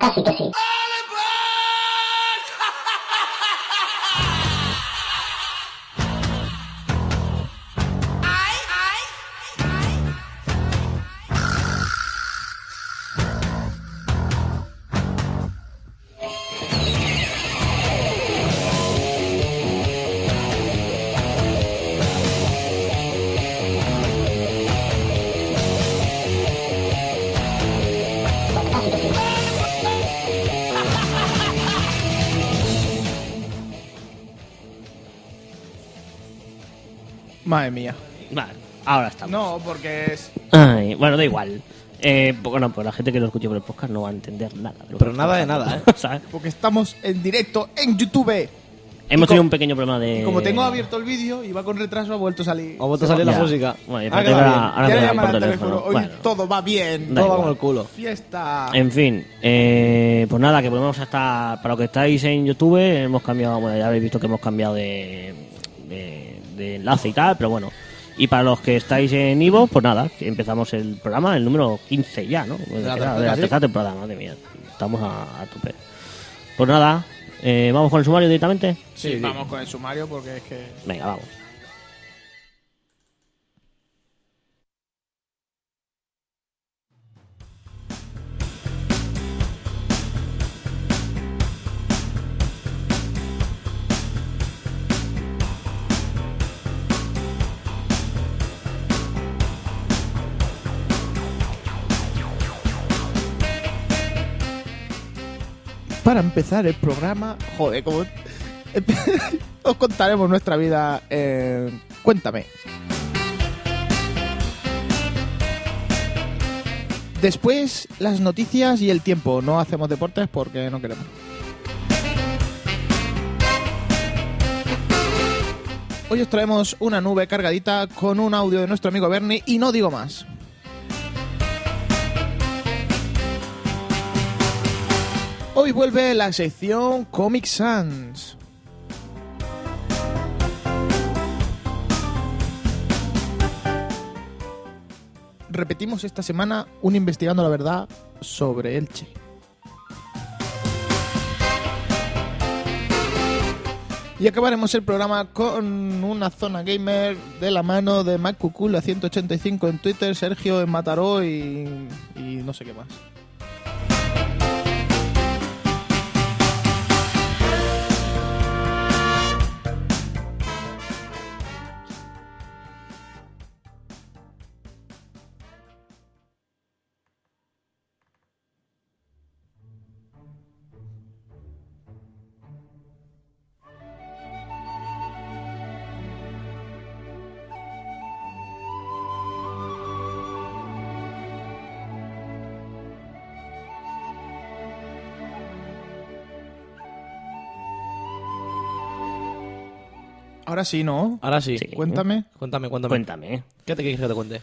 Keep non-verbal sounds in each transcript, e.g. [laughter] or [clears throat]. Casi que sí. Casi que sí. Madre mía. Vale, ahora estamos. No, porque es. Ay, bueno, da igual. Eh, bueno, pues la gente que lo escuche por el podcast no va a entender nada. de lo Pero que nada de estamos [laughs] nada, ¿eh? hablando, ¿sabes? Porque estamos en directo en YouTube. Hemos Y tenido co- un pequeño problema de... Y como tengo abierto el vídeo y va con retraso, ha vuelto a salir. Ha vuelto a salir Ya. la música. Bueno, y Ah, aparte que va ahora- bien. ahora Ya me le llaman llaman por al teléfono. Hoy Bueno. todo va bien. Todo Da Todo va va igual. como el culo. Ah. Fiesta. En fin, eh, pues nada, que volvemos hasta. Para los que estáis en YouTube, hemos cambiado. Bueno, ya habéis visto que hemos cambiado de, de, de enlace y tal, pero bueno. Y para los que estáis en Ivo, pues nada, que empezamos el programa, el número 15 ya, ¿no? Bueno, que la era tercera, de la sí. tercera temporada, madre mía. Estamos a, a tope. Pues nada, eh, vamos con el sumario directamente. Sí, vamos con el sumario porque es que. Venga, vamos. Para empezar el programa, joder, como. [laughs] Os contaremos nuestra vida. en Cuéntame. Después, las noticias y el tiempo. No hacemos deportes porque no queremos. Hoy os traemos una nube cargadita con un audio de nuestro amigo Bernie y no digo más. Hoy vuelve la sección Comic Sans. Repetimos esta semana un investigando la verdad sobre Elche. Y acabaremos el programa con una zona gamer de la mano de MacCucula185 en Twitter, Sergio en Mataró y, y no sé qué más. Ahora sí, ¿no? Ahora sí. Sí. Cuéntame. Cuéntame, cuéntame. Cuéntame. ¿Qué te quieres que te cuente?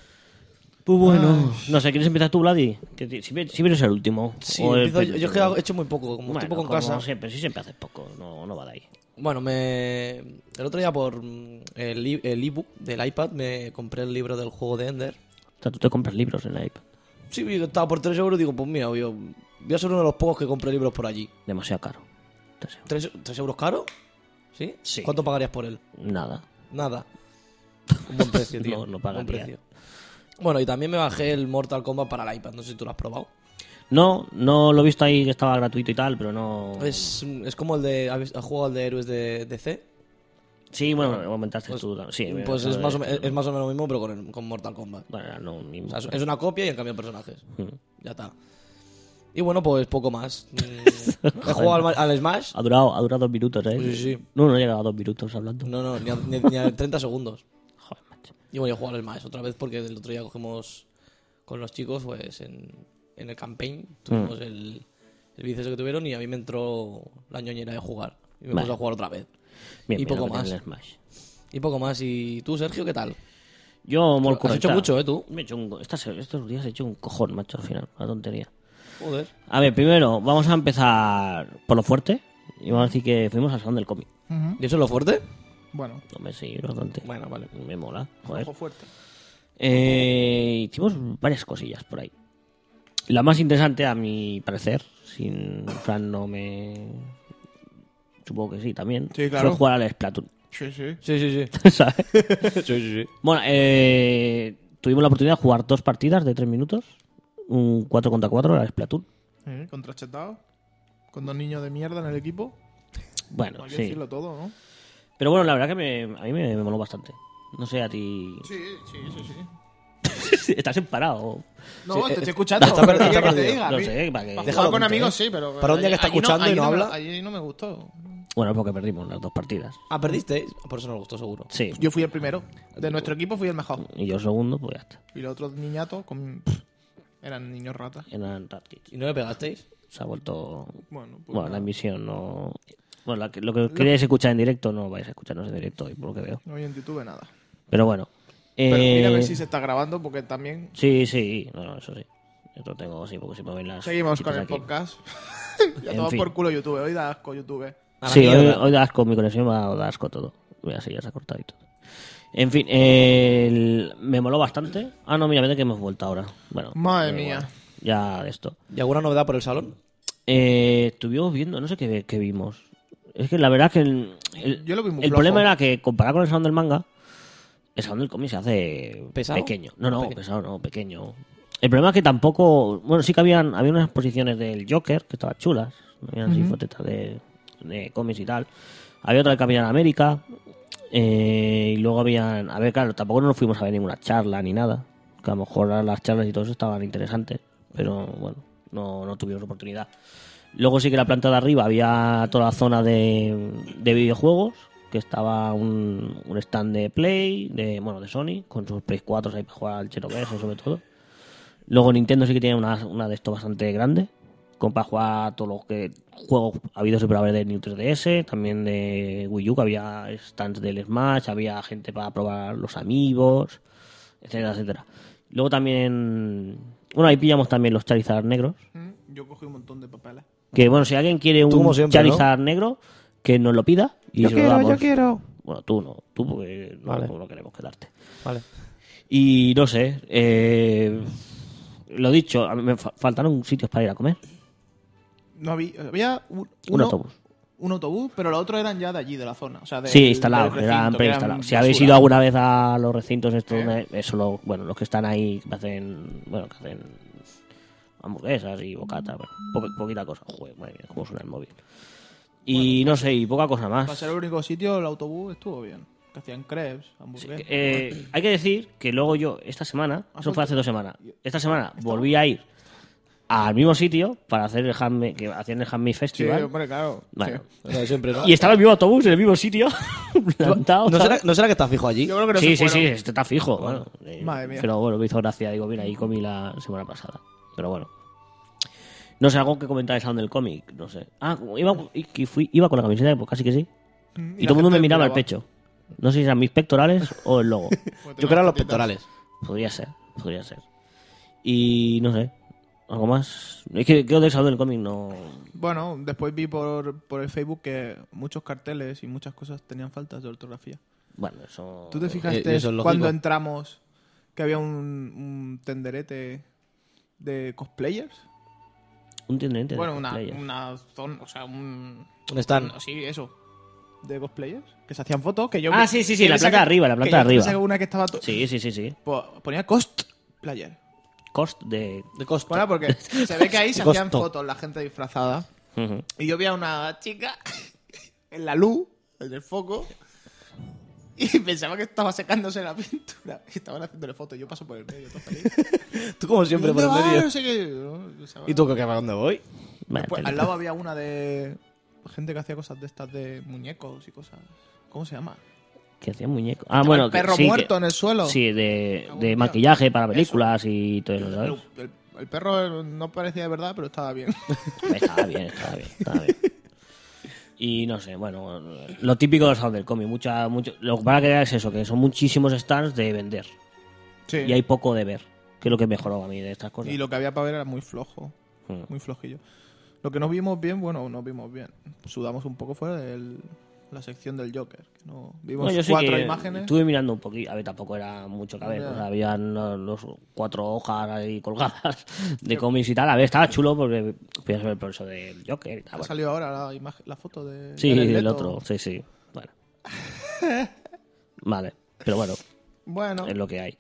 Pues bueno. No sé, ¿quieres empezar tú, Vladi? Que ti- Siempre, siempre eres el último. Sí, O el empiezo- yo, yo es que penúltimo. he hecho muy poco, como estoy Bueno, poco en como casa. Siempre, sí, siempre haces poco, no, no va de ahí. Bueno, me... el otro día por mm, el li- el ebook del iPad me compré el libro del juego de Ender. O sea, tú te compras libros en la iPad. Sí, vi que estaba por 3 euros digo, pues mira, yo voy a ser uno de los pocos que compre libros por allí. Demasiado caro. Entonces, ¿Tres, tres euros caro? ¿Sí? Sí. ¿Cuánto pagarías por él? nada. Nada. Un [laughs] buen precio, No, tío. no Un buen pagaría. precio. Bueno, y también me bajé el Mortal Kombat para el iPad. No sé si tú lo has probado. No, no lo he visto ahí que estaba gratuito y tal, pero no. Es, es como el de. ¿Has has jugado al de héroes de DC? Sí, bueno, lo comentaste Pues, tú. Sí, me- pues me- es, más o, me- es más o menos lo mismo, pero con, el- con Mortal Kombat. Bueno, era lo mismo. O sea, es- es una copia y en cambio personajes. Mm. Ya está. Y bueno, pues [laughs] poco más. Mm, He jugado al, ma- al Smash. Ha durado, ha durado dos minutos, ¿eh? Sí, sí, sí. No, no he llegado a dos minutos hablando. No, no, ni a, ni a- ni a 30 segundos. Joder, macho. Y bueno, yo he jugado al Smash otra vez porque el otro día cogimos con los chicos, pues en, en el campaign, Mm. tuvimos el, el vicio ese que tuvieron y a mí me entró la ñoñera de jugar. Y me Vale. puse a jugar otra vez. Bien, Y bien, poco lo que más. tiene el Smash. Y poco más. ¿Y tú, Sergio, qué tal? Yo, Molcuro, Has hecho esta- mucho, ¿eh? Tú. Me he hecho un co- estas- estos días he hecho un cojón, macho, al final. Una tontería. Joder. A ver, primero, vamos a empezar por lo fuerte. Y vamos a decir que fuimos al salón del cómic. Ujú. ¿Y eso es lo fuerte? Bueno, No me sigue bastante. Bueno, vale. Me mola, joder. ojo fuerte. Eh, hicimos varias cosillas por ahí. La más interesante, a mi parecer, sin Fran no me. Supongo que sí, también. Sí, claro. Fue jugar al Splatoon. Sí, sí. Sí, sí, [laughs] sí. ¿Sabes? [laughs] sí, sí, sí. Bueno, eh, tuvimos la oportunidad de jugar dos partidas de tres minutos. Un 4 contra 4 al Splatoon. Eh, Contrachetado. Con dos niños de mierda en el equipo. Bueno, Hay que sí. decirlo todo, ¿no? Pero bueno, la verdad que me- a mí me, me moló bastante. No sé, a ti. Sí, sí, sí, sí. Estás emparado. No, Sí, te eh, estoy escuchando. está perdido, ¿Qué está quieres que te perdido. diga, No Pi? sé, para que- Para Déjalo jugar con que te amigos, diga. sí, pero. Para un día que está allí escuchando y allí no me- habla. Allí no me gustó. Bueno, porque perdimos las dos partidas. Ah, perdisteis. Por eso no le gustó, seguro. Sí. Yo fui el primero. De nuestro equipo fui el mejor. Y yo segundo, pues ya está. Y los otros niñatos con... pff, eran niños ratas. Eran Radkids. ¿Y no le pegasteis? Se ha vuelto. Bueno, pues Bueno, la nada. emisión no. Bueno, la que- lo que queréis escuchar en directo no vais a escucharnos en directo hoy, por lo que veo. no vi en YouTube nada. Pero bueno. Pero mira a ver eh, si se está grabando porque también Sí, sí. No, no, eso sí. Esto tengo, sí, porque si me ven Pues las. seguimos citas con el aquí. podcast. [laughs] ya En todo fin. por culo YouTube. Hoy da asco YouTube. A la Sí, hoy, Ah, mierda. hoy da asco mi conexión, me ha dado asco todo. Mira, sí, ya se ha cortado y todo. En fin, eh, el- me moló bastante. Ah, no, mira, vete que hemos vuelto ahora. Bueno, Madre da igual. mía. Ya de esto. ¿Y alguna novedad por el salón? Eh, estuvimos viendo, no sé qué, qué vimos. Es que la verdad es que el, el- Yo lo vi muy el flojo. problema era que comparado con el salón del manga, el salón del cómic se hace ¿Pesado? pequeño. No, no, Pequeño. pesado no, pequeño. El problema es que tampoco... Bueno, sí que habían había unas exposiciones del Joker que estaban chulas. Habían así fotetas de, de cómics y tal. Había otra del Capitán América. eh, y luego habían... A ver, claro, tampoco nos fuimos a ver ninguna charla ni nada. Que a lo mejor ahora las charlas y todo eso estaban interesantes. Pero bueno, no, no tuvimos oportunidad. Luego sí que la planta de arriba había toda la zona de, de videojuegos, que estaba un, un stand de Play, de bueno, de Sony, con sus Play 4 ahí para jugar al Chero Verso sobre todo. Luego Nintendo sí que tiene una, una de esto bastante grande, con para jugar todos los que juegos habidos y por haber de New 3DS, también de Wii U, que había stands del Smash, había gente para probar los amigos, etcétera, etcétera. Luego también, bueno, ahí pillamos también los Charizard negros, Mm, Yo cogí un montón de papeles. que bueno, si alguien quiere Tú como un siempre, Charizard negro, que nos lo pida. Y se lo damos. quiero. Bueno, tú no, tú porque no, Vale. no queremos quedarte. Vale. Y no sé, eh, lo dicho, a mí me fa- faltaron sitios para ir a comer. No había, había un, Un uno- autobús. Un autobús, pero los otros eran ya de allí, de la zona. O sea, del- sí, instalados, del recinto, eran que preinstalados. eran Si habéis basura. ido alguna vez a los recintos, estos, ¿Eh? donde- eso lo- bueno, los que están ahí, que hacen, bueno, que hacen hamburguesas y bocata, bueno, po- poquita cosa. Joder, madre mía, cómo suena el móvil. Y pues no sé, y poca cosa más. Para ser el único sitio, el autobús estuvo bien. Que hacían crepes, Sí, hamburguesas. eh, hay que decir que luego yo, esta semana, ¿Has eso fue vuelto? hace dos semanas, esta semana volví a ir al mismo sitio para hacer el handmade, que hacían el handmade sí, festival. hombre, claro. Bueno. Sí. Lo de siempre, [laughs] ¿no? Y estaba el mismo autobús en el mismo sitio, [laughs] plantado. ¿No será, ¿sabes? ¿No será que está fijo allí? Yo creo que no se sí, sí, sí, fueron. este está fijo. bueno, eh, Madre mía. Pero bueno, me hizo gracia, digo, mira, ahí comí la semana pasada. Pero bueno. No sé, algo que comentar de del cómic, no sé. Ah, iba, y que fui, iba con la camiseta, pues casi que sí. Mm, Y, la todo el mundo gente me miraba el miraba. pecho. No sé si eran mis pectorales o el [laughs] logo. Porque Yo creo que tenía eran los patitas. pectorales. Podría ser, podría ser. Y no sé, algo más. Es que creo que salud del cómic no. Bueno, después vi por, por el Facebook que muchos carteles y muchas cosas tenían faltas de ortografía. Bueno, eso. ¿Tú te fijaste Eh, eso es lógico. cuando entramos que había un, un tenderete de cosplayers? Un tenderete de bueno, una, cosplayer. una zona, o sea, un... ¿Dónde están? Sí, eso. ¿De cosplayers? Que se hacían fotos, que yo... Ah, sí, sí, sí, que la yo planta saqué- de arriba, la que planta de yo arriba. saqué una que estaba... to- Sí, sí, sí, sí. po- Ponía cosplayer. Cost de. De costo. Bueno, pues, [laughs] porque se ve que ahí se Costo. hacían fotos la gente disfrazada. Ujú. Y yo vi a una chica [laughs] en la luz, en el foco, y [laughs] pensaba que estaba secándose la pintura. Y estaban haciéndole fotos. Yo paso por el medio, todo [laughs] feliz. [laughs] Tú como siempre por el ¿Dónde vas? medio. No sé qué. ¿no? O sea, ¿Y tú que para dónde voy? Vaya después, tela. pues, al lado había una de gente que hacía cosas de estas de muñecos y cosas. ¿Cómo se llama? Que hacía muñeco. Ah, bueno. el que- perro sí, muerto que- en el suelo. Sí, de, Algún de día. maquillaje para películas y todo eso, El, ¿sabes? el- el perro no parecía de verdad, pero estaba [laughs] bien. Pues Estaba bien, estaba bien, estaba bien. Y no sé, bueno, lo típico del salón del cómic. Mucha, mucho, lo que pasa que es eso, que son muchísimos stands de vender. Sí. y hay poco de ver, que es lo que mejoró a mí de estas cosas. Y lo que había para ver era muy flojo. Mm. muy flojillo. Lo que no vimos bien, bueno, no vimos bien. Sudamos un poco fuera del, la sección del Joker. que no, vimos No, yo sí cuatro que imágenes. Estuve mirando un poquito. A ver, tampoco era mucho que ver. Ya. o sea, habían los, los cuatro hojas ahí [laughs] colgadas de cómics y tal. A ver, estaba chulo porque podías ver el proceso de Joker y tal. Ha Bueno. salido ahora la, imagen- la foto de. Sí, Jared el Leto. otro. Sí, sí. [laughs] Bueno. vale. Pero bueno, Bueno, es lo que hay.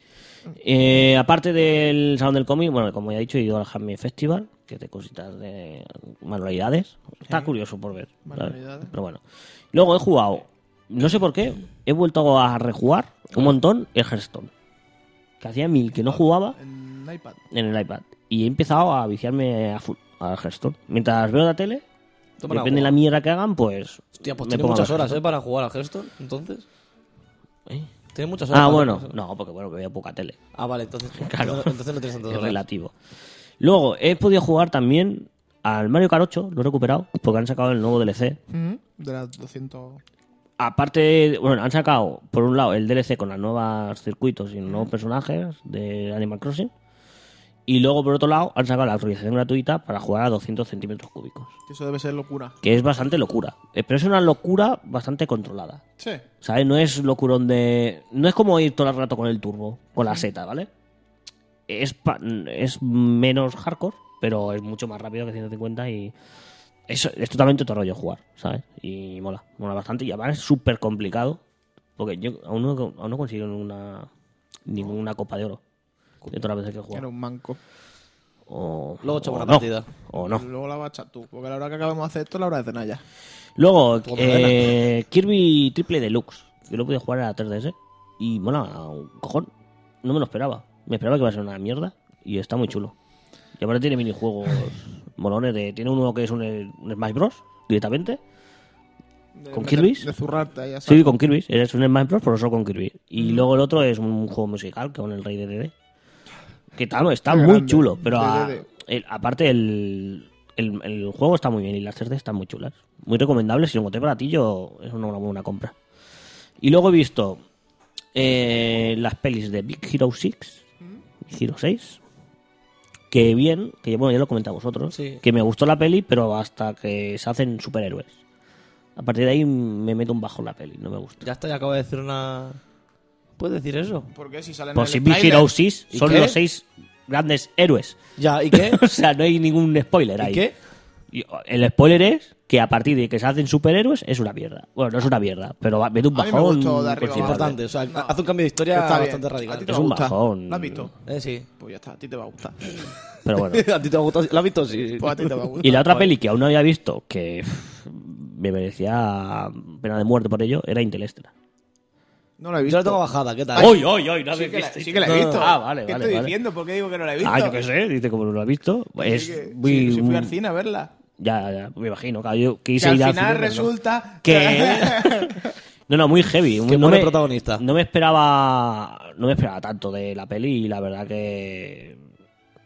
Eh, aparte del Salón del Cómic, bueno, como ya he dicho, he ido al Handmade Festival, que te cositas de manualidades. Está curioso por ver. ¿sabes? Manualidades. Pero bueno. Luego he jugado, no sé por qué, he vuelto a rejugar un montón el Hearthstone. Que hacía mil que no jugaba en iPad. en el iPad. Y he empezado a viciarme a full al Hearthstone. Mientras veo la tele, Toma depende de la agua. mierda que hagan, pues. Hostia, pues me tiene pongo a muchas ver horas, ¿eh? Para jugar al Hearthstone, entonces. Hearthstone. Tiene muchas horas. Ah, para bueno, hacer eso. no, porque bueno, que veo poca tele. Ah, vale, [laughs] entonces. Claro. Entonces, entonces no tienes tantas es horas. relativo. Luego, he podido jugar también al Mario Kart 8, lo he recuperado, porque han sacado el nuevo DLC. Ujú, De las 200. Aparte, bueno, han sacado, por un lado, el DLC con los nuevos circuitos y los nuevos personajes de Animal Crossing. Y luego, por otro lado, han sacado la actualización gratuita para jugar a 200 centímetros cúbicos. Que eso debe ser locura. Que es bastante locura. Eh, Pero es una locura bastante controlada. Sí. ¿Sabes? No es locurón de. No es como ir todo el rato con el turbo, con la seta, ¿vale? Es, pa- es menos hardcore, pero es mucho más rápido que 150 y. Es, es totalmente otro rollo jugar, ¿sabes? Y mola, mola bastante. Y además es súper complicado, porque yo aún no, aún no consigo una, ninguna copa de oro de todas las veces que he Era jugado. un manco. O, Luego echamos o la no, partida. O no. Luego la vas a echar tú. Porque la hora que acabemos de hacer esto es la hora de cenar ya. Luego, Como eh, Kirby Triple Deluxe. Yo lo pude jugar a la 3DS. Y mola, un cojón. No me lo esperaba. Me esperaba que iba a ser una mierda. Y está muy chulo. Y aparte tiene minijuegos [laughs] molones. De, tiene uno que es un, un Smash Bros. directamente. De ¿Con meter- Kirby's? De zurrarte ahí a Sí, saco. con Kirby. Es un Smash Bros. pero solo con Kirby. Y luego el otro es un juego musical con el Rey de DD. Que tal, está Qué muy grande. chulo. Pero a- DDD. el- aparte el, el, el juego está muy bien y las 3D están muy chulas. Muy recomendable. Si lo encontré baratillo, es una buena compra. Y luego he visto eh, las pelis de Big Hero 6. Hero 6. Que bien, que bueno, ya lo comenté a vosotros. Sí. Que me gustó la peli, pero hasta que se hacen superhéroes. A partir de ahí me meto un bajo en la peli, no me gusta. Ya está, ya acabo de decir una. ¿Puedes decir eso? ¿Por qué si salen Pues si en el Big tráiler? Hero 6 ¿Y son qué? los seis grandes héroes. [laughs] Ya, ¿y [laughs] qué? o sea, no hay ningún spoiler ahí. ¿Y qué? Y, o, El spoiler es que a partir de que se hacen superhéroes es una mierda. Bueno, no es una mierda, pero va- mete un A mí me bajón. gustó de arriba considerable. Importante, o sea, No. hace un cambio de historia Está bien. bastante A ti radical. te Es va a un gustar. bajón. ¿La has visto? Eh, sí. Pues ya está, a ti te va a gustar. Pero [laughs] bueno. [laughs] ¿A ti te ha gustado? ¿Lo has visto? Sí. Pues a ti te va a gustar. Y la otra peli que aún no había visto, que pff, me merecía pena de muerte por ello, era Intelestra. No la he Yo visto. la tengo bajada, ¿qué tal? ¡Uy, uy, uy! No Sí habéis que, la, visto sí que la he Interstellar. visto. Ah, vale, ¿Qué vale. estoy vale. diciendo? ¿Por qué digo que no la he visto? Ah, yo qué sé, dice como no lo has visto. Sí Es que- muy. sí, sí fui al cine a verla. Ya, ya, me imagino. Claro, yo quise Que al ir final cine, pero no. resulta Que- [laughs] No, no, muy heavy. Qué no buen protagonista. No me esperaba. No me esperaba tanto de la peli y la verdad que.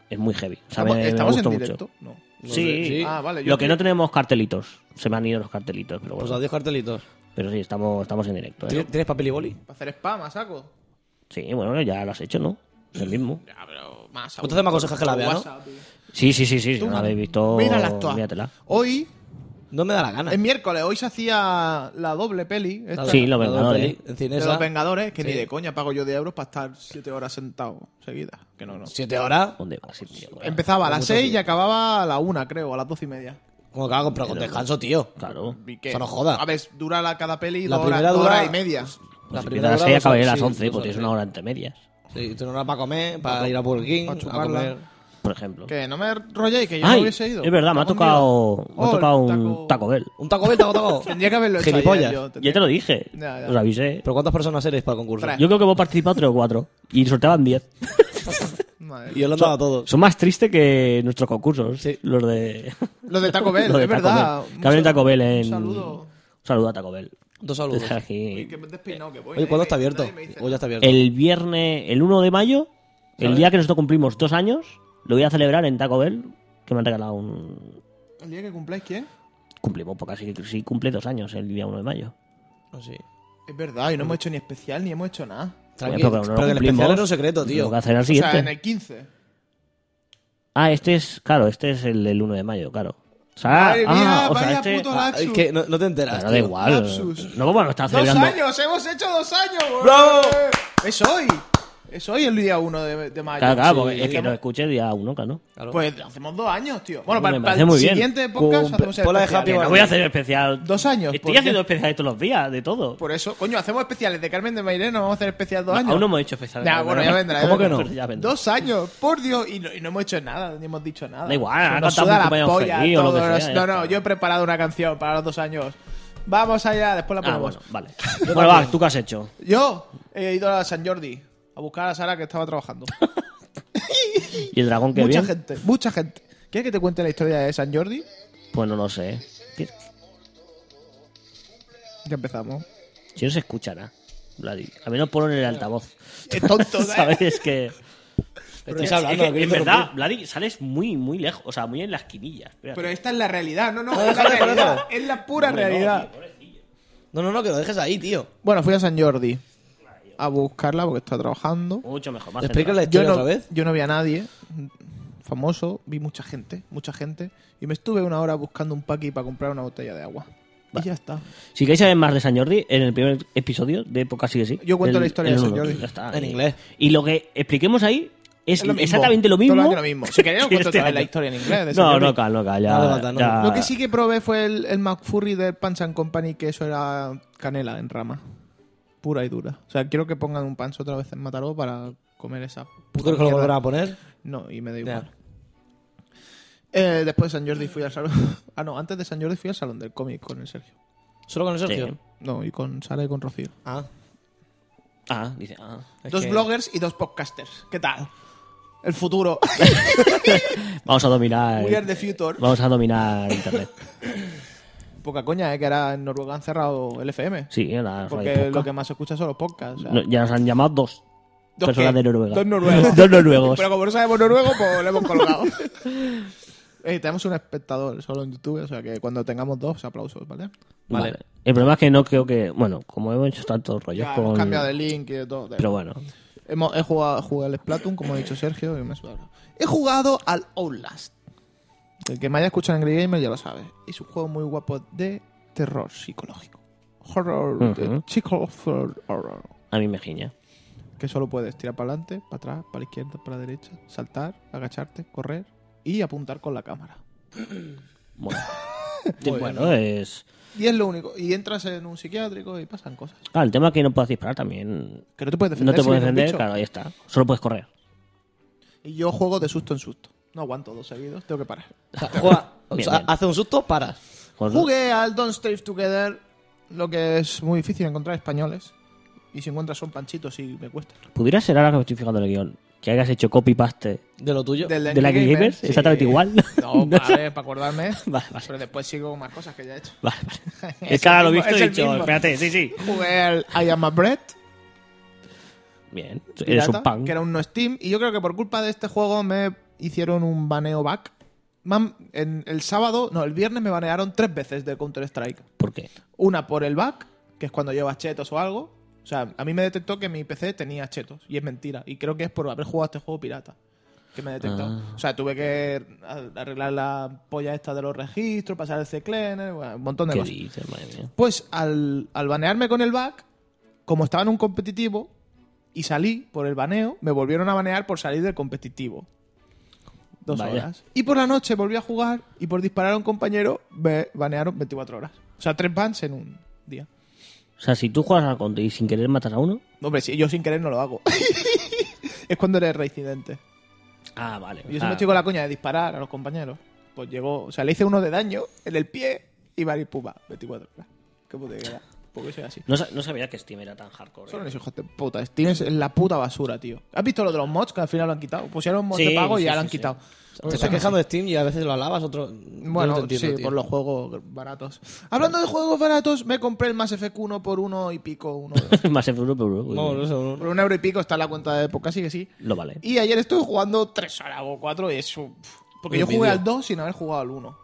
Es muy heavy. O sea, Estamos, me- me estamos en gustó mucho. directo. No. No sé, Sí, sí. Ah, vale. yo lo que creí- no tenemos cartelitos. Se me han ido los cartelitos, pero Pues bueno. adiós, cartelitos. pero sí, estamos, estamos en directo. ¿eh? ¿Tienes, tienes papel y boli? Para hacer spam, a saco. Sí, bueno, ya lo has hecho, ¿no? Es el mismo. Ya, pero más. a- Pues Entonces me aconsejas que la vea, ¿no? WhatsApp, tío. Sí, sí, sí, sí. Si Tú, no la mano, habéis visto, míralas todas. míratela. Hoy, No me da la gana. es miércoles, hoy se hacía la doble peli. esta Sí, lo La vengo, doble ¿eh? peli En de Cinesa. los Vengadores, que ni Sí. de coña pago yo de euros para estar siete horas sentado seguidas. Que no, no. Siete horas. ¿Dónde vas, tío? Empezaba a las mucho seis y tiempo. acababa a la una, creo, a las doce y media. Como que hago, pero con descanso, tío. Claro. Y que- Eso no joda. A ver, dura la, cada peli La dos horas, primera dos dura- horas y media. Pues si primera empiezas a las hora 6 y dos acabáis a horas, las sí, 11, pues dos tienes horas, una sí. hora entre medias, Sí, tú no horas para comer, para ir a Burger King, pa' a chuparla. comer. por ejemplo. Que no me rolléis, que yo Ay, no hubiese ido. Es verdad, me ha Cago en tocado, Dios. me ha Oh, tocado el un Taco Bell. ¿Un taco Bell, taco, taco? Tendría que haberlo hecho Gilipollas. ayer, yo. Ya te lo dije. Ya, eh. ya. Os avisé. ¿Pero cuántas personas eres para el concurso? Tres. Yo creo que hemos participado 3 o 4 y sorteaban 10. Madre. Y yo lo andaba a todos. Son más tristes que nuestros concursos, Sí. los de. Lo [laughs] [laughs] de Taco Bell, los de es Taco verdad. Bell. Un Que hablen sal- Taco Bell en. Un saludo. Un saludo a Taco Bell. [laughs] Dos saludos. Desde aquí. Uy, qué despeinado que voy. Oye, ¿cuándo Nadie me- está abierto? nadie me dice Hoy ya está abierto. El viernes, el 1 de mayo, el ¿Sabes? día que nosotros cumplimos dos años, lo voy a celebrar en Taco Bell, que me han regalado un. nada. ¿El día que cumpláis quién? Cumplimos, porque así que sí cumple dos años el día 1 de mayo. Ah, sí. Es verdad, y no hemos hecho ni especial ni hemos hecho nada. Tranqui, Bueno, pero no lo pero que el cumplimos. especial era un secreto, Lo tío. que hacer al O sea, siguiente. en el 15. Ah, este es, claro, este es el del 1 de mayo, claro. sea, Madre ah, mía, o sea, vaya este- puto ah, Ah, lapsus. es que no, no te enteras. Pero da tío. igual. Lapsus. No vamos a estar ¡Dos celebrando. años! ¡Hemos hecho dos años! boludo! ¡Bravo! Es hoy. Es hoy el día 1 de, de mayo. Claro, claro, porque Sí, es que hacemos- nos escuche el día uno, claro. Claro. Pues hacemos dos años, tío. Bueno, para, Me para parece el muy bien. siguiente podcast Con- hacemos el Pola de especial. Happy Que Vale. no voy a hacer especial. Dos años, ¿por Estoy qué? haciendo especiales todos los días, de todo. Por eso, coño, hacemos especiales de Carmen de Mairena, vamos a hacer especial dos años. Aún no hemos hecho especiales. Nah, bueno, ya vendrá. ya ¿Cómo que vendrá. no? Pero ya vendrá. Dos años, por Dios, y no, y no hemos hecho nada, ni hemos dicho nada. Da igual, Se ha nos suda contado un la cumpleaños polla feliz o lo que todos. sea, ya No, no, está. yo he preparado una canción para los dos años. Vamos allá, después la Ah, ponemos. bueno, vale. Bueno, va, ¿tú qué has hecho? Yo he ido a San Jordi a buscar a Sara que estaba [laughs] trabajando. ¿Y el dragón que mucha bien? gente, mucha gente. ¿Quieres que te cuente la historia de San Jordi? Pues no lo sé. ¿Qui- Ya [laughs] empezamos. ¿Quién se escuchará? Vladi. A menos ponlo en el altavoz. Es [laughs] tonto, ¿eh? ¿sabes? ¿Sabes? Es que. estáis hablando, es no que, en quiero verdad, Vladi, sales muy, muy lejos. O sea, muy en las quinillas. Pero esta es la realidad, no, no, No, es la déjalo, realidad, déjalo. es la pura realidad. No, no, no, que lo dejes ahí, tío. Bueno, fui a San Jordi a buscarla porque estaba trabajando. Mucho mejor. Más Explica la centrado. Yo historia no, otra vez. yo no vi a nadie famoso, vi mucha gente, mucha gente. Y me estuve una hora buscando un paqui para comprar una botella de agua. Y ya está. Si queréis saber más de San Jordi, en el primer episodio de Época Sigue Sí. Yo cuento el- la historia el de San uno. Jordi. Ya está. En Y- inglés. Y lo que expliquemos ahí es, Es lo mismo. exactamente lo Todo el mismo. año lo mismo. Si queréis, os [laughs] que cuento este otra vez la año. historia en inglés de San No, Jordi. no, Carl, no, Carl, ya- No hace falta, no. ya- Lo que sí que probé fue el, el McFurry del Punch and Company, que eso era canela en rama. Pura y dura. O sea, quiero que pongan un pancho otra vez en Mataró para comer esa ¿Tú puta crees que lo mierda. volverán a poner? No, y me da Ya. igual. Eh, después de San Jordi fui al salón... [laughs] ah, no, antes de San Jordi fui al salón del cómic con el Sergio. Solo con el Sergio. Sí. No, y con Sara y con Rocío. [laughs] Ah. Ah, dice. Ah. es Dos que- bloggers y dos podcasters. ¿Qué tal? El [laughs] futuro. Vamos a dominar. We are the future. Vamos a dominar Internet. Poca coña, ¿eh? que ahora en Noruega han cerrado el FM. Sí, la [laughs] porque radio lo podcast. que más se escucha son los podcasts. o sea. No, ya nos han llamado dos, ¿Dos personas qué? de Noruega. Dos noruegos. [laughs] dos noruegos. Pero como no sabemos noruego, pues lo hemos colgado. [laughs] Eh, tenemos un espectador solo en YouTube, o sea que cuando tengamos dos, aplausos, ¿vale? Vale. Vale. El problema es que no creo que. Bueno, como hemos hecho tantos rollos Ya con. hemos cambiado de link y de todo. Pero bueno. Hemos- he jugado, jugué al Splatoon, como ha dicho Sergio, y me suena. He jugado al Outlast. El que me haya escuchado en Angry Gamer ya lo sabe. Es un juego muy guapo de terror psicológico. Horror, Ujú. eh, psycho- horror. A mí me giña. que solo puedes tirar para adelante, para atrás, para la izquierda, para la derecha, saltar, agacharte, correr y apuntar con la cámara. Bueno. [laughs] Muy bueno, es. Y es lo único. Y entras en un psiquiátrico y pasan cosas. Claro, el tema es que no puedes disparar también. Que no te puedes No defender. te si puedes eres un defender, bicho. claro, ahí está. Solo puedes correr. Y yo juego de susto en susto. No aguanto dos seguidos, tengo que parar. O sea, juega- o Bien, sea, bien. hace un susto, paras. Joder. Jugué al Don't Starve Together, lo que es muy difícil encontrar españoles. Y si encuentras son panchitos y me cuesta. ¿Pudiera ser ahora que me estoy fijando en el guión? Que hayas hecho copy-paste De lo tuyo. Del de la Angry Game Gamers, sí. exactamente igual. [laughs] [laughs] No, para, ver, para [laughs] acordarme. Vale, vale. Pero después sigo con más cosas que ya he [laughs] hecho. Vale, vale. Es que ahora lo he mismo, visto es y he el dicho, mismo. espérate, sí, sí. Jugué al I Am a Bread. Bien, eres pirata, un punk. que era un no Steam. Y yo creo que por culpa de este juego me hicieron un baneo back. Man, en el sábado, no, el viernes me banearon tres veces de Counter-Strike. ¿Por qué? Una por el back, que es cuando llevas chetos o algo. O sea, a mí me detectó que mi PC tenía chetos. Y es mentira. Y creo que es por haber jugado a este juego pirata. Que me detectó. Ah. O sea, tuve que arreglar la polla esta de los registros, pasar el CCLN, bueno, un montón de ¿Qué cosas. dices, madre mía? Pues al, al banearme con el back, como estaba en un competitivo y salí por el baneo, me volvieron a banear por salir del competitivo. Dos Vaya. horas. Y por la noche volví a jugar y por disparar a un compañero me banearon 24 horas. O sea, tres bans en un día. O sea, si tú juegas al Conte y sin querer matas a uno. No, Hombre, si yo sin querer no lo hago. [laughs] es cuando eres reincidente. Ah, vale. Yo siempre estoy con la coña de disparar a los compañeros. Pues llegó, o sea, le hice uno de daño en el pie y va a ir pumba, 24 horas. Qué puta idea. Porque soy así. no, sa- no sabía que Steam era tan hardcore. Son eh. unos hijos de puta. Steam es la puta basura, tío. ¿Has visto lo de los mods que al final lo han quitado? Pusieron mods Sí, de pago y sí, ya sí, lo han sí. quitado. Te estás quejando de Steam y a veces lo alabas, otro. Bueno, yo no te entiendo, sí, tío. por los juegos baratos. Hablando de juegos baratos, me compré el Mass Effect 1 por uno y pico. Uno, [laughs] Más en euro, pero uy, No, no sé, no- por un euro y pico está en la cuenta de época, sí que sí. lo vale. Y ayer estuve jugando tres horas o cuatro y eso... pf, Porque yo Envidia. jugué al 2 sin haber jugado al 1.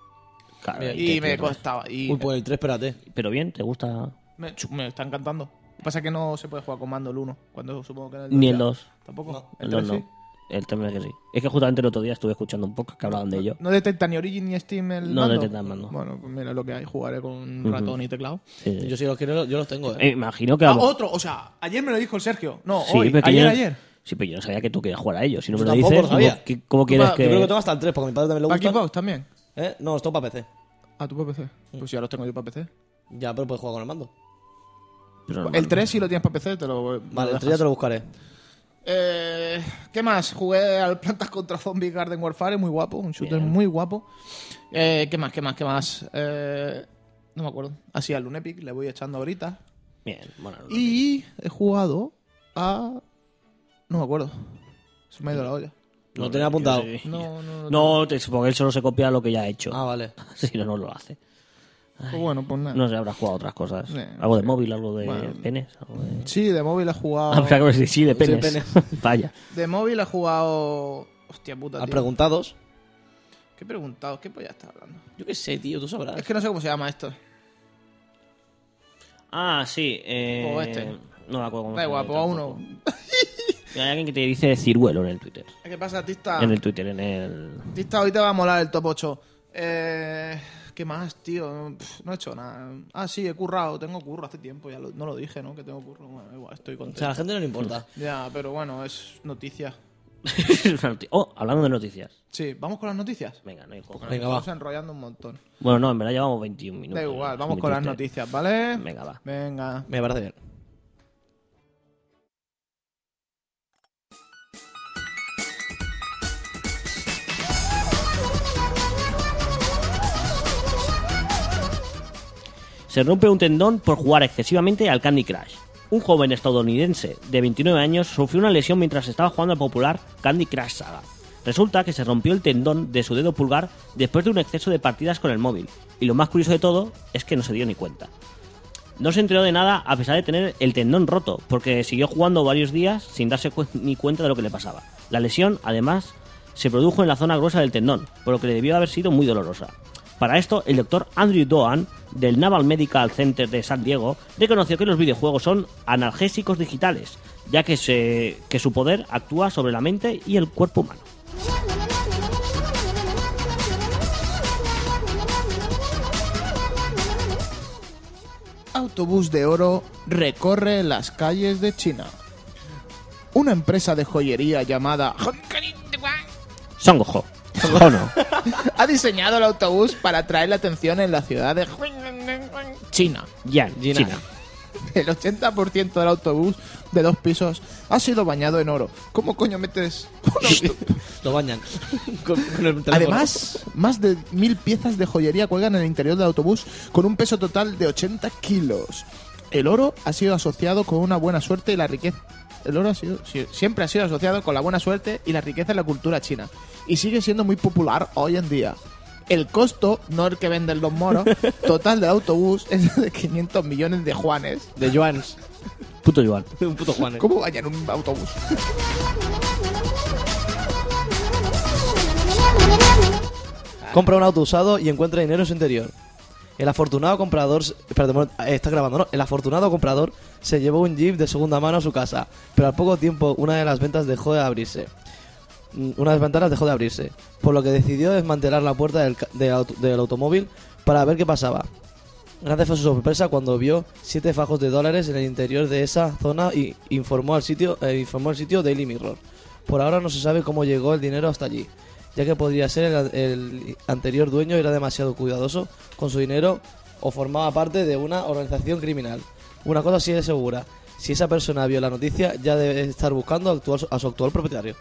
Claro, Bien. te Y me pierdes. costaba. Y Uy, pues el 3, espérate. Pero bien, ¿te gusta? me, me está encantando. Lo que pasa es que no se puede jugar con mando el 1. Cuando supongo que en el 2 Ni el ya. dos. Tampoco. No, el el dos 3 sí. no. El tema es que sí. Es que justamente el otro día estuve escuchando un podcast que hablaban de ello. No detecta ni Origin ni Steam el No mando. detecta el mando. Bueno, pues mira lo que hay, jugaré con Ujú. ratón y teclado. Sí, sí. Yo sí los quiero, yo los tengo, Eh, ¿eh? imagino que... a Ah, lo- otro, o sea, ayer me lo dijo el Sergio. No, Sí, hoy, pero que ayer, yo- ayer. Sí, pero yo no sabía que tú querías jugar a ellos. Si no Yo me lo tampoco dices, lo ¿cómo, sabía. qué- cómo quieres Pa- que...? Yo creo que tengo hasta el 3, porque a mi padre también ¿Para le gusta. Xbox también? ¿Eh? No, esto para PC. Ah, tú para PC. Pues ya los tengo yo para PC. Ya, pero puedes jugar con el mando. Pero no, El 3 si lo tienes para PC, te lo... me Vale, lo el 3 ya dejas. te lo buscaré. Eh, ¿Qué más? Jugué al Plantas contra Zombies Garden Warfare, muy guapo, un shooter Bien. muy guapo. Eh, ¿Qué más? ¿Qué más? ¿Qué más? Eh, no me acuerdo. Así al Lunepic le voy echando ahorita. Bien, bueno. no. Y he jugado a. No me acuerdo. Se me ha ido la olla. No lo tenía apuntado. yo [laughs] sí. No, no, no. No, te- supongo que él solo se copia lo que ya ha hecho. Ah, vale. [laughs] Si no, no lo hace. Pues bueno, pues nada. No sé, habrá jugado otras cosas. Sí, algo de móvil, algo de Bueno. penes. Algo de... Sí, de móvil he Ah, jugado. mira, como si- sí, de Sí, de penes. [laughs] Vaya. De móvil he jugado. Hostia puta, ¿Has tío. preguntado? ¿Qué he preguntado? ¿Qué polla estás hablando? Yo qué sé, tío, tú sabrás. Es que no sé cómo se llama esto. Ah, sí. Eh... O este. No me acuerdo cómo se Da llama igual, pues a tampoco. uno. Hay alguien que te dice ciruelo en el Twitter. ¿Qué pasa, Tista? En el Twitter, en el... [laughs] Tista, hoy te va a molar el top 8. Eh, ¿Qué más, tío? Pff, no he hecho nada. Ah, sí, he currado. Tengo curro hace tiempo. Ya lo- no lo dije, ¿no? Que tengo curro. Bueno, da igual, estoy O sea, a contento. la gente no le importa. Ya, pero bueno, es noticia. Es una noti- oh, hablando de noticias. Sí, vamos con las noticias. Venga, no hay juego. Venga, va. Estamos enrollando un montón. Bueno, no, en verdad llevamos 21 minutos. Da igual, Es vamos muy con las triste. noticias, ¿vale? Venga, va. Venga. Me parece bien. Se rompe un tendón por jugar excesivamente al Candy Crush. Un joven estadounidense de 29 años sufrió una lesión mientras estaba jugando al popular Candy Crush Saga. Resulta que se rompió el tendón de su dedo pulgar después de un exceso de partidas con el móvil. Y lo más curioso de todo es que no se dio ni cuenta. No se enteró de nada a pesar de tener el tendón roto, porque siguió jugando varios días sin darse cu- ni cuenta de lo que le pasaba. La lesión, además, se produjo en la zona gruesa del tendón, por lo que debió haber sido muy dolorosa. Para esto, el doctor Andrew Doan, del Naval Medical Center de San Diego, reconoció que los videojuegos son analgésicos digitales, ya que, se- que su poder actúa sobre la mente y el cuerpo humano. Autobús de oro recorre las calles de China. Una empresa de joyería llamada [laughs] Son Gojo. Jono. ha diseñado el autobús para atraer la atención en la ciudad de pues. China. Yan, Gina. China. El 80% del autobús de dos pisos ha sido bañado en oro. ¿Cómo coño [laughs] metes un autobús? Lo bañan. [laughs] Con- con el teléfono. Además, más de mil piezas de joyería cuelgan en el interior del autobús con un peso total de 80 kilos. El oro ha sido asociado con una buena suerte y la riqueza. El oro ha sido, si- siempre ha sido asociado con la buena suerte y la riqueza en la cultura china y sigue siendo muy popular hoy en día. El costo, no el que venden los moros, [laughs] total del autobús es de 500 millones de juanes. De Joans. Puto Joan. [laughs] Un puto Juanes. ¿Cómo vayan un autobús? Compra un auto usado y encuentra dinero en su interior. El afortunado comprador. se- Espérate, un momento, eh, está grabando, ¿no? El afortunado comprador se llevó un jeep de segunda mano a su casa, pero al poco tiempo una de las ventas dejó de abrirse. Mm, Una de las ventanas dejó de abrirse, por lo que decidió desmantelar la puerta del, ca- del auto- del automóvil para ver qué pasaba. Grande fue su sorpresa cuando vio siete fajos de dólares en el interior de esa zona y informó al sitio, eh, informó al sitio Daily Mirror. Por ahora no se sabe cómo llegó el dinero hasta allí, ya que podría ser el, el anterior dueño era demasiado cuidadoso con su dinero o formaba parte de una organización criminal. Una cosa sí es segura, si esa persona vio la noticia ya debe estar buscando actual- a su actual propietario.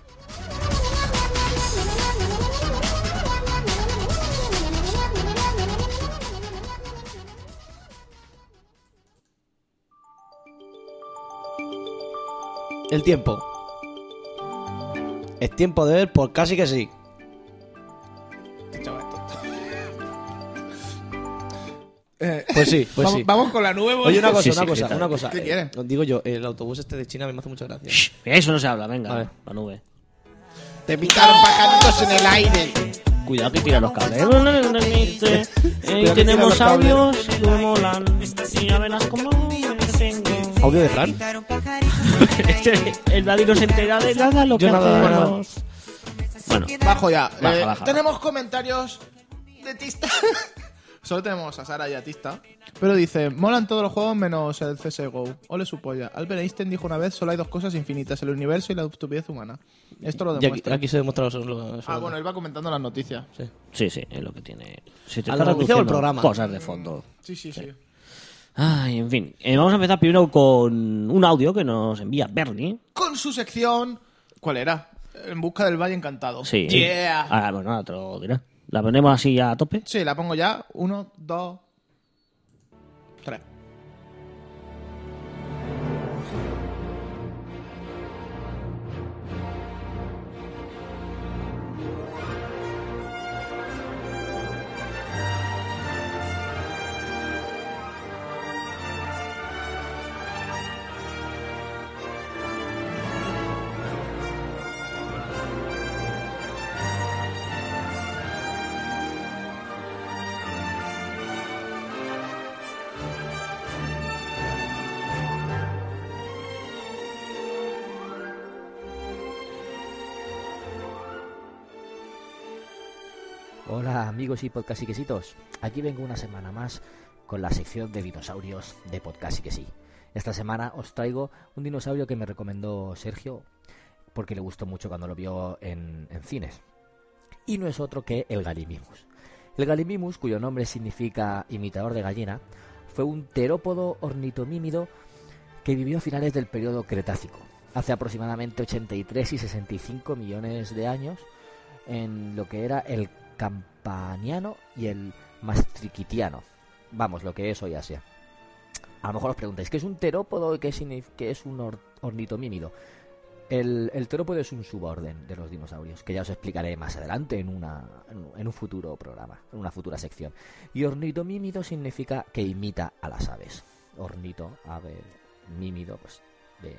El tiempo. Es tiempo de ver por casi que sí. Eh, Pues sí, pues vamos, sí. vamos con la nueva. Oye, una cosa, Sí, sí, una cosa, grita. una cosa. ¿Qué Eh, quiere? digo yo, el autobús este de China me hace mucha gracia. Shh, Eso no se habla, venga. Vale. La nube. Te ¡Oh! pitaron pajaritos en el aire. Cuidado que tira los cables. Eh, tenemos tira los audios que molan. Y ya verás cómo me tengo. ¿Audio de Fran? [laughs] el Daddy no se entera de nada lo Yo que nada, nada. hacemos. Bueno, Bajo ya. Baja, Eh, baja, tenemos comentarios de Tista. [laughs] Solo tenemos a Sara y a Tista. Pero dice, molan todos los juegos menos el CSGO. Ole su polla. Albert Einstein dijo una vez, solo hay dos cosas infinitas, el universo y la estupidez humana. Esto lo Y aquí, demuestra. aquí se demuestra los- los- Ah, bueno, él va comentando las noticias. Sí. sí, sí, es lo que tiene. Si te A está la noticia o el reduciendo programa. Cosas de fondo. Sí, sí, sí. Ay, en fin. Eh, vamos a empezar primero con un audio que nos envía Bernie. Con su sección... ¿Cuál era? En busca del Valle Encantado. Sí. Ah. Yeah. Ahora, bueno, ahora te lo dirá. La ponemos así ya a tope. Sí, la pongo ya. Uno, dos, tres. Hola amigos y podcast y quesitos. Aquí vengo una semana más con la sección de dinosaurios de podcast y que sí. Esta semana os traigo un dinosaurio que me recomendó Sergio porque le gustó mucho cuando lo vio en, en cines. Y no es otro que el Gallimimus. El Gallimimus, cuyo nombre significa imitador de gallina, fue un terópodo ornitomímido que vivió a finales del periodo Cretácico, hace aproximadamente 83 y 65 millones de años, en lo que era el Campaniano y el Maastrichtiano. Vamos, lo que es hoy Asia. A lo mejor os preguntáis, ¿qué es un terópodo y qué, signif- qué es un or- ornitomímido? El, el terópodo es un suborden de los dinosaurios, que ya os explicaré más adelante en, una, en un- en un futuro programa, en una futura sección. Y ornitomímido significa que imita a las aves. Ornito, ave, mímido, pues de,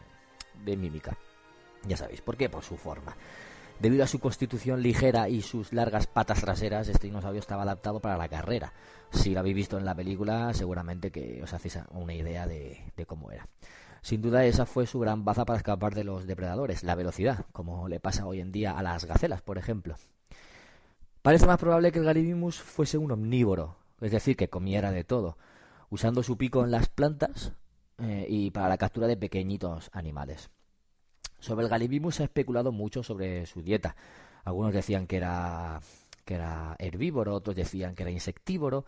de mímica. Ya sabéis, ¿por qué? Por su forma. Debido a su constitución ligera y sus largas patas traseras, este dinosaurio estaba adaptado para la carrera. Si lo habéis visto en la película, seguramente que os hacéis a- una idea de, de cómo era. Sin duda esa fue su gran baza para escapar de los depredadores, la velocidad, como le pasa hoy en día a las gacelas, por ejemplo. Parece más probable que el Gallimimus fuese un omnívoro, es decir, que comiera de todo, usando su pico en las plantas eh, y para la captura de pequeñitos animales. Sobre el Galibimus se ha especulado mucho sobre su dieta. Algunos decían que era, que era herbívoro, otros decían que era insectívoro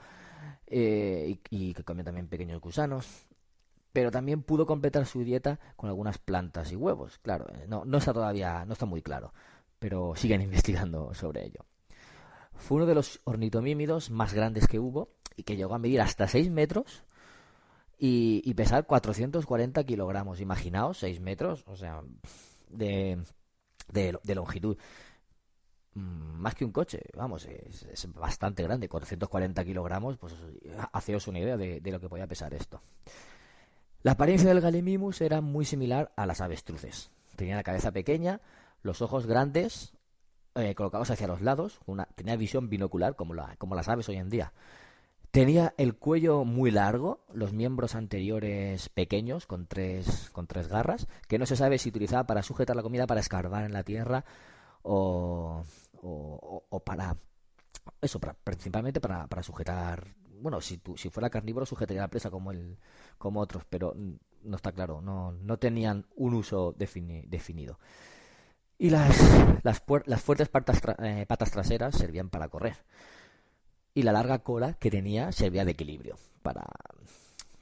eh, y, y que comía también pequeños gusanos. Pero también pudo completar su dieta con algunas plantas y huevos. Claro, eh, no, no está todavía, no está muy claro, pero siguen [laughs] investigando sobre ello. Fue uno de los ornitomímidos más grandes que hubo y que llegó a medir hasta 6 metros y, y pesar 440 kilogramos. Imaginaos, 6 metros, o sea, de, de, de longitud. Mm, Más que un coche, vamos, es, es bastante grande, 440 kilogramos, pues haceos una idea de, de lo que podía pesar esto. La apariencia del Gallimimus era muy similar a las avestruces. Tenía la cabeza pequeña, los ojos grandes, eh, colocados hacia los lados, una, tenía visión binocular como, la, como las aves hoy en día. Tenía el cuello muy largo, los miembros anteriores pequeños, con tres, con tres garras, que no se sabe si utilizaba para sujetar la comida, para escarbar en la tierra o, o- o- o para... Eso, para- principalmente para, para sujetar... Bueno, si, tú- si fuera carnívoro sujetaría la presa como, el, como otros, pero mm, no está claro, no, no tenían un uso defini- definido. Y las, las, puer- las fuertes patas, tra- eh, patas traseras servían para correr y la larga cola que tenía servía de equilibrio para,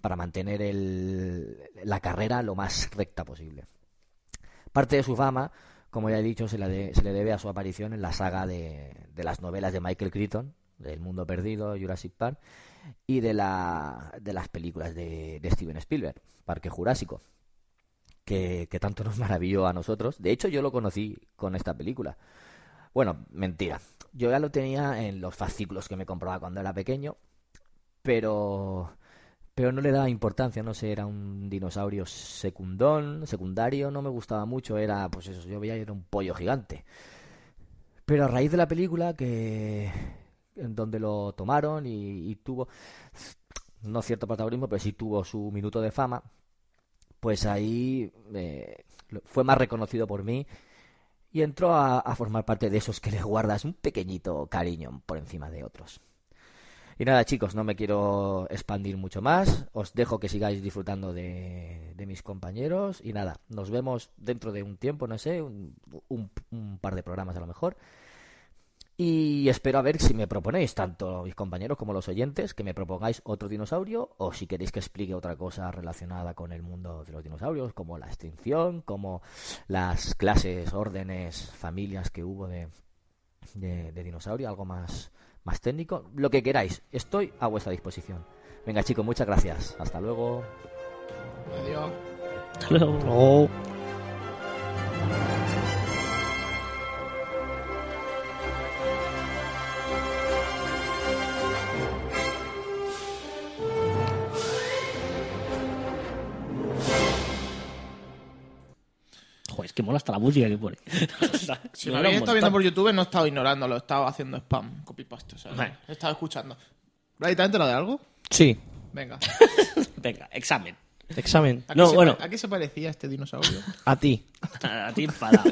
para mantener el- la carrera lo más recta posible. Parte de su fama, como ya he dicho, se, la de- se le debe a su aparición en la saga de, de las novelas de Michael Crichton, del Mundo Perdido, Jurassic Park, y de, la, de las películas de, de Steven Spielberg, Parque Jurásico, que, que tanto nos maravilló a nosotros. De hecho, yo lo conocí con esta película. Bueno, mentira. Yo ya lo tenía en los fascículos que me compraba cuando era pequeño, pero pero no le daba importancia, no sé, era un dinosaurio secundón, secundario, no me gustaba mucho, era pues eso, yo veía que era un pollo gigante. Pero a raíz de la película que en donde lo tomaron y, y tuvo no cierto protagonismo, pero sí tuvo su minuto de fama, pues ahí eh, lo- fue más reconocido por mí y entró a, a formar parte de esos que le guardas un pequeñito cariño por encima de otros. Y nada, chicos, no me quiero expandir mucho más. Os dejo que sigáis disfrutando de, de mis compañeros. Y nada, nos vemos dentro de un tiempo, no sé, un, un- un par de programas a lo mejor. Y espero a ver si me proponéis, tanto mis compañeros como los oyentes, que me propongáis otro dinosaurio o si queréis que explique otra cosa relacionada con el mundo de los dinosaurios, como la extinción, como las clases, órdenes, familias que hubo de, de, de dinosaurio, algo más, más técnico, lo que queráis, estoy a vuestra disposición. Venga chicos, muchas gracias, hasta luego. Adiós. Hasta luego. Oh. Joder, es que mola hasta la música que pone. [laughs] Si me habéis estado viendo por YouTube, no he estado ignorándolo, he estado haciendo spam, copypaste, o sea, Vale. he estado escuchando. ¿Brady, ¿te has enterado de algo? Sí, Venga. Venga, examen. examen. ¿A qué No, se bueno. pa- ¿A qué se parecía este [laughs] dinosaurio? A ti. A ti enfadado.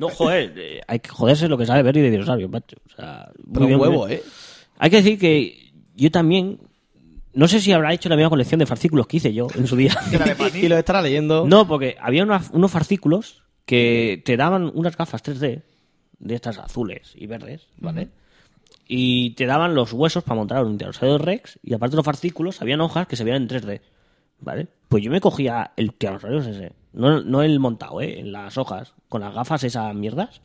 No, joder, eh, hay que joderse lo que sabe Berry de dinosaurio, macho. O sea, muy Pero un bien, muy huevo, bien. ¿eh? Hay que decir que yo también. No sé si habrá hecho la misma colección de fascículos que hice yo en su [laughs] día. Que era de Y Panini. lo estará leyendo. No, porque había unas- unos farcículos que te daban unas gafas 3D, de estas azules y verdes, ¿vale? Y te daban los huesos para montar un tiranosaurio Rex, y aparte de los farcículos, habían hojas que se veían en 3D, ¿vale? Pues yo me cogía el tiranosaurio ese, no, no el montado, ¿eh? En las hojas, con las gafas esas mierdas,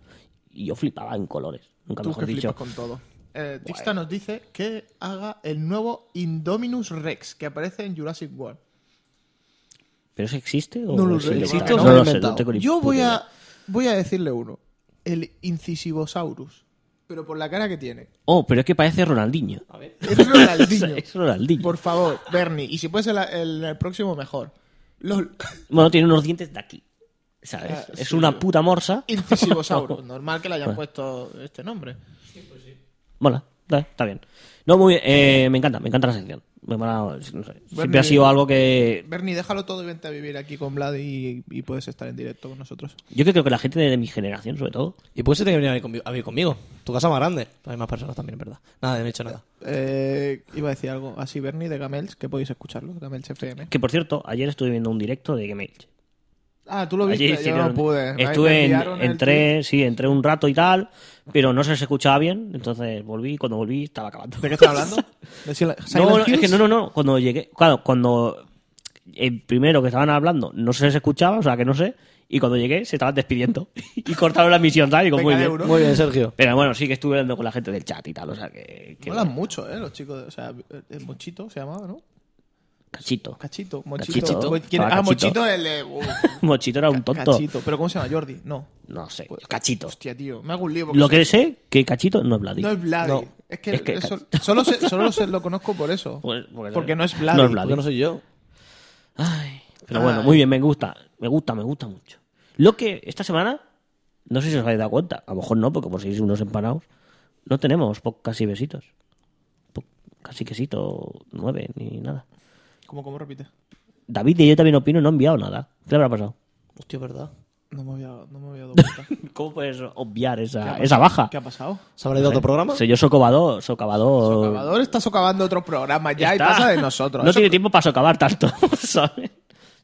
y yo flipaba en colores, nunca Tú mejor que dicho. flipas con todo. Eh, Tixta nos dice que haga el nuevo Indominus Rex que aparece en Jurassic World. ¿Pero eso existe? o No lo se sé, inventa? ¿existe o No se lo Oh, lo han sé, inventado? no tengo ni Yo puta voy idea. a, voy a decirle uno. El Incisivosaurus. Pero por la cara que tiene. Oh, pero es que parece Ronaldinho. Es [laughs] Ronaldinho. es Ronaldinho. Por favor, Bernie. Y si puede ser la- el, el próximo, mejor. LOL. Bueno, tiene unos dientes de aquí. ¿Sabes? Ah, es sí. una puta morsa. [laughs] Incisivosaurus. Normal que le hayan puesto este nombre. Mola, da- está bien. No, muy bien, eh, me encanta, me encanta la sección. Me mola, no sé, siempre ha sido algo que. Bernie, déjalo todo y vente a vivir aquí con Vlad y, y puedes estar en directo con nosotros. Yo que creo que la gente de mi generación, sobre todo. Y pues se tiene que venir a, conmigo, a vivir conmigo. Tu casa más grande. Hay más personas también, es ¿verdad? Nada, no he hecho nada. Eh, iba a decir algo. Así, Bernie de Gamels, que podéis escucharlo. Gamels FM. Que por cierto, ayer estuve viendo un directo de Game Age. Ah, tú lo Ayer viste. Yo hicieron- no pude. Me- me Estuve en, enviaron el tweet. entré, sí, entré un rato y tal, pero no se les escuchaba bien, entonces volví, y cuando volví estaba acabando. ¿De qué estás [laughs] hablando? ¿De Silent- No, no, Silent es que Hills? no, no, no. Cuando llegué, claro, cuando el primero que estaban hablando no se les escuchaba, o sea que no sé, y cuando llegué se estaban despidiendo [laughs] y cortaron la misión, ¿sabes? Y digo, Venga, muy de bien. uno. Muy bien, Sergio. Pero bueno, sí que estuve hablando con la gente del chat y tal, o sea que. que Molan mucho, ¿eh? Los chicos. de- O sea, el Mochito se llamaba, ¿no? Cachito. Cachito. Mochito. Cachito. Mo- ¿quién- Ah, Ah, Cachito. Mochito el de. uh, Mochito era un tonto. Cachito. Pues, ¿Pero cómo se llama? Jordi. No. No sé, Cachito. Hostia, tío. Me hago un lío. porque Lo que sé que Cachito no es Vladi. pues, eh. No es Vladi. No. Es que, Es que- eso- solo, se- solo se lo conozco por eso. Pues- porque no es Vladi. No es ¿Por Vladi. qué no soy yo? Ay, pero bueno, muy bien, me gusta. Me gusta, me gusta mucho. Lo que esta semana, no sé si os habéis dado cuenta, a lo mejor no, porque como sois unos empanados, no tenemos casi besitos. Po- Casi quesito nueve, ni nada. ¿Cómo, cómo repite? David y yo también opino, no he enviado nada. ¿Qué le habrá pasado? Hostia, ¿verdad? No me había, no me había dado cuenta. [laughs] ¿Cómo puedes obviar ¿Qué ha esa, pasado? esa baja? ¿Qué ha pasado? ¿Se habrá ido a otro programa? Soy yo socavador, socavador. Salvador está socavando otros programas ya Está. y pasa de nosotros. No Eso- tiene tiempo para socavar tanto, [laughs] ¿sabes?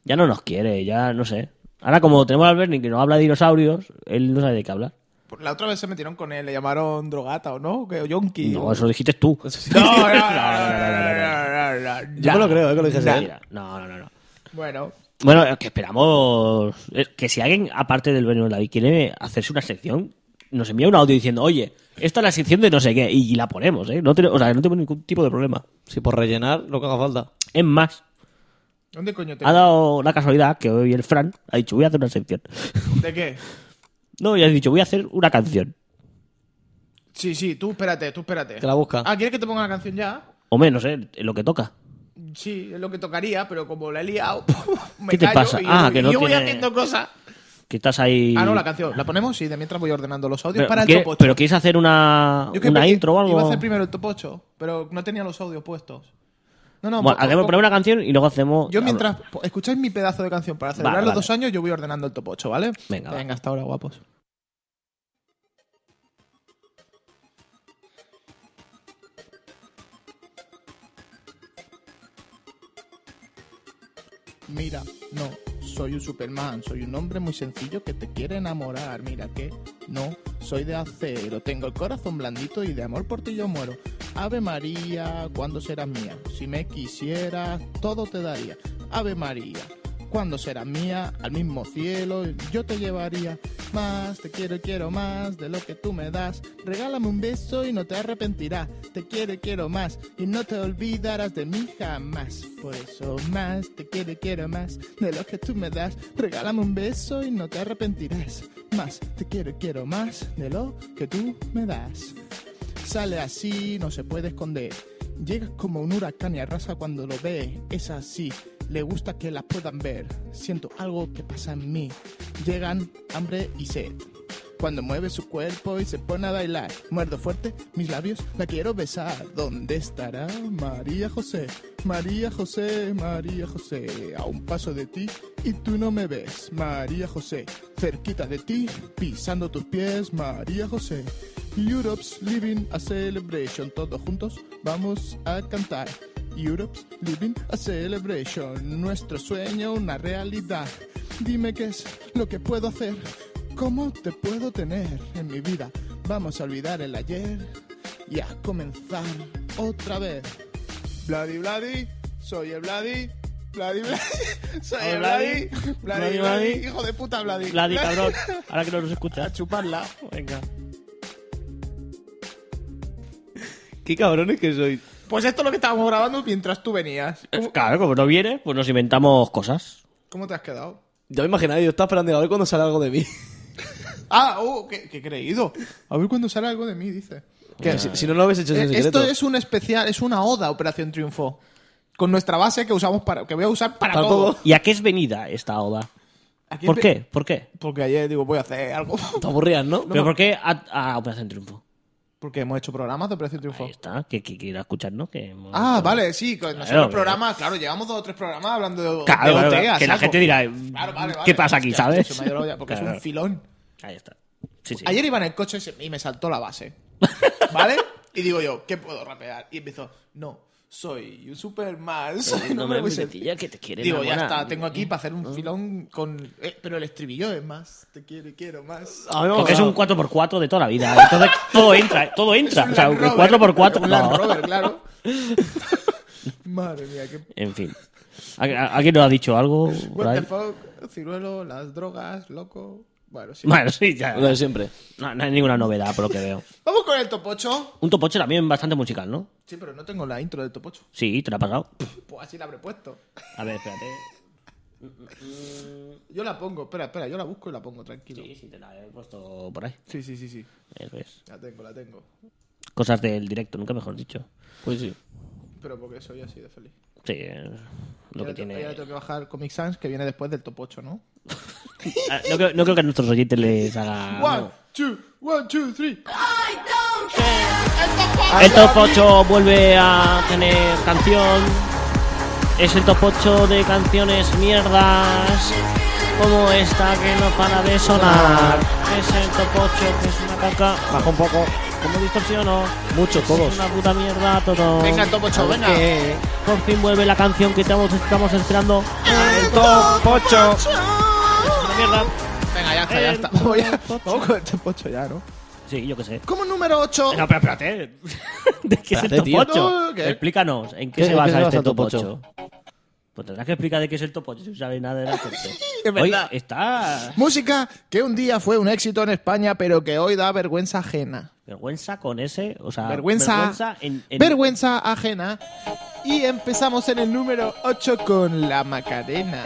Ya no nos quiere, ya no sé. Ahora, como tenemos al Bernie que nos habla de dinosaurios, él no sabe de qué hablar. La otra vez se metieron con él, le llamaron drogata o no, que o yonki. No, o- eso lo dijiste tú. no, no, no, no, no, no, no, no, no. Yo me lo creo, ¿eh? Que lo dijese él. Mira, No, no, no, no. Bueno, Bueno, es que esperamos eh, que si alguien, aparte del Bernie o David, quiere hacerse una sección, nos envía un audio diciendo, oye, esta es la sección de no sé qué, y la ponemos, ¿eh? No te- o sea, no tenemos ningún tipo de problema. Si por rellenar, lo que haga falta. Es más, ¿dónde coño te ha dado la casualidad que hoy el Fran ha dicho, voy a hacer una sección. ¿De qué? No, ya he dicho, voy a hacer una canción. Sí, sí, tú espérate, tú espérate. Que la busca. Ah, ¿quieres que te ponga la canción ya? O menos, ¿eh? Lo que toca. Sí, es lo que tocaría, pero como la he liado, [laughs] me ¿Qué te callo pasa? y Ah, yo, que no yo voy tiene- haciendo cosas. Que estás ahí... Ah, no, la canción. ¿La ponemos? Sí, de mientras voy ordenando los audios pero, para el ¿quieres- top 8. pero quieres hacer una, Yo que una pe- intro o algo? Iba a hacer primero el top 8, pero no tenía los audios puestos. No, no, bueno, po- hacemos po- primero una canción y luego hacemos. Yo mientras po- escucháis mi pedazo de canción para celebrar Vale, los vale. dos años, yo voy ordenando el top 8, ¿vale? Venga, va. hasta ahora, guapos. Mira, no, soy un Superman, soy un hombre muy sencillo que te quiere enamorar. Mira que no, soy de acero, tengo el corazón blandito y de amor por ti yo muero. Ave María, ¿cuándo serás mía? Si me quisieras, todo te daría. Ave María, ¿cuándo serás mía? Al mismo cielo yo te llevaría. Más te quiero y quiero más de lo que tú me das. Regálame un beso y no te arrepentirás. Te quiero y quiero más y no te olvidarás de mí jamás. Por eso más te quiero y quiero más de lo que tú me das. Regálame un beso y no te arrepentirás. Más te quiero y quiero más de lo que tú me das. Sale así, no se puede esconder. Llegas como un huracán y arrasa cuando lo ve. Es así, le gusta que la puedan ver. Siento algo que pasa en mí. Llegan hambre y sed. Cuando mueve su cuerpo y se pone a bailar, muerdo fuerte mis labios, la quiero besar. ¿Dónde estará María José? María José, María José, a un paso de ti y tú no me ves. María José, cerquita de ti, pisando tus pies, María José. Europe's Living a Celebration. Todos juntos vamos a cantar. Europe's Living a Celebration. Nuestro sueño, una realidad. Dime qué es lo que puedo hacer. ¿Cómo te puedo tener en mi vida? Vamos a olvidar el ayer y a comenzar otra vez. Vladi Vladi, soy el Vladi. Vladi Vladi, [laughs] soy el Vladi. Vladi Vladi, Vladi, Vladi. hijo de puta Vladi. Vladi, cabrón. [laughs] Ahora que no nos escuchas. A chuparla. Venga. Qué cabrones que sois. Pues esto es lo que estábamos grabando mientras tú venías. Claro, como no viene, pues nos inventamos cosas. ¿Cómo te has quedado? Ya me imaginaba, yo estaba esperando a ver cuando sale algo de mí. [laughs] Ah, oh, qué, qué creído. A ver cuando sale algo de mí, dice. Que si, si no lo habéis hecho es Eh, en secreto. esto es un especial, es una oda a Operación Triunfo. Con nuestra base que usamos para, que voy a usar para, Para todo. todo. ¿Y a qué es venida esta oda? Aquí ¿Por ve- qué? ¿Por qué? Porque ayer digo, voy a hacer algo. [laughs] Te aburrías, ¿no? ¿Pero por qué a, a Operación Triunfo? Porque hemos hecho programas de Operación Triunfo. Ahí está, que, que quiera escucharnos. Que hemos- Ah, vale, sí, con nosotros Claro, programas, claro, llevamos dos o tres programas hablando de, Claro, de claro, OT, a que la saco. gente dirá, Claro, vale, vale. ¿qué pasa aquí, Hostia, sabes? se me ha ido la olla porque es Claro. un filón. Ahí está. Sí, sí. Ayer iba en el coche y se- y me saltó la [laughs] base. ¿Vale? Y digo yo, ¿qué puedo rapear? Y empiezo, no, soy un Superman. [laughs] Soy un no hombre me muy de sencillo. que te quiere Digo, ya enamorar. está, tengo aquí para hacer Ah. un filón con. eh, pero el estribillo es más. Te quiero y quiero más. A mí me ha Porque es gustado. un 4x4 de toda la vida. Entonces todo entra, todo entra. Es un O sea, Land un Rover, 4x4. Un no. Land Rover, [laughs] claro. Madre mía, qué. En fin. ¿A- a- ¿Alguien nos ha dicho algo? por What the ahí? fuck, ciruelo, las drogas, loco. Bueno, sí. [laughs] Bueno, sí, ya. Lo de siempre. No, no hay ninguna novedad por lo que veo. Vamos con el topocho. Un topoche también bastante musical, ¿no? Sí, pero no tengo la intro del topocho. Sí, te lo ha pasado. Pues así la habré puesto. A ver, espérate. Yo la pongo, espera, espera, yo la busco y la pongo, tranquilo. Sí, sí, te la he puesto por ahí. Sí, sí, sí, sí. Eso es. La tengo, la tengo. Cosas del directo, nunca mejor dicho. Pues sí. Pero porque soy así de feliz. Sí, es lo Ahora que te- ahora tiene. tengo que bajar Comic Sans, que viene después del top 8, ¿no? Ah, No creo, no creo que a nuestros oyentes les haga. One, two, one, two, three. El top 8 vuelve a tener canción. Es el top 8 de canciones mierdas. Como esta que no para de sonar. Es el top 8 que es una caca. Baja un poco. Como distorsiono. Mucho, Es todos. una puta mierda todo. Venga, top 8, venga. Eh, Por fin vuelve la canción que estamos, estamos esperando. el top 8. Una mierda. Venga, ya está, ya El está. [laughs] top Vamos, ya. ocho. Vamos con el top 8 ya, ¿no? Sí, yo qué sé. Como número 8. No, pero espérate. [laughs] ¿De qué es el Espérate, top tío. 8? No, ¿qué? Explícanos, ¿en qué, se ¿Qué- en qué basa se basa este el top top 8? Pues tendrás que explicar de qué es el top 8 si no sabes nada de la gente. Es verdad. Hoy está Música que un día fue un éxito en España, pero que hoy da vergüenza ajena. vergüenza con ese, o sea, vergüenza, Ah, vergüenza en, en- vergüenza ajena. Y empezamos en el número 8 con la Macarena.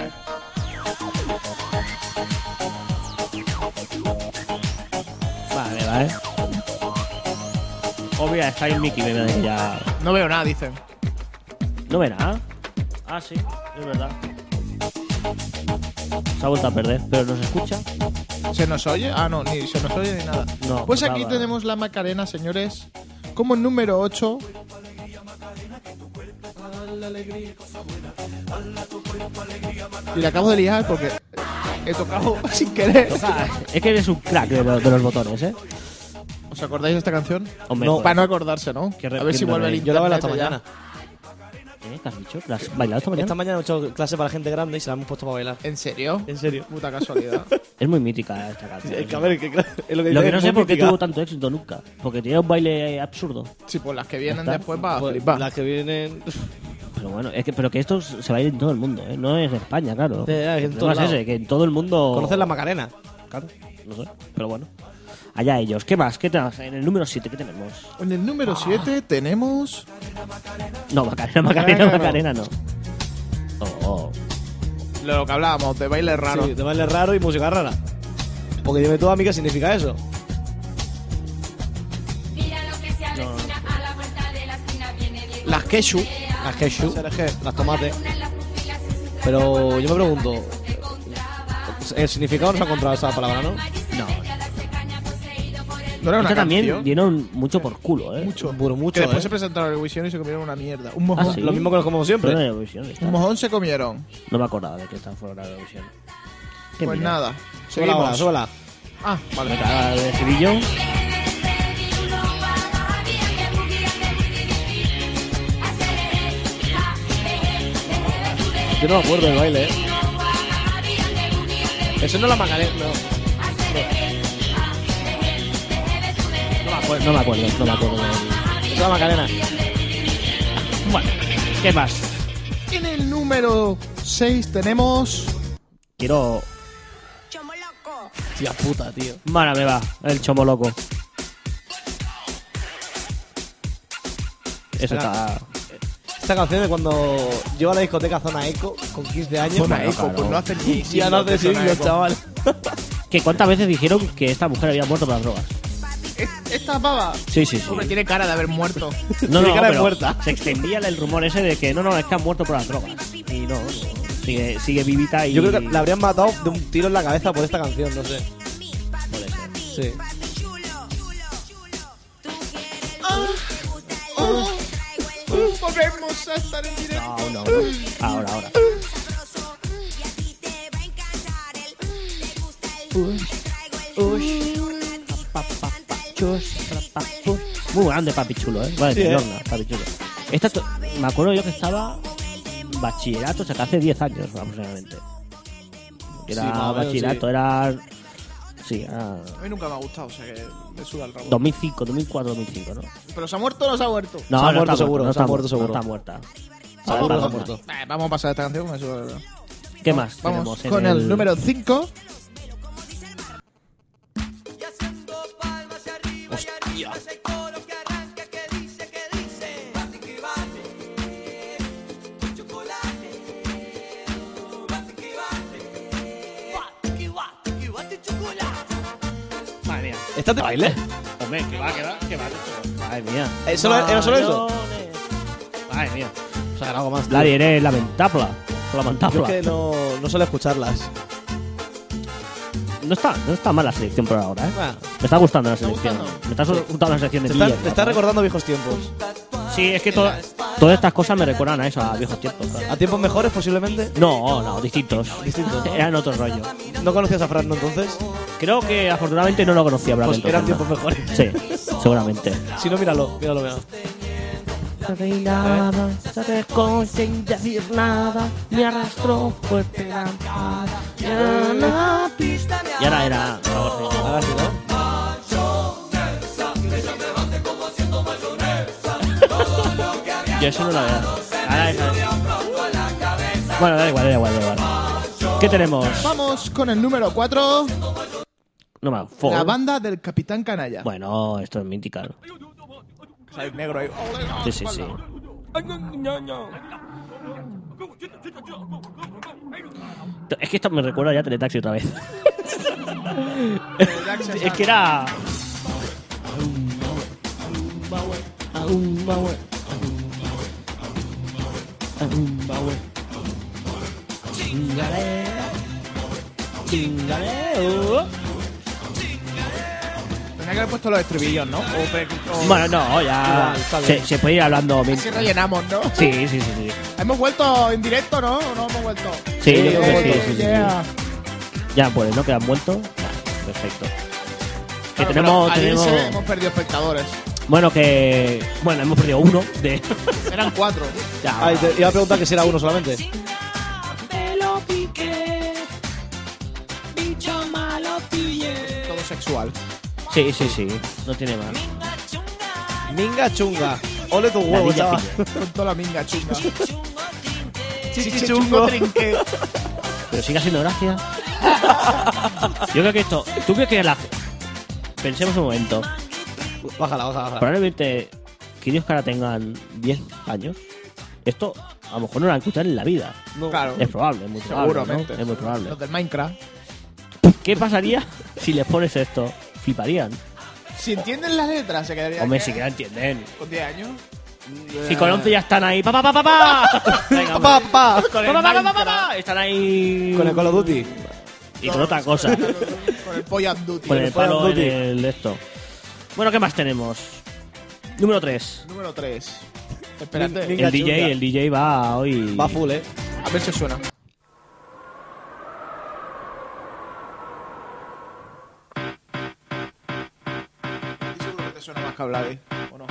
Vale, vale. Oh, mira, está ahí el Mickey, me me- me- ya. No veo nada, dicen. No ve nada. Ah, sí, es verdad. Se ha vuelto a perder, pero nos escucha. ¿Se nos oye? Ah, no, ni se nos oye ni nada. No, pues pues aquí nada. tenemos la Macarena, señores. Como número 8. Y la acabo de liar porque he tocado [laughs] sin querer. Es que eres un crack de, lo- de los botones, ¿eh? ¿Os acordáis de esta canción? Hombre, no, joder. para no acordarse, ¿no? Qué re- A ver qué si vuelve el re- internet Yo la bailo hasta ya. mañana. ¿Eh? ¿Qué has dicho? ¿La has bailado esta mañana? Esta mañana he hecho clase para gente grande y se la hemos puesto para bailar. ¿En serio? En serio. Puta casualidad. Es muy mítica esta canción. Es que, a ver, que, claro, es lo que, Lo dice, que no es sé muy por qué mítica. tuvo tanto éxito nunca. Porque tenía un baile eh, absurdo. sí, pues las que vienen Está. después va a Pues, flipar. Las que vienen. Pero bueno, es que, pero que esto se baila en todo el mundo, ¿eh? No es en España, claro. Sí, es Eh, en El problema todos es lados. ese, que en todo el mundo... ¿Conoces la Macarena? Claro, no sé, pero bueno. Allá ellos. ¿Qué más? ¿Qué tenemos? En el número 7, ¿qué tenemos? En el número Ah. 7 tenemos. No, Macarena, Macarena, Macarena Macarena no. Oh, oh. Lo que hablábamos, de baile raro. Sí, de baile raro y música rara. Porque dime tú a mí qué significa eso. Mira lo que se avecina a la vuelta de la esquina viene Diego. Las Keshu. Las ketchup, las tomates. Una en las pupilas y sus Pero grandes yo me pregunto, de contrabando. el significado no se ha encontrado esa palabra, ¿no? Marisa Bella, darse caña, poseído por pues, el No era una Esta también canción. dieron mucho por culo, ¿eh? Mucho. Bueno, mucho, Que después ¿eh? se presentaron a Eurovisión y se comieron una mierda. Un mojón. Ah, sí. Lo mismo que nos comemos Pero no siempre. era Eurovisión, esta. Un mojón se comieron. No me acordaba de que esta fuera de Eurovisión. Qué Pues mierda. nada. Súbela, Seguimos. ahora, súbela. Ah, vale. Me cagaba de Sevillón. Yo no me acuerdo del baile, ¿eh? Eso no es la Macarena, no. No me Ah, pues acuerdo, no me acuerdo, no me acuerdo. Eso es la Macarena. Bueno, ¿qué más? En el número 6 tenemos. Quiero. Tía puta, tío. Mara me va, el chomo loco. Eso está. Esta canción de cuando yo a la discoteca Zona Eco con 15 años. Zona bueno, Eco, claro. pues no hace ni Ya no hace Zona siglos, Eco. chaval. ¿Que ¿Cuántas veces dijeron que esta mujer había muerto por las drogas? Es- Esta pava. Sí, sí, sí. Hombre, tiene cara de haber muerto. No, Tiene no, cara de pero muerta. se extendía el rumor ese de que no, no, es que han muerto por las drogas. Y no, no. Sigue, sigue vivita y. Yo creo que la habrían matado de un tiro en la cabeza por esta canción, no sé. Puede ser. Sí. Ah, Volvemos a estar en directo. No, no, no. Ahora, ahora. Muy grande, papi chulo, ¿eh? Vale, Sí, ¿eh? Lorna, papi chulo. Esta to- me acuerdo yo que estaba en bachillerato, o sea, que hace 10 años aproximadamente. Era Sí, más o menos, bachillerato, sí. era. Sí, era A mí nunca me ha gustado, o sea que me suda el rabo. 2005, 2004, 2005, ¿no? Pero se ha muerto o no se ha muerto. No, ha no muerto está seguro, no se ha muerto mu- seguro. No está muerta. Se Ahora está ha muerto, se ha muerto. muerto. Eh, vamos a pasar esta canción, me suda el rabo. ¿Qué más? Vamos tenemos en con el, número 5. Hostia. Madre mía. ¿Estás de baile? Hombre, que va, que va, que va. Madre mía. ¿Eh, solo- era solo eso? Madre- Madre mía. O sea, era algo más. tío. Nadie eres lamentable. Lamentable. Yo es que no, no suelo escucharlas. No está, no está mal la selección por ahora, ¿eh? Bueno, Me está gustando la selección. gustando. Me está so- gustando la selección de te está, Miller, te está ¿no? recordando viejos tiempos. Sí, es que to- todas estas cosas me recuerdan a eso, a viejos tiempos. claro. ¿A tiempos mejores posiblemente? No, no, distintos. Distintos. Eran otro rollo. ¿No conocías a Fran ¿no, entonces? Creo que afortunadamente no lo conocía, Brad. Pues entonces, eran tiempos mejores. ¿no? Sí, seguramente. Si no, míralo, míralo, míralo. sin decir nada, me arrastró fuerte la Y ahora era. Ahora sí, ¿no? Yo eso no la veo. Ahora es. Bueno, da igual, da igual, da igual. ¿Qué tenemos? Vamos con el número 4. No me La Ford. banda del Capitán Canalla. Bueno, esto es mítica. ¿no? Sale negro ahí. Sí, sí, sí. Es que esto me recuerda ya a Teletaxi otra vez. es que era. Tendría que haber puesto los estribillos, ¿no? O pe- o- Bueno, no, ya. Igual, está Se, bien. se puede ir hablando. mil- Así rellenamos, ¿no? Sí, sí, sí. sí. Hemos vuelto en directo, ¿no? ¿O no hemos vuelto? Sí, yo creo que hemos sí, vuelto. sí, sí, sí. Yeah. Ya, pues, ¿no? Que han vuelto. Vale, perfecto. Que Claro, tenemos. Ah, pero al irse tenemos- hemos perdido espectadores. Bueno, que. Bueno, hemos perdido uno de. [laughs] Eran cuatro. Ya, Ay, te iba a preguntar que si era uno solamente. Todo sexual. Sí, sí, sí. No tiene más. Minga chunga. Ole tu huevo, Ladilla chaval. pilla. Con toda la minga chunga. Chichichungo. trinque. Pero sigue haciendo gracia. [laughs] Yo creo que esto. ¿Tú crees que la. Pensemos un momento. Ah. Bájala, bájala, bájala. Probablemente. Que ellos cara tengan 10 años. Esto a lo mejor no lo han escuchado en la vida. No. Claro. Es probable, es muy probable. ¿no? Seguramente. Es muy probable. Los del Minecraft. ¿Qué pasaría si les pones esto? Fliparían. Si entienden las letras, se quedarían. Hombre, ¿qué? si que la entienden. Con 10 años. Si con 11 ya están ahí. ¡Pa, pa, pa, pa, [laughs] pa! Venga, hombre. Pa, pa. Con el Minecraft. Están ahí. Con el Call of Duty. Y con otra cosa. Con el pollo Duty. Con el Call of palo en Duty. el esto. Bueno, ¿qué más tenemos? Número 3. Número 3. Espérate. Min- min- El Venga, DJ, chunga. el DJ va hoy. Va full, eh. A ver si suena. Y seguro que te suena más que a Vladi, ¿o no?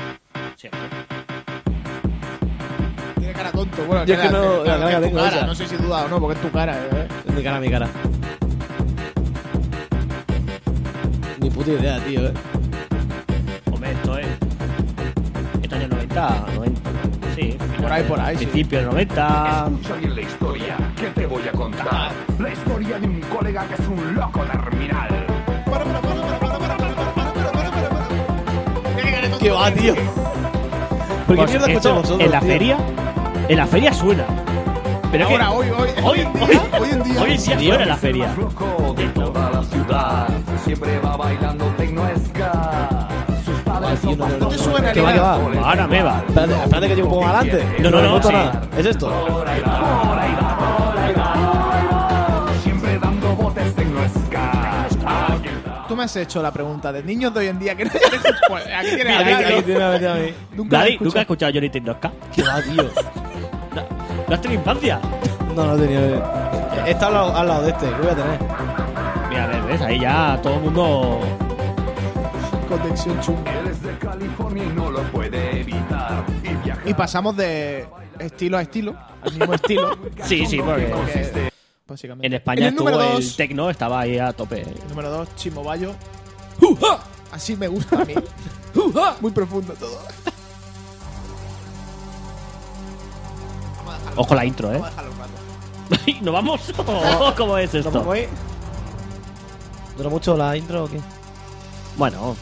Sí. Tiene cara tonto. Bueno, Yo es que cara- no- cara- la cara es tu tengo cara, esa. No sé si duda o no, porque es tu cara. ¿eh? Mi cara, mi cara. Ni puta idea, tío, eh. Hombre, esto es. Este año 90, 90. Sí, Por ahí, por ahí, sí. Principio del 90. Escucha bien la historia que te voy a contar. La historia de un colega que es un loco terminal. ¿Qué va, tío? ¿Por qué Pues mierda esto, escuchamos nosotros? En la tío? feria. En la feria suena. Pero es que- Ahora, hoy, hoy. Hoy, en hoy, día, hoy en día. hoy en día fuera la feria. Más loco de toda la ciudad. Siempre va bailando tecnoesca. Sus padres son ¿No te suena Que va, que va. pastores. Ahora me va. Espérate, espérate que llevo un poco más adelante. No, no, no, noto sí. nada. ¿Es esto? Siempre dando botes tecnoesca. Tú me has hecho la pregunta de niños de hoy en día [laughs] que no Pues, Aquí tienes a Vladi, Ahí ¿no? tiene, ahí tiene a mí. Nunca Daddy, lo he ¿nunca escuchado. has escuchado Johnny Tendosca? ¿Qué va, tío? ¿No has tenido infancia? No, no tenía. eh, Está al lado, al lado de este, ¿qué voy a tener? Mira, a ver, ves, ahí ya todo el mundo. Conexión chunga. Él es de California y no lo puede evitar. Y viaja Y pasamos de estilo a estilo, al mismo [laughs] estilo. Sí, sí, porque. que- básicamente. En España el estuvo número el 2. tecno, estaba ahí a tope. Número 2, Chimo Bayo. Así me gusta a [laughs] mí. Muy profundo todo. Ojo la [laughs] intro, ¿eh? Vamos a dejarlo un rato. Ay, ¿No [laughs] vamos? ¿O ¿Cómo es ¿Nos vamos esto? ahí? ¿Dura mucho la intro o qué? Bueno,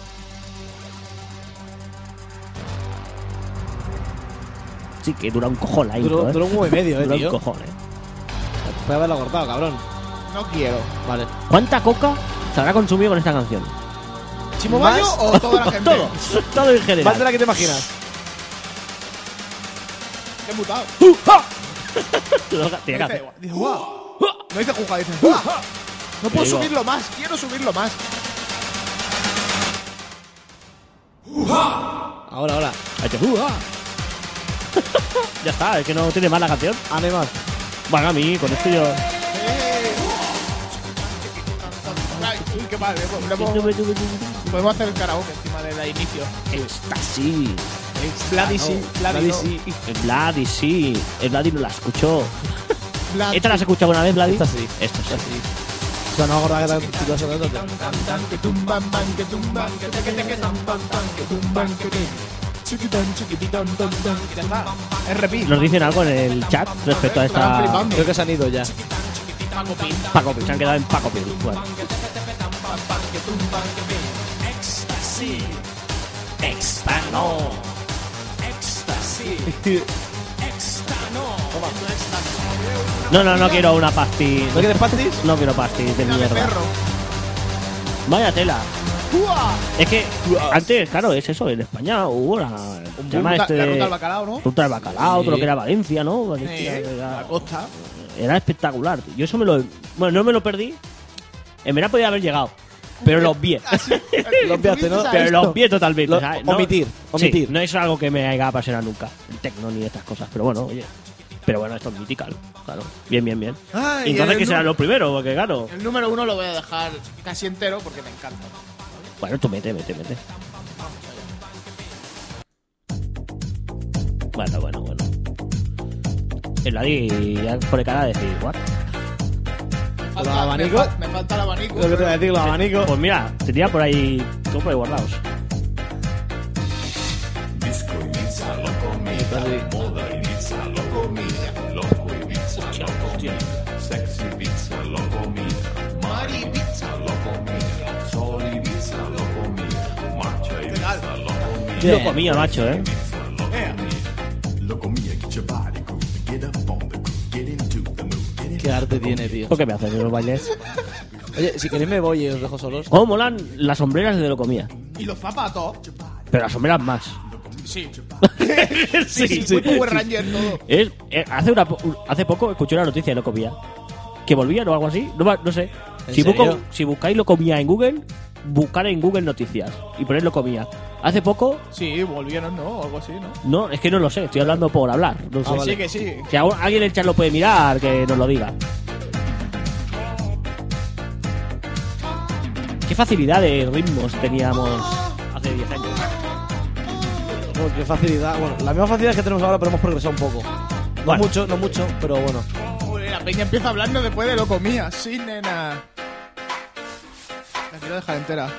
sí que dura un cojón la intro. Duró, ¿eh? duró un huevo y medio, eh, Dura un tío. cojón, ¿eh? Puede haberla cortado, cabrón. No quiero. Vale. ¿Cuánta coca se habrá consumido con esta canción? ¿Chimo ¿Más? Bayo o Oh, [laughs] [laughs] toda la gente? Todo, todo en Más [laughs] de general. la que te imaginas. Qué mutado. Tiene que No dice, hacer- dice, "Guau". No dice juja, dice "Guau". No puedo digo- subirlo más, quiero subirlo más. Ahora, ahora. Ha hecho, "Uh, ah". [laughs] Ya está, es que no tiene más la canción. Además. Bueno, a mí, con esto yo. Eh. Ay, uy, qué mal, eh, podemos, podemos hacer el karaoke encima de la inicio. Ecstasy. Vladi sí, Vladi no. El Vladi, sí. El Vladi no la escuchó. [laughs] Vladi. ¿Esta la has escuchado alguna vez, Vladi? Esta sí. Esta sí. O sea, no me acordaba que tan- tú ibas sonando. Tan, tan, que tumban, ban, que tumban, que teque, teque, tan, tan, tan, que tumban, que te. Chiquitón, chiquititón, ton, ton, que ya está. Es repeat. ¿Nos dicen algo en el chat respecto a Estarán esta. flipando. Creo que se han ido ya. Paco Pil? Se han quedado en Paco Pil. Bueno. No, no, no quiero una pastis. ¿No quieres pastis? No quiero pastis de Mira, de mierda. perro. Vaya tela. ¡Uah! Es que antes, claro, es eso. En España hubo la, el tema Ruta- este La de- ruta al bacalao, ¿no? ruta del bacalao, Sí. todo lo que era Valencia, ¿no? Sí, Valencia, era- la [laughs] costa. era espectacular. tío. Yo eso me lo. Bueno, no me lo perdí. En verdad podía haber llegado. Pero [laughs] lo obvié. Ah, Los viaste, ¿no? Pero lo obvié totalmente. Lo- o sea, no- omitir, omitir. Sí, no es algo que me haya apasionado nunca. El tecno ni estas cosas. Pero bueno, oye. Pero bueno, esto es mitical. Claro. Bien, bien, bien. Ah, y Entonces, el ¿qué será nu- lo primero? Porque claro. El número uno lo voy a dejar casi entero porque me encanta. Bueno, tú mete, mete, mete. Bueno, bueno, bueno. El Adi ya pone cara de decir, ¿what? Falta- ¿Los abanicos? Me, fa- me falta el abanico. Lo que te voy a decir, los abanicos. Pues mira, tenía por ahí. Tengo por ahí guardados. Lo comía, macho, ¿eh? Qué arte tiene, tío. ¿Por qué me hacen los bailes? Oye, si queréis me voy y os dejo solos. ¿Cómo molan las sombreras de lo comía? Y los zapatos. Pero las sombreras más. [laughs] Sí. sí, Muy Power Ranger todo. Es- eh, hace, una, po- hace poco escuché una noticia de Locomía. Que volvían o algo así. No, ma- no sé. ¿En Si, serio? busco- si buscáis Locomía en Google, buscar en Google noticias y poner Locomía. Hace poco, Sí, volvieron, ¿no? O algo así, ¿no? no, es que no lo sé, estoy hablando por hablar. No sé. Ah, Sí, sí, que sí. Si algún- alguien en el chat lo puede mirar, que nos lo diga. Qué facilidad de ritmos teníamos hace 10 años. Oh, qué facilidad. Bueno, la misma facilidad que tenemos ahora, pero hemos progresado un poco. No Bueno. mucho, no mucho, pero bueno. Joder, la peña empieza hablando después de lo comía. Sí, nena. La quiero dejar entera.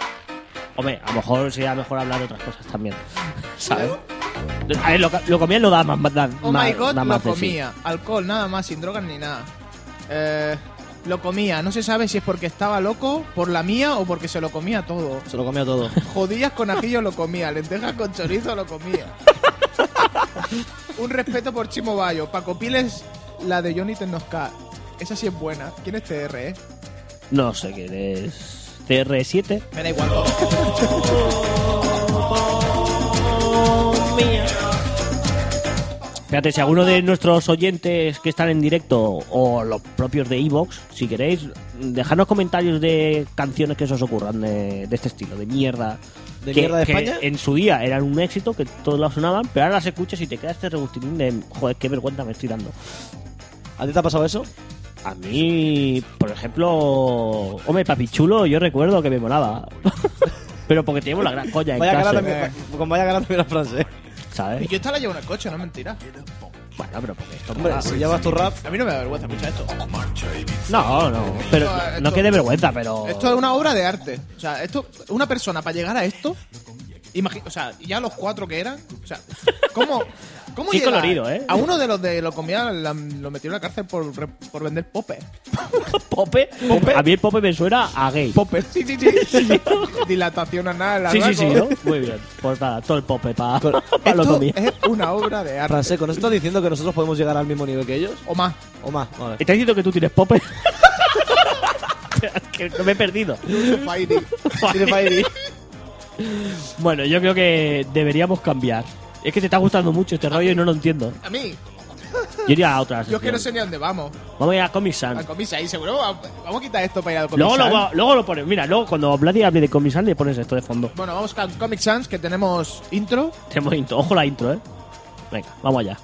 Hombre, a lo mejor sería mejor hablar de otras cosas también. [laughs] ¿Sabes? A ver, lo, lo comía no da más. más- da- Oh más- my god, lo da más de sí. comía. Alcohol, nada más, sin drogas ni nada. Eh, lo comía. No se sabe si es porque estaba loco, por la mía o porque se lo comía todo. Se lo comía todo. Jodillas con ajillo lo comía, lentejas con chorizo lo comía. Un respeto por Chimo Bayo. Paco Piles, la de Johnny Tecnosca. Esa sí es buena. ¿Quién es TR, eh? No sé quién es. TR7. Me da igual. Fíjate, si alguno de nuestros oyentes que están en directo o los propios de Evox, si queréis, dejadnos comentarios de canciones que se os ocurran de, de este estilo, de mierda. [laughs] ¿De que, mierda de que España? en su día eran un éxito, que todos las sonaban, pero ahora las escuchas y te queda este regustinín de joder, qué vergüenza me estoy dando. ¿A ti te ha pasado eso? A mí, por ejemplo, hombre, Papichulo, yo recuerdo que me molaba. [laughs] Pero porque teníamos la gran coña en Vaya cara casa, también, Eh. con vaya cara también la frase. ¿sabes? Yo esta la llevo en el coche, no es mentira. Bueno, pero porque esto Hombre, mola. si Ah, llevas tu rap, A mí no me da vergüenza escuchar esto. No, no, pero Esto- no quede vergüenza, pero... Esto es una obra de arte. O sea, esto, una persona para llegar a esto, imagi- o sea, ya los cuatro que eran, o sea, ¿cómo, cómo Sí, llegar? colorido, ¿eh? A uno de los de lo comía, la- lo metió en la cárcel por, re- por vender popes. Pope, a mí el Pope me suena a gay. Popes, sí, sí, sí. Dilatación anal, la Sí, sí, sí, ¿no? ¿no? Muy bien. Pues nada, todo el Pope para Pero [laughs] pa lo Esto comía. es una obra de arte. frase, ¿con eso estás diciendo que nosotros podemos llegar al mismo nivel que ellos? O más. ¿O más? Vale. ¿Estás diciendo que tú tienes Pope? [laughs] que me he perdido. Fairy. Tiene Fairy. Bueno, yo creo que deberíamos cambiar. Es que te está gustando mucho este rollo y no lo entiendo. A mí, Yo iría a otras. yo es que no sé ni a dónde vamos. Vamos a ir a Comic Sans. A comisa ahí, seguro. va- Vamos a quitar esto para ir al Luego comisán. lo, luego lo pones. Mira, luego cuando Vladi hable de Comic Sans le pones esto de fondo. [laughs] Bueno, vamos con Comic Sans, que tenemos intro. Tenemos intro. Ojo la intro, ¿eh? Venga, vamos allá.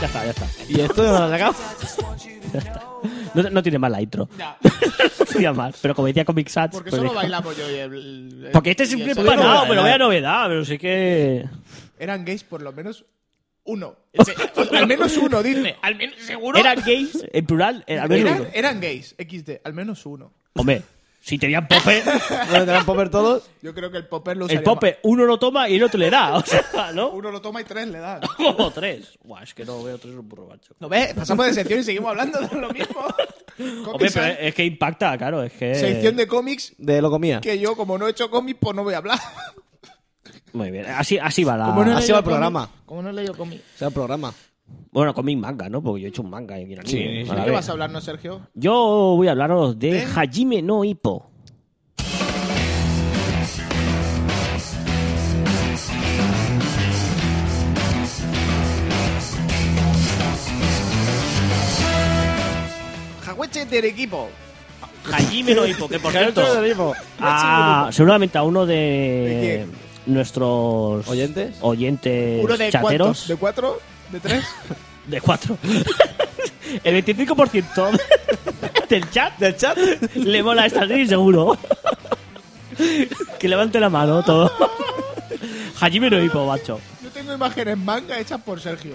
Ya está, ya está. ¿Y esto de dónde lo has sacado? No, no tiene más la intro. [laughs] No tiene más. Pero como decía Comic Sans. Porque pues solo dijo- bailamos yo y el. el- Porque este y siempre el es Sergio. empanado, novedad. pero vaya novedad, pero sí que. Eran gays por lo menos [laughs] uno. Ese- al menos uno, dice. Al menos, ¿Seguro? Eran gays, en plural, era- al menos eran, uno. eran gays, XD. Al menos uno. Hombre, si [laughs] tenían Pope, [laughs] Bueno, te dan popper todos. Yo creo que el popper lo usaría el Pope uno lo toma y el otro le da. O sea, más. ¿no? Uno lo toma y tres le dan. [laughs] Como tres. Buah, es que no veo tres un burro macho. ¿No ves? Pasamos de sección y seguimos hablando de lo mismo. Comic [laughs] Hombre, pero eh, Sans, es que impacta, claro, es que. Sección de cómics De lo comía. que yo, como no he hecho cómics, pues no voy a hablar. Muy bien, así, así va la... Como no he Ah, así leído va el cómic- programa. Como no he leído cómic. O sea, el programa. Bueno, con mis manga, ¿no? Porque yo he hecho un manga. Y Sí, ¿De A la qué vez. vas a hablarnos, Sergio? Yo voy a hablaros de, ¿De? Hajime no Hippo. Jagüeche del equipo. Hajime no Hippo, que por cierto... a- Ah, seguramente a uno de, ¿De nuestros ¿Oyentes? oyentes ¿Uno de cuántos? eh, chateros. ¿De cuatro? ¿De tres? De cuatro. [laughs] El 25% [laughs] del chat, del chat le mola esta serie, seguro. que levante la mano todo. Hajime no Hippo, macho. Yo tengo imágenes manga hechas por Sergio.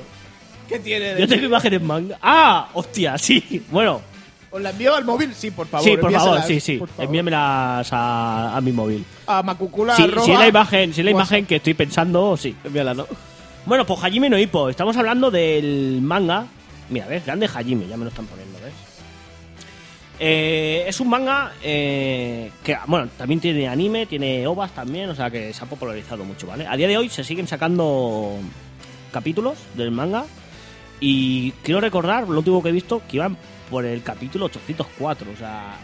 ¿Qué tiene? Yo tengo imágenes manga. ¡Ah! ¡Hostia! Sí. Bueno, ¿Os la envío al móvil? Sí, por favor. sí, por favor, envíaselas, sí, sí. por favor. Envíamelas a, a mi móvil. A macucula Si, arroba- si es la imagen, si es la WhatsApp. imagen que estoy pensando, sí. Envíala, ¿no? Bueno, pues Hajime no Hippo. Estamos hablando del manga. Mira, ves, grande Hajime, ya me lo están poniendo, ¿ves? Eh, es un manga eh, que, bueno, también tiene anime, tiene ovas también, o sea que se ha popularizado mucho, ¿vale? A día de hoy se siguen sacando capítulos del manga y quiero recordar, lo último que he visto, que iban por el capítulo 804, o sea,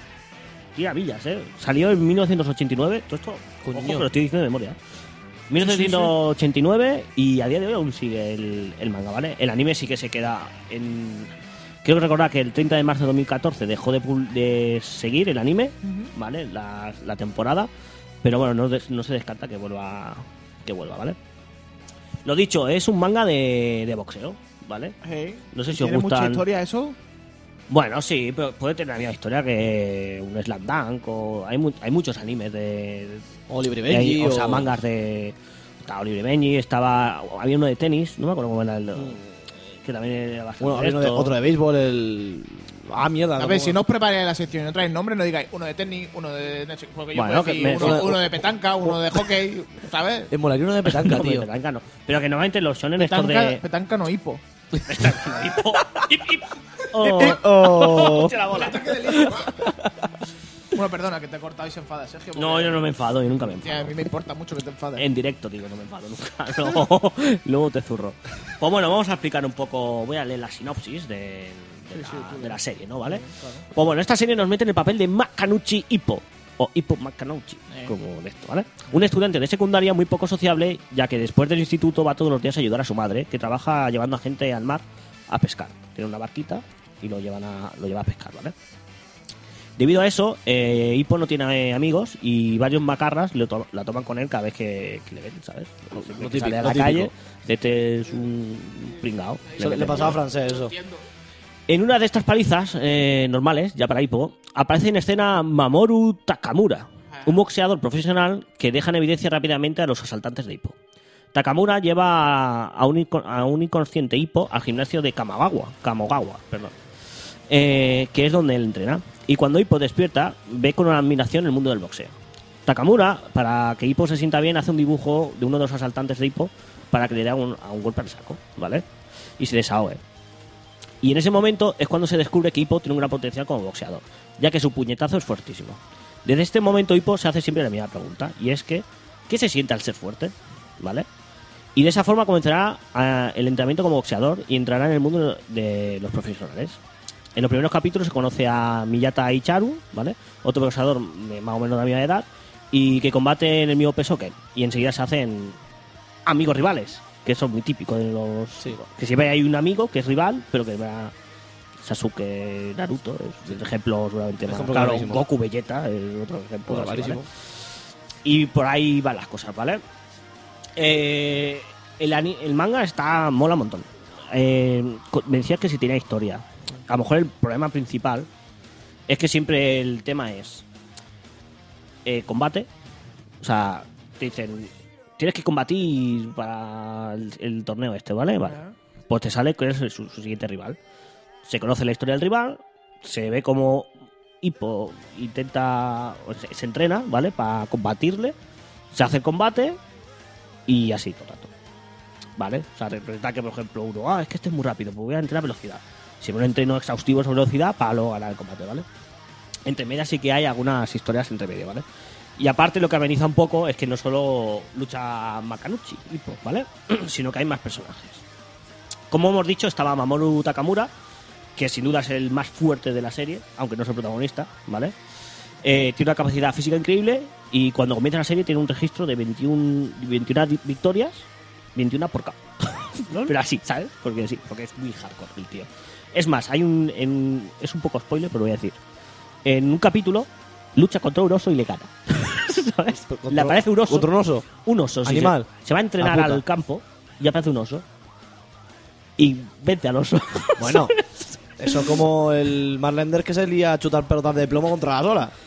tira villas, ¿eh? Salió en 1989, todo esto, Coño. ojo que lo estoy diciendo de memoria. ¿eh? 1989 y a día de hoy aún sigue el, el manga, ¿vale? El anime sí que se queda en... Quiero recordar que el 30 de marzo de 2014 dejó de, pul- de seguir el anime, ¿vale? La, la temporada, pero bueno, no, des- no se descarta que vuelva, que vuelva, ¿vale? Lo dicho, es un manga de, de boxeo, ¿vale? Hey. No sé si os ¿Tiene mucha gustan... historia eso? Bueno, sí, pero puede tener la misma historia que un Slam Dunk o... Hay, mu- hay muchos animes de, O Libre y hay, Benji. o sea, mangas de. Estaba Oliver Benji, estaba. Había uno de tenis, no me acuerdo cómo era el. Que también era bastante. Mm. Bueno, había uno de- esto. [laughs] otro de béisbol, el. Ah, mierda. A ¿cómo ver, va? si no os preparáis la sección y no traéis nombres, no digáis uno de tenis, uno de... no sé, porque yo puedo Bueno, decir que me- uno, uno de petanca, uno de hockey, ¿sabes? Eh, molaría [laughs] uno de petanca, No, tío. petanca no. Pero que normalmente los shonen estos Petanca, de. petanca no hipo. Petanca, hipo. [laughs] Hip, [laughs] hip. Oh, [laughs] Oh. hostia, la bola. Bueno, perdona, que te he cortado y se enfada, Sergio. No, porque- yo no me enfado, yo nunca me Tía, a enfado. mí me importa mucho que te enfades. En directo, digo, no me enfado nunca. [laughs] No, luego te zurro. Pues bueno, vamos a explicar un poco. Voy a leer la sinopsis de, de la, de la serie, ¿no? ¿Vale? Pues bueno, esta serie nos mete en el papel de Makanuchi Hippo. O Hippo Makanuchi, como de esto, ¿vale? Un estudiante de secundaria muy poco sociable, ya que después del instituto va todos los días a ayudar a su madre, que trabaja llevando a gente al mar a pescar. Tiene una barquita y lo, llevan a, lo lleva a pescar, ¿vale? Debido a eso, eh, Hippo no tiene eh, amigos y varios macarras lo to- la toman con él cada vez que, que le ven, ¿sabes? Lo, lo que típico, sale a lo la típico. calle, este es un pringao. Eso le meten pasaba a francés eso. en una de estas palizas eh, normales, ya para Hippo, aparece en escena Mamoru Takamura, un boxeador profesional que deja en evidencia rápidamente a los asaltantes de Hippo. Takamura lleva a un, inco- a un inconsciente Hippo al gimnasio de Kamawawa, Kamogawa, perdón, eh, que es donde él entrena. Y cuando Hippo despierta, ve con admiración el mundo del boxeo. Takamura, para que Hippo se sienta bien, hace un dibujo de uno de los asaltantes de Hippo para que le dé un- a un golpe al saco, ¿vale? Y se desahogue. Y en ese momento es cuando se descubre que Hippo tiene un gran potencial como boxeador, ya que su puñetazo es fuertísimo. Desde este momento Hippo se hace siempre la misma pregunta, y es que, ¿qué se siente al ser fuerte? ¿Vale? Y de esa forma comenzará ah, el entrenamiento como boxeador y entrará en el mundo de los profesionales. En los primeros capítulos se conoce a Miyata Icharu, ¿vale? Otro boxeador de más o menos de la misma edad y que combate en el mismo peso que él. Y enseguida se hacen amigos rivales, que eso es muy típico de los... Sí. Que siempre hay un amigo que es rival, pero que va... Sasuke, Naruto, es el ejemplo seguramente más Ejemplo claro. clarísimo. Goku, Vegeta, es otro ejemplo. Puta, así, ¿vale? clarísimo. Y por ahí van las cosas, ¿vale? Eh, el, ani- el manga está mola un montón. Eh, co- me decías que si tenía historia. A lo mejor el problema principal es que siempre el tema es eh, combate. O sea, te dicen, tienes que combatir para el, el torneo este, ¿vale? Vale. Pues te sale cuál es su, su siguiente rival. Se conoce la historia del rival, se ve como Hippo intenta, o se, se entrena, ¿vale? Para combatirle, se hace el combate y así todo el rato. ¿Vale? O sea, representa que, por ejemplo, uno, ah, es que este es muy rápido, pues voy a entrenar velocidad. Siempre un entreno exhaustivo sobre velocidad para luego ganar el combate, ¿vale? Entre medias sí que hay algunas historias entre medio, ¿vale? Y aparte lo que ameniza un poco es que no solo lucha Makanuchi, Ippo, ¿vale? [clears throat] sino que hay más personajes. Como hemos dicho, estaba Mamoru Takamura, que sin duda es el más fuerte de la serie, aunque no es el protagonista, ¿vale? Eh, tiene una capacidad física increíble y cuando comienza la serie tiene un registro de 21, 21 di- victorias, 21 [laughs] por K. pero así, ¿sabes? Porque sí, porque es muy hardcore el tío. Es más, hay un. en- es un poco spoiler, pero lo voy a decir. En un capítulo lucha contra un oso y le gana. ¿Sabes? Contra- Le aparece un oso. Contra un [laughs] oso. Un oso, sí, Animal. Se, se va a entrenar La puta. al campo y aparece un oso. Y vence al oso. Bueno, eso como el Marlender que se lía a chutar pelotas de plomo contra las olas. [laughs]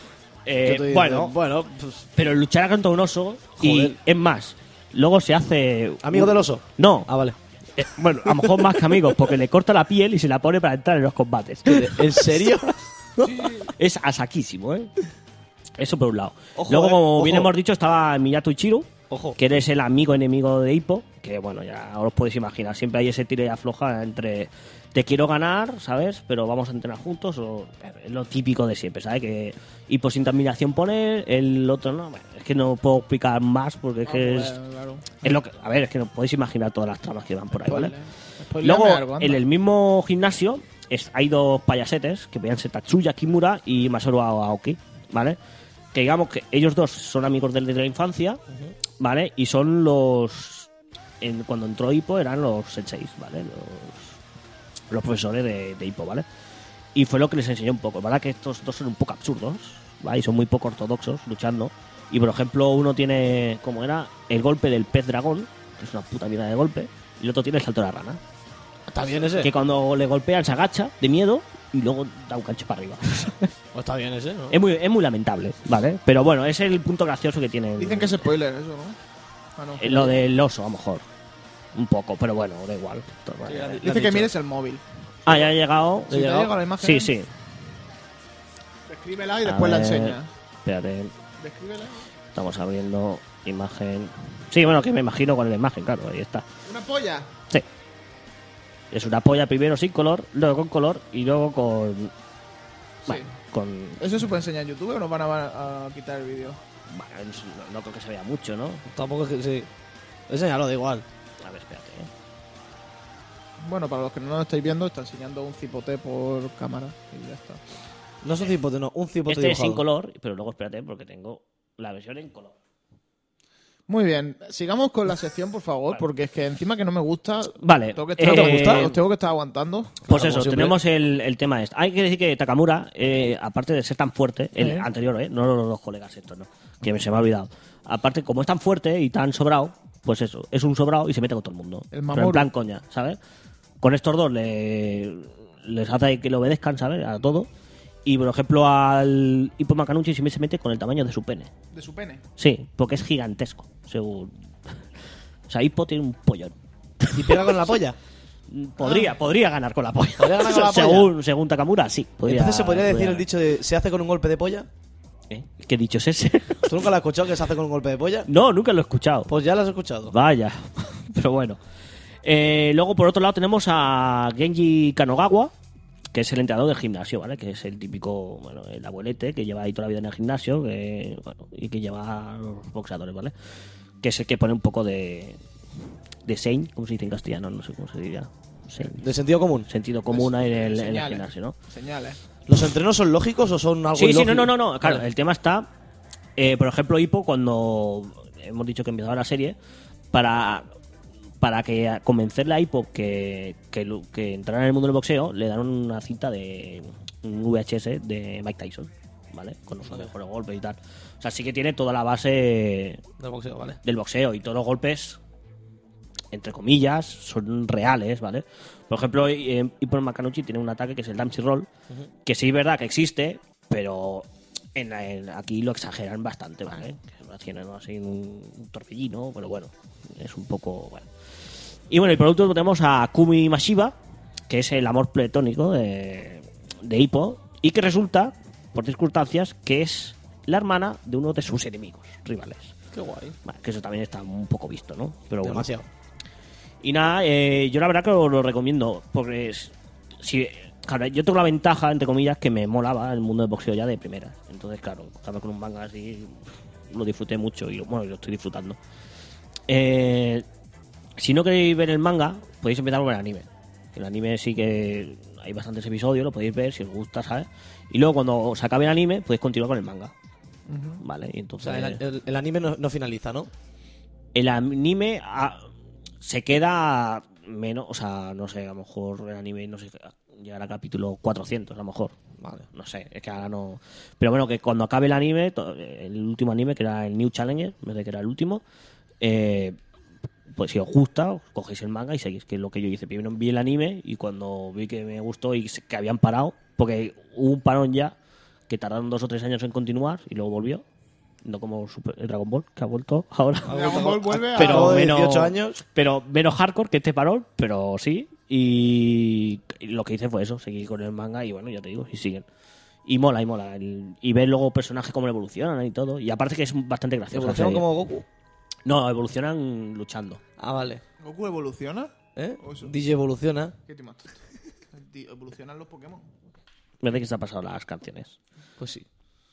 Eh, Que tú dices, bueno, bueno, pues, pero luchará contra un oso y Joder. es más. Luego se hace. amigo un- del oso. No, [laughs] Ah, vale. eh, bueno, a lo mejor más que amigos, porque le corta la piel y se la pone para entrar en los combates. ¿En serio? Es asaquísimo, ¿eh? Eso por un lado. Ojo, Luego, eh, como bien ojo. hemos dicho, estaba Miyato Ichiro, Ojo. que eres el amigo enemigo de Hippo, que bueno, ya os podéis imaginar, siempre hay ese tira y afloja entre te quiero ganar, ¿sabes? Pero vamos a entrenar juntos, o es lo típico de siempre, ¿sabes? Que Hippo sin terminación pone, el otro no, bueno, es que no puedo explicar más porque es Ah, que es, pues, Claro. es lo que, a ver, es que no podéis imaginar todas las tramas que van por ahí, ¿vale? Spoilerme algo, Luego, anda. en el mismo gimnasio es- hay dos payasetes que podían ser Tatsuya Kimura y Masaru Aoki, ¿vale? Que digamos que ellos dos son amigos desde la infancia, ¿vale? Y son los. en- cuando entró Hippo eran los senseis, ¿vale? Los, los profesores de, de Hippo, ¿vale? Y fue lo que les enseñó un poco, ¿verdad? Que estos dos son un poco absurdos, ¿vale? Y son muy poco ortodoxos luchando. Y por ejemplo, uno tiene, como era, el golpe del pez dragón, que es una puta mierda de golpe, y el otro tiene el salto de la rana Está bien ese. que cuando le golpean se agacha de miedo y luego da un cancho para arriba. Pues está bien ese, ¿no? es, muy, es muy lamentable, ¿vale? Pero bueno, ese es el punto gracioso que tiene. el- Dicen que es spoiler eso, ¿no? Ah, no. eh, lo del oso, a lo mejor. Un poco, pero bueno, da igual. Lo has Dice que dicho. mires el móvil. Ah, ya ha llegado. Si te llegado? llega la imagen, Sí, sí. descríbela y A después la ver, enseña. Espérate, Descríbela. estamos abriendo imagen. Sí, bueno, que me imagino con la imagen, claro, ahí está. Una polla. Sí. Es una polla primero sin color, luego con color y luego con. Bueno, con. ¿Eso se puede enseñar en YouTube o nos van a, a quitar el vídeo? Bueno, no- no creo que se vea mucho, ¿no? Tampoco es que sí. Enseñalo, da igual. A ver, espérate, ¿eh? Bueno, para los que no lo estáis viendo, está enseñando un cipote por cámara y ya está. No es un cipote, no, un cipote Eh, Este es dibujado. sin color, pero luego espérate porque tengo la versión en color. Muy bien, sigamos con la sección, por favor, porque es que encima que no me gusta, Vale. tengo que eh, estar, ¿No te gusta? os tengo que estar aguantando. Pues Claro, eso, como siempre. tenemos el, el tema este. Hay que decir que Takamura, eh, aparte de ser tan fuerte, el Sí. anterior, ¿eh? no los dos colegas estos, no, que se me ha olvidado. Aparte, como es tan fuerte y tan sobrado, pues eso, es un sobrado y se mete con todo el mundo. El Pero en Mamoru. plan coña, ¿sabes? Con estos dos le- les hace que le obedezcan, ¿sabes? A todo. Y por ejemplo, al Hippo Macanucci siempre se mete con el tamaño de su pene. De su pene. Sí, porque es gigantesco, según. [laughs] O sea, Hippo tiene un pollón. Y pega con [laughs] la polla. Podría, podría ganar con la polla. Ah. Podría ganar [laughs] con la polla. según, según Takamura, sí. podría- Entonces se podría decir podría el dicho de ¿se hace con un golpe de polla? ganar. ¿Eh? ¿Qué dicho es ese? [laughs] ¿Tú nunca lo has escuchado que se hace con un golpe de polla? no, nunca lo he escuchado. Pues ya lo has escuchado. Vaya, [laughs] pero bueno. Eh, luego, por otro lado, tenemos a Genji Kanogawa, que es el entrenador del gimnasio, ¿vale? Que es el típico, bueno, el abuelete que lleva ahí toda la vida en el gimnasio que, bueno, y que lleva a los boxeadores, ¿vale? Que es el que pone un poco de. de sein, ¿cómo se dice en castellano? No sé cómo se diría. Sein. De sentido común. Sentido común en el, en el Señales. gimnasio, ¿no? Señales. ¿Los entrenos son lógicos o son algo Sí, sí, ilógico? no, no, no, no. Claro, Vale. el tema está. eh, por ejemplo, Hippo, cuando hemos dicho que empezaba la serie, para, para que a- convencerle a Hippo que, que, lu- que entrara en el mundo del boxeo, le dan una cinta de un VHS de Mike Tyson, ¿vale? Con los mejores golpes y tal. O sea, sí que tiene toda la base Del boxeo, vale. del boxeo y todos los golpes, entre comillas, son reales, ¿vale? Por ejemplo, eh, Ippon Makanuchi tiene un ataque que es el Damsy Roll, que sí es verdad que existe, pero en, en- aquí lo exageran bastante, ¿vale? Que lo hacen así un, un torbellino, pero bueno, es un poco... Bueno. Y bueno, y por último tenemos a Kumi Mashiba, que es el amor platónico de, de Hippo, y que resulta, por circunstancias, que es la hermana de uno de sus enemigos, rivales. Qué guay. Bueno, que eso también está un poco visto, ¿no? Pero bueno. Demasiado. Y nada, eh, yo la verdad que os lo recomiendo, porque es- si, claro, yo tengo la ventaja, entre comillas, que me molaba el mundo del boxeo ya de primera. Entonces, claro, estaba con un manga así lo disfruté mucho y lo- bueno, lo estoy disfrutando. Eh, si no queréis ver el manga, podéis empezar por el anime. El anime sí que hay bastantes episodios, lo podéis ver si os gusta, ¿sabes? Y luego cuando os acabe el anime, podéis continuar con el manga. Vale, y O entonces sea, el, el- el anime no, no finaliza, ¿no? el anime ah, se queda menos, o sea, no sé, a lo mejor el anime no sé, llegará al capítulo 400, a lo mejor. Vale, no sé, es que ahora no. Pero bueno, que cuando acabe el anime, to- el último anime, que era el New Challenger, me parece que era el último, eh, pues si os gusta, os cogéis el manga y seguís, que es lo que yo hice. Primero vi el anime y cuando vi que me gustó y se- que habían parado, porque hubo un parón ya, que tardaron dos o tres años en continuar y luego volvió. No como Super- el Dragon Ball, que ha vuelto ahora. Dragon Ball vuelve a- Pero Acabo de menos, 18 años. Pero menos hardcore que este parón, pero sí. Y lo que hice fue eso, seguir con el manga y bueno, ya te digo, y siguen. Y mola, y mola. el- y ver luego personajes cómo evolucionan y todo. Y aparte que es bastante gracioso. Evolucionan la serie. como Goku. No, evolucionan luchando. Ah, vale. ¿Goku evoluciona? ¿Eh? Eso. DJ evoluciona. ¿Qué te mato? Evolucionan los Pokémon. Me parece que se han pasado las canciones. Pues sí.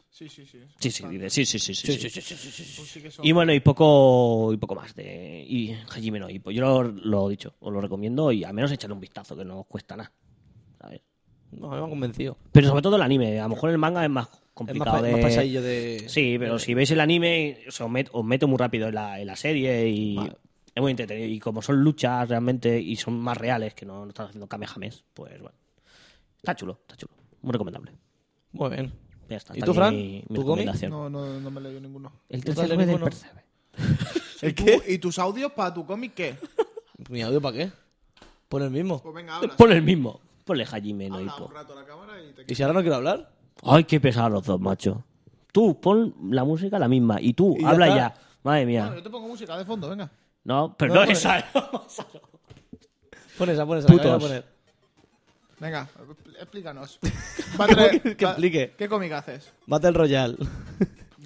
Sí, sí, sí. Sí, sí, dice, sí, sí, sí, sí, sí. Pues sí que son- Y bueno, y poco, y poco más de y Hajime no Ippo. Yo lo, lo he dicho, os lo recomiendo y al menos echarle un vistazo, que no os cuesta nada. ¿sabes? No, me han convencido. Pero sobre todo el anime, a lo mejor el manga es más Es más, complicado pa- de... más pasadillo de. Sí, pero si veis el anime, os, met- os meto muy rápido en la, en la serie y Vale. es muy entretenido. Y como son luchas realmente y son más reales, que no, no están haciendo kamehames, pues bueno. Está chulo, está chulo. Muy recomendable. Muy bien. Ya está, ¿Y hasta tú, aquí Fran? mi ¿Tu cómic? recomendación. [laughs] No, no, no me leí ninguno. El tercer juez del Percebe. ¿Y, tú- ¿Y tus audios para tu cómic [laughs] qué? ¿Mi audio para qué? Pon el mismo. Pues venga, habla. Ponle el mismo. Ponle Hajime no Habla Ippo. un rato a la cámara y te ¿Y si ahora no quiero hablar? Ay, qué pesados los dos, macho. Tú, pon la música la misma. Y tú, Y ya habla está. ya. Madre Bueno, mía. yo te pongo música de fondo, venga. No, pero No, no, no, esa. Pon esa, pon esa. Putos. la voy a poner. Venga, explícanos. Va [laughs] a traer- Que va- explique. ¿Qué cómic haces? Battle Royale.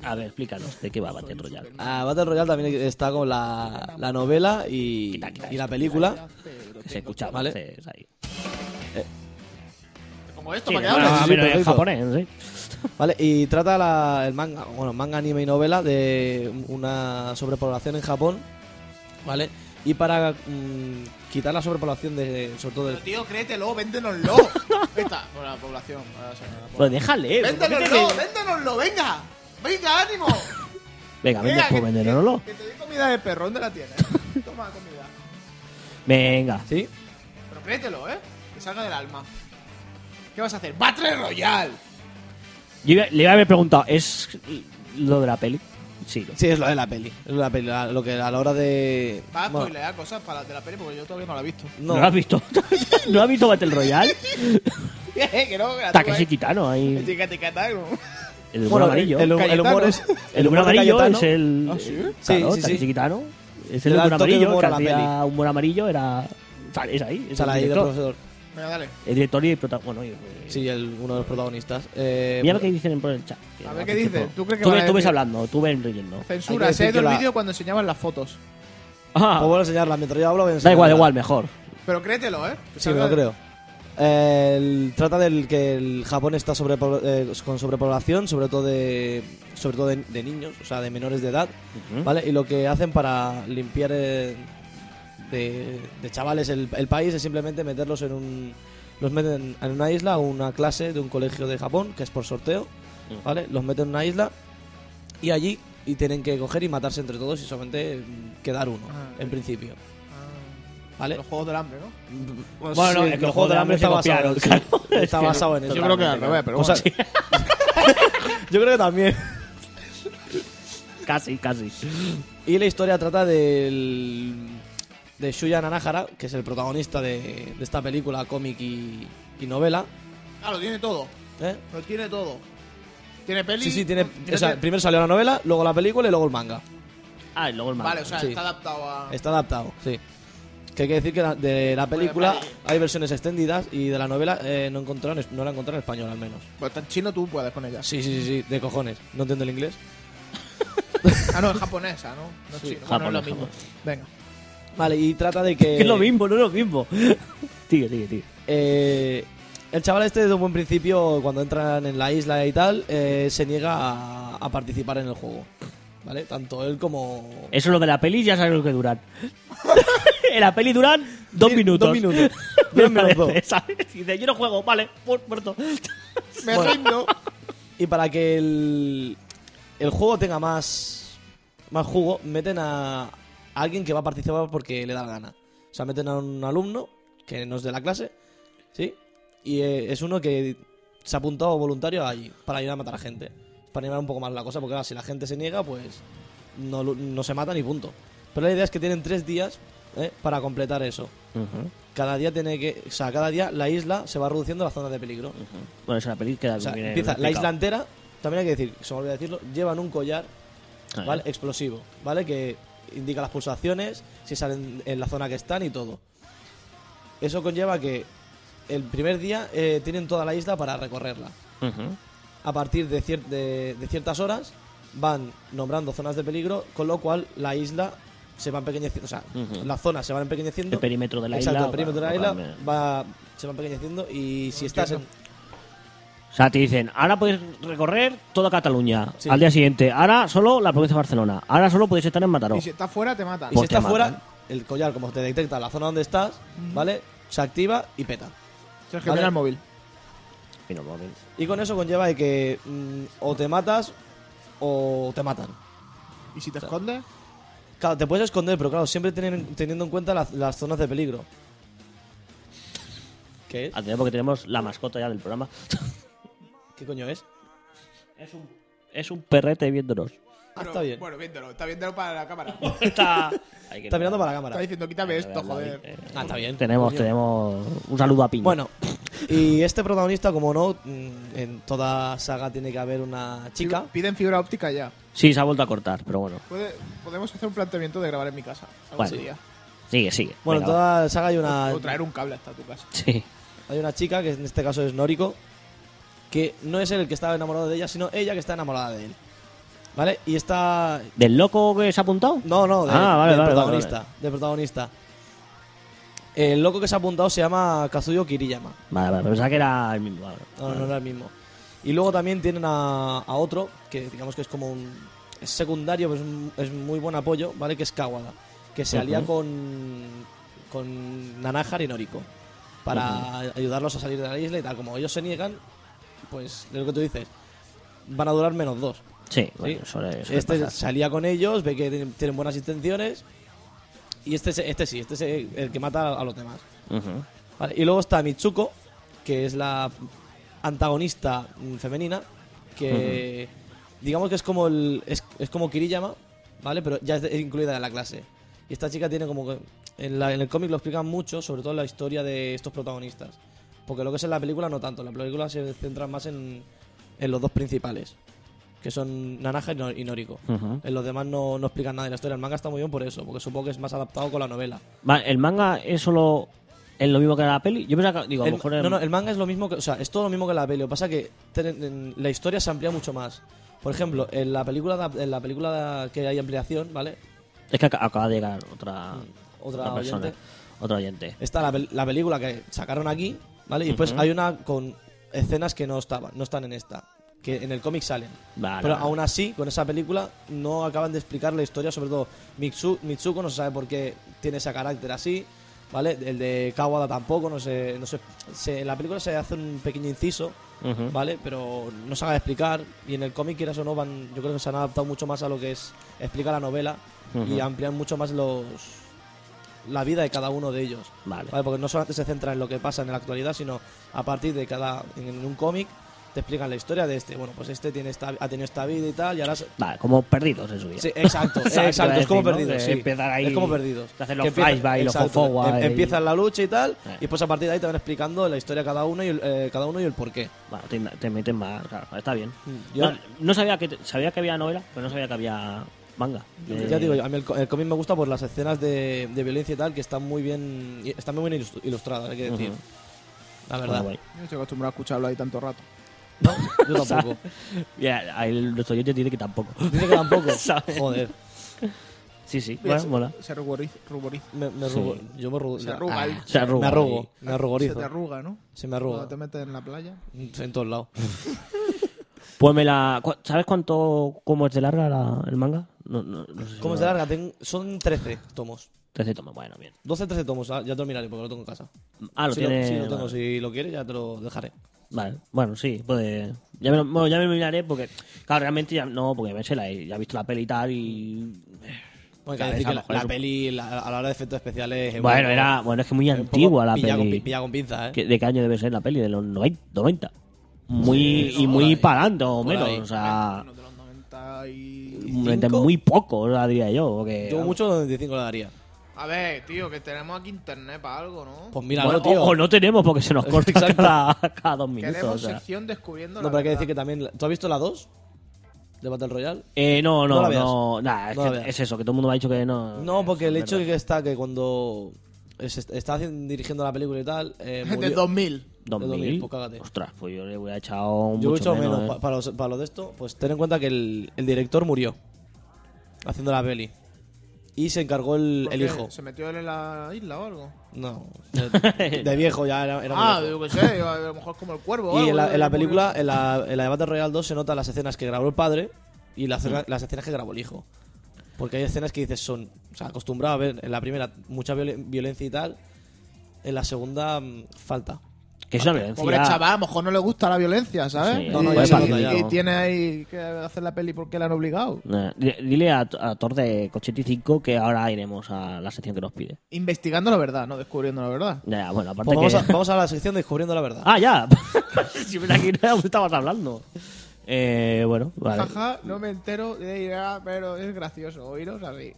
A ver, explícanos de qué va Battle Royale. Ah, Battle Royale también está con la, la novela y, Quita, quita y eso, la película. Que se escucha, ¿vale? se- es ahí. Como esto, Sí, ¿para qué no, hablas? no, Sí, pero en perfecto. japonés, ¿sí? Vale, y trata la- el manga, bueno, manga, anime y novela de una sobrepoblación en Japón, ¿vale? Y para mm, quitar la sobrepoblación de, sobre todo Pero del... tío, créetelo, [laughs] véndenoslo. Esta, por la población. para la señora, por- Pues déjale. ¿por qué te Véndenoslo, ves? véndenoslo, venga. Venga, ánimo. Venga, Venga, venga, pues que- véndenoslo. Que te doy comida de perro, ¿dónde la tienes? Toma comida. Venga. ¿Sí? Pero créetelo, ¿eh? Que salga del alma. ¿Qué vas a hacer? ¡Battle Royale! Yo iba- le iba a haber preguntado, ¿es lo de la peli? Sí, lo- Sí, es lo de la peli. Es lo de la peli, la- lo que a la hora de... Va a bueno, spoilear cosas para la- de la peli porque yo todavía no la he [laughs] visto. ¿No no, lo has visto? [laughs] ¿No has visto Battle Royale? que no, que la tengo Takeshi ahí. Kitano, ahí. Chica, chica, taco. El humor bueno, amarillo. El, el humor- el humor Cayetano. es... El humor de amarillo Cayetano. es el. ¿Ah, sí? Claro, Sí, sí, Takeshi sí. Kitano. Es Le el da humor el toque de amarillo. humor que a la hacía peli. humor amarillo era. sale- Es ahí. Es Sale el, ahí del director, profesor. Venga, dale. el director y el protagonista. Bueno, y- Sí, el- uno de los protagonistas. Eh, Mira lo que dicen por el chat. que A ver hace qué dice. tiempo. ¿Tú crees que Tú van a ves- tú ves decir? hablando, tú ves leyendo. Hay Censura, que se ha ido decir que el la- vídeo cuando enseñaban las fotos. Pues Ah, voy a enseñarla, mientras yo hablo voy a da igual, enseñarla. da igual, mejor. Pero créetelo, ¿eh? Que Sí, me lo salga- creo. El- trata del que el Japón está sobre, eh, con sobrepoblación, sobre todo de sobre todo de, de niños, o sea, de menores de edad, Ujú. ¿vale? Y lo que hacen para limpiar eh, de, de chavales el, el país es simplemente meterlos en un los meten en una isla, una clase de un colegio de Japón que es por sorteo, ¿vale? Los meten en una isla y allí y tienen que coger y matarse entre todos y solamente mm, quedar uno Ah, en sí. principio, Ah, ¿vale? Los juegos del hambre, ¿no? pues, Bueno, no, es que los Juegos del Hambre se copiaron, [laughs] sí. claro. [laughs] Está basado en eso. Yo creo que al revés, pero bueno. Cosa- [laughs] Yo creo que también. Casi, casi. Y la historia trata del. de Shuya Nanahara, que es el protagonista de, de esta película, cómic y, y novela. Ah, lo tiene todo. ¿eh? Lo tiene todo. Tiene peli. Sí, sí, tiene. tiene O sea, pe- primero salió la novela, luego la película y luego el manga. Ah, y luego el manga. Vale, o sea, sí. está adaptado a. Está adaptado, sí. Que hay que decir que la- de la película Vale, vale. hay versiones extendidas y de la novela eh, no, encontraron, es- no la encontraron en español al menos. Pues está en chino tú puedes con ella. Sí, sí, sí, sí, de cojones. No entiendo el inglés. Ah, no, es japonesa, ¿no? No es chino. Bueno, es lo japonés, mismo. Venga. Vale, y trata de que. [laughs] Que es lo mismo, no es lo mismo. [laughs] Sigue, sigue, sigue. Eh, el chaval este desde un buen principio, cuando entran en la isla y tal, eh, se niega a, a participar en el juego. ¿Vale? Tanto él como. Eso es lo de la peli, ya sabes lo que duran. [laughs] en la peli duran dos Sí, minutos. dos [laughs] minutos. Me Dos menos dos. parece, ¿sabes? Y dice, yo no juego, vale, pu- muerto. Me Bueno. rindo. Y para que el, el juego tenga más, más jugo, meten a, a alguien que va a participar porque le da la gana. O sea, meten a un alumno que no es de la clase, ¿sí? Y eh, es uno que se ha apuntado voluntario allí para ayudar a matar a gente. Para animar un poco más la cosa, porque ahora si la gente se niega, pues no, lu- no se mata ni punto. Pero la idea es que tienen tres días ¿eh? para completar eso. Cada día tiene que. O sea, cada día la isla se va reduciendo a las zonas de peligro. [laughs] Bueno, esa peli queda O sea, bien eh, empieza la explicado. isla entera. También hay que decir, se me olvidó decirlo, llevan un collar Ah, ¿vale? explosivo, ¿vale? Que indica las pulsaciones, si salen en la zona que están y todo. Eso conlleva que el primer día eh, tienen toda la isla para recorrerla. Ujú. A partir de, cier- de- de ciertas horas van nombrando zonas de peligro, con lo cual la isla se va empequeñeciendo, o sea, Ujú. las zonas se van empequeñeciendo. El perímetro de la Exacto, isla. el perímetro de la va- isla va- va, se va empequeñeciendo y si estás en... O sea, te dicen, ahora podéis recorrer toda Cataluña. Sí. Al día siguiente, ahora solo la provincia de Barcelona. Ahora solo podéis estar en Mataró. Y si está fuera, te matan. Y si Pues te estás fuera, matan. el collar, como te detecta la zona donde estás, ¿vale? Se activa y peta. Sergio, Vale. mira el móvil. Y no, móvil. Y con eso conlleva de que mm, o te matas o te matan. ¿Y si te escondes? Claro, te puedes esconder, pero claro, siempre teniendo, teniendo en cuenta las, las zonas de peligro. Ah, ¿Qué es? Atención porque tenemos la mascota ya del programa. ¿Qué coño es? es, un, es un perrete viéndonos. Ah, está bien. Bueno, viéndolo. Está viéndolo para la cámara. está... [laughs] Está mirando para la Está cámara. diciendo, quítame esto, Eh, joder. Ah, está bien. Tenemos, Coño. tenemos un saludo a Piña. Bueno, [laughs] y este protagonista, como no, mm, en toda saga tiene que haber una chica. Piden fibra óptica ya. Sí, se ha vuelto a cortar, pero bueno. Puede- podemos hacer un planteamiento de grabar en mi casa. algún Vale. día. Sigue, sigue. Bueno, en Venga, va. toda saga hay una. O traer un cable hasta tu casa. Sí. Hay una chica, que en este caso es Noriko, que no es él el que estaba enamorado de ella, sino ella que está enamorada de él. ¿Vale? Y está. ¿Del loco que se ha apuntado? No, no, de- Ah, vale, vale, del vale, protagonista. Del protagonista. El loco que se ha apuntado se llama Kazuyo Kiriyama. Vale, vale, pensaba que era el mismo. Vale. No, no era el mismo. Y luego también tienen a, a otro, que digamos que es como un. Es secundario, pero es, un- es muy buen apoyo, ¿vale? Que es Kawada. Que se alía Ujú. con. con Nanahar y Noriko. Para ayudarlos a salir de la isla y tal. Como ellos se niegan, pues es lo que tú dices. Van a durar menos dos. Sí, bueno, Sí. suele- suele Este pasar. salía con ellos, ve que tienen, tienen buenas intenciones. Y este, se- este sí, este es el- el que mata a los demás. Ujú. Vale, y luego está Mitsuko, que es la antagonista mm, femenina, que digamos que es como el es, es como Kiriyama, ¿vale? Pero ya es, es incluida en la clase. Y esta chica tiene como que en, la- en el cómic lo explican mucho, sobre todo en la historia de estos protagonistas, porque lo que es en la película no tanto, en la película se centra más en, en los dos principales, que son Nanaja y, Nor- y Noriko. Ujú. En los demás no, no explican nada de la historia. El manga está muy bien por eso, porque supongo que es más adaptado con la novela. Va, ¿El manga es solo es lo mismo que la peli? Yo pensaba que, digo, a lo El- mejor... era- No, no, el manga es lo mismo que. O sea, es todo lo mismo que la peli. Lo que pasa es que ten- en- la historia se amplía mucho más. Por ejemplo, en la película da- en la película da- que hay ampliación, ¿vale? Es que ac- acaba de llegar otra, Mm, Otra persona. oyente. Otra oyente. Está la, pel- la película que sacaron aquí, ¿vale? Y después hay una con escenas que no estaban, no están en esta. Que en el cómic salen. Vale, Pero vale. aún así, con esa película, no acaban de explicar la historia, sobre todo Mitsu- Mitsuko, no se sabe por qué tiene ese carácter así, ¿vale? El de Kawada tampoco, no sé. No sé se- en la película se hace un pequeño inciso, Ujú. ¿vale? Pero no se haga explicar. Y en el cómic, quieras o no, van, yo creo que se han adaptado mucho más a lo que es explica la novela y Ujú. amplían mucho más los la vida de cada uno de ellos. Vale. Porque no solamente se centra en lo que pasa en la actualidad, sino a partir de cada. En un cómic te explican la historia de este. Bueno, pues este tiene esta, ha tenido esta vida y tal, y ahora. se- Vale, como perdidos en su [laughs] vida. Sí, exacto, Exacto, iba a exacto, es como decir, ¿no? perdidos. De sí. empezar ahí, es como perdidos. de hacer los Que empiezan- flashbacks, los exacto, forward em- y- Empiezan la lucha y tal, Eh. y pues a partir de ahí te van explicando la historia de cada uno y el, eh, cada uno y el porqué. Bueno, te, te meten más, claro, está bien. Mm, yo- no, no sabía que te- sabía que había novela, pero no sabía que había manga. Eh, Ya digo, a mí el, co- el cómic me gusta por las escenas de, de violencia y tal, que están muy bien están muy bien ilus- ilustradas, hay que decir. Ujú. La está verdad. guay. Yo no estoy acostumbrado a escucharlo ahí tanto rato. Yo [laughs] tampoco. Ya, ahí el- nuestro oyente dice que tampoco. Dice que tampoco. [laughs] ¿Sabes? Joder. Sí, sí, Mira, bueno, se- mola. Se ruboriza. ruboriza. Me, me Sí. arrugo. Yo me arrugo. Se arruga. el- Se arruga Me arrugo. ahí. Me Se arrugorizo. te arruga, ¿no? Ah, Se me Mm, Cuando arruga. te metes en la playa. En todos lados. Pues me la. cu- ¿Sabes cuánto. cómo es de larga la- el manga? No, no, no sé si ¿Cómo lo- se larga? Ten- Son 13 tomos. 13 tomas, bueno, bien. 12, 13 tomos. ah, Ya te lo miraré porque lo tengo en casa. Ah, lo si tiene. Lo, sí, lo tengo. vale. Si lo quieres, ya te lo dejaré. Vale, bueno, sí, puede. Ya me lo, bueno, ya me lo miraré porque. Claro, realmente ya. No, porque me sé la, ya he visto la peli y tal y. Bueno, hay que Claro, decir esa que la, mejor es la un- peli, la- a la hora de efectos especiales. es Bueno, un- era. Bueno, es que muy un poco antigua la pilla Con, peli. pi- pilla con pinza, ¿eh? ¿Qué- ¿De qué año debe ser la peli? De los 90. Muy, Sí, y por muy ahí. para adelante o Por menos. ahí. O sea, Bueno, de los 90 y... realmente muy poco, o sea, diría yo. Porque, Yo mucho 95 le daría. A ver, tío, que tenemos aquí internet para algo, ¿no? Pues mira, Bueno, tío. o, o no tenemos porque [laughs] se nos corta Exacto. cada, cada dos minutos. Queremos o sea. sección descubriendo No, pero hay que decir que también. ¿Tú has visto la 2? ¿De Battle Royale? Eh, no, No la no, veas. no. nah, es, No que la veas. es eso, que todo el mundo me ha dicho que no. No, porque el hecho de que está que cuando se est- está haciendo- dirigiendo la película y tal. [laughs] Eh, [laughs] De murió- 2000. 2000. pues cágate. Ostras, pues yo le hubiera echado Yo he mucho hecho menos, menos. pa- eh. para, los- para lo de esto. Pues ten en cuenta que el, el director murió haciendo la peli. Y se encargó el, ¿Por el qué? hijo. ¿Se metió él en la isla o algo? No, [laughs] de, de viejo ya era, era muy Ah, viejo. digo que sé, a lo mejor como el cuervo. o algo, Y en la, en la murió. película, en la, en la de Battle Royale 2, se notan las escenas que grabó el padre y las, Mm. escena- las escenas que grabó el hijo. Porque hay escenas que dices son. O sea, acostumbrado a ver en la primera mucha viol- violencia y tal. En la segunda, mm, falta. Que es una violencia. Pobre chaval, a lo mejor no le gusta la violencia, ¿sabes? Sí. Y- No, no, ya y- se nota, ya, y, no. tiene ahí que hacer la peli porque la han obligado. Nah, di- Dile a, a Thor de Cochetti 5 que ahora iremos a la sección que nos pide. Investigando la verdad, no descubriendo la verdad. Ya, ya, bueno, aparte Pues vamos, que... a, vamos a la sección de descubriendo la verdad. [laughs] Ah, ya. [laughs] si ves aquí no estabas pues hablando. Eh, bueno, vale. Jaja, no me entero de irá, pero es gracioso oíros [laughs] así.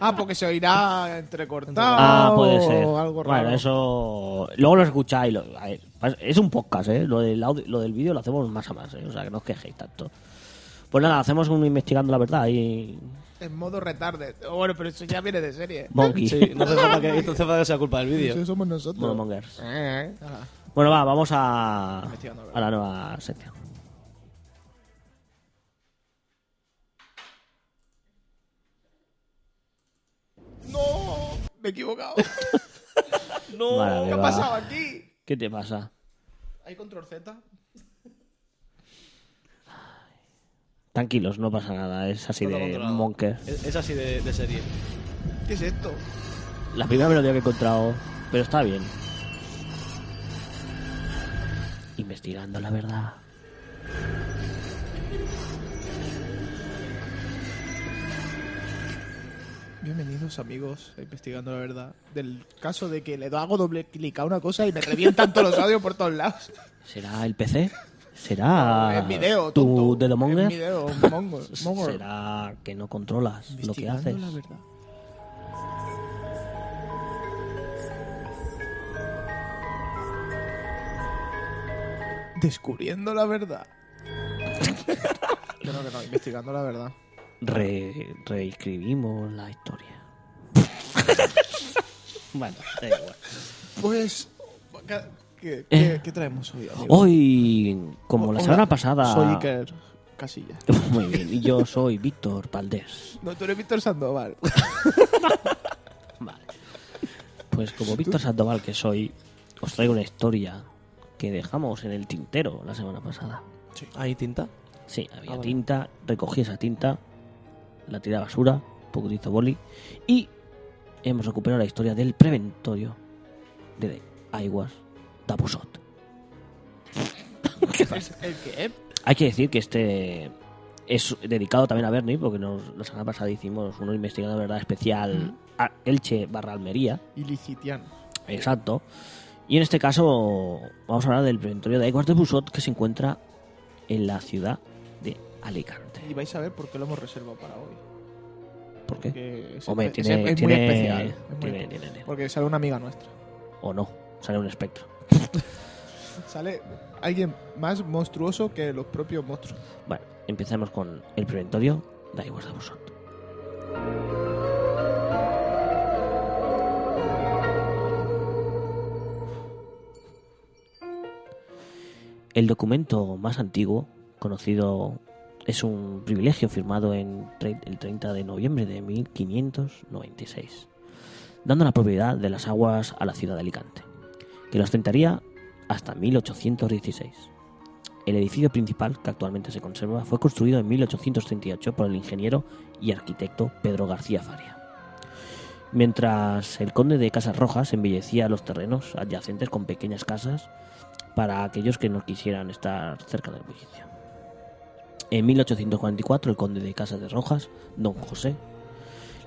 ah, porque se oirá entrecortado Ah, puede ser. o algo raro. Bueno, eso. Luego lo escucháis. lo- a ver, Es un podcast, ¿eh? Lo del, audio- lo del vídeo lo hacemos más a más, ¿eh? O sea, que no os quejéis tanto. Pues nada, hacemos un investigando la verdad y. En modo retarde. Bueno, pero eso ya viene de serie. Monkey. Sí, no hace falta que, esto hace falta que sea culpa del vídeo. Eso somos nosotros. [laughs] Bueno, mongers. Eh, eh. Ala. Bueno, va, vamos a, Investigando, ¿verdad? a la nueva sección. No, me he [laughs] equivocado. No, Vale, ¿Qué ha va. pasado aquí? ¿Qué te pasa? ¿Hay control Z? Tranquilos, no pasa nada. Es así no lo he de controlado. monkers. Es, es así de, de serie. ¿Qué es esto? La primera melodía que he encontrado, pero está bien. Investigando la verdad. Bienvenidos amigos, a investigando la verdad. Del caso de que le hago doble clic a una cosa y me revientan todos los audios por todos lados. ¿Será el PC? ¿Será es video, tu tonto. dedo monger? Es video, [laughs] mongo, mongo. ¿Será que no controlas lo que Investigando haces? la verdad. Descubriendo la [laughs] verdad. no, no, que no, investigando la verdad. Re- reescribimos [laughs] la historia. bueno, da igual. Pues, ¿qué, qué- qué traemos hoy? amigo? Eh. Hoy, como la Hola, semana pasada... Soy Iker Casilla. [laughs] Muy bien, y yo soy Víctor Valdés. No, tú eres Víctor [laughs] Sandoval. Vale. Pues como Víctor Sandoval que soy, os traigo una historia que dejamos en el tintero la semana pasada. ¿Hay Ah, tinta? Sí, había Ah, vale. tinta, recogí esa tinta, la tiré a la basura, un poquitito boli, y hemos recuperado la historia del preventorio de The Iguas Dabusot. ¿El [laughs] qué? Hay que decir que este es dedicado también a Bernie, porque nos, la semana pasada hicimos uno investigando verdad especial a Elche barra Almería, Ilicitiano. exacto. Y en este caso vamos a hablar del preventorio de Iguas Dabusot que se encuentra en la ciudad de Alicante. Y vais a ver por qué lo hemos reservado para hoy. ¿Por qué? Que es, Eh. Hombre, es- tiene, es tiene, muy especial. es muy tiene- especial. tiene- tiene. Porque sale una amiga nuestra. O no, sale un espectro. Sale alguien más monstruoso que los propios monstruos. Bueno, empecemos con el preventorio de Iguas de Busot. El documento más antiguo conocido es un privilegio firmado en tre- el 30 de noviembre de 1596, dando la propiedad de las aguas a la ciudad de Alicante, que lo ostentaría hasta 1816. El edificio principal, que actualmente se conserva, fue construido en 1838 por el ingeniero y arquitecto Pedro García Faria. Mientras el conde de Casas Rojas embellecía los terrenos adyacentes con pequeñas casas para aquellos que no quisieran estar cerca del bullicio. En 1844, el conde de Casas de Rojas, don José,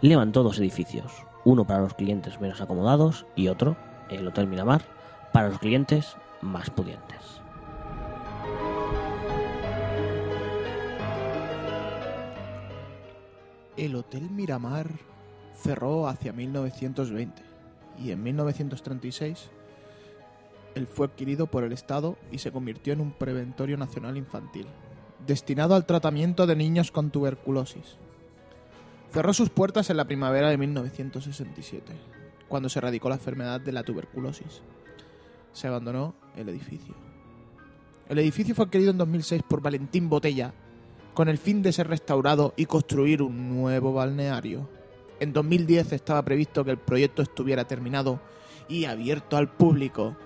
levantó dos edificios, uno para los clientes menos acomodados y otro, el Hotel Miramar, para los clientes más pudientes. El Hotel Miramar cerró hacia 1920 y en 1936 él fue adquirido por el Estado y se convirtió en un preventorio nacional infantil, destinado al tratamiento de niños con tuberculosis. Cerró sus puertas en la primavera de 1967, cuando se erradicó la enfermedad de la tuberculosis. Se abandonó el edificio. El edificio fue adquirido en 2006 por Valentín Botella, con el fin de ser restaurado y construir un nuevo balneario. En 2010 estaba previsto que el proyecto estuviera terminado y abierto al público.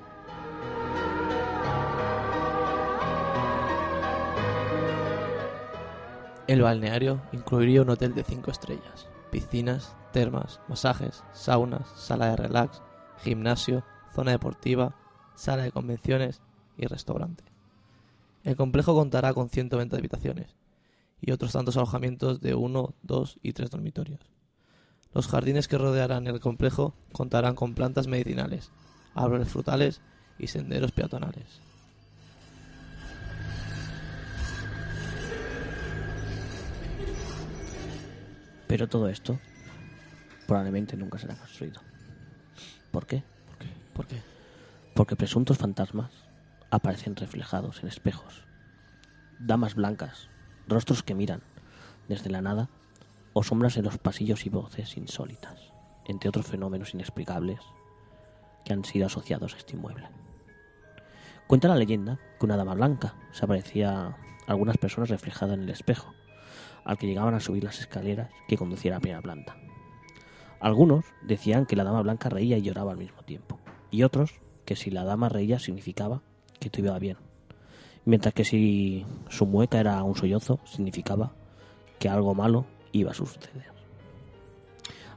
El balneario incluiría un hotel de 5 estrellas, piscinas, termas, masajes, saunas, sala de relax, gimnasio, zona deportiva, sala de convenciones y restaurante. El complejo contará con 120 habitaciones y otros tantos alojamientos de 1, 2 y 3 dormitorios. Los jardines que rodearán el complejo contarán con plantas medicinales, árboles frutales y senderos peatonales. Pero todo esto probablemente nunca será construido. ¿Por qué? ¿Por qué? Porque presuntos fantasmas aparecen reflejados en espejos. Damas blancas, rostros que miran desde la nada o sombras en los pasillos y voces insólitas, entre otros fenómenos inexplicables que han sido asociados a este inmueble. Cuenta la leyenda que una dama blanca se aparecía a algunas personas reflejadas en el espejo, al que llegaban a subir las escaleras que conducían a la primera planta. Algunos decían que la dama blanca reía y lloraba al mismo tiempo, y otros que si la dama reía significaba que todo iba bien, mientras que si su mueca era un sollozo significaba que algo malo iba a suceder.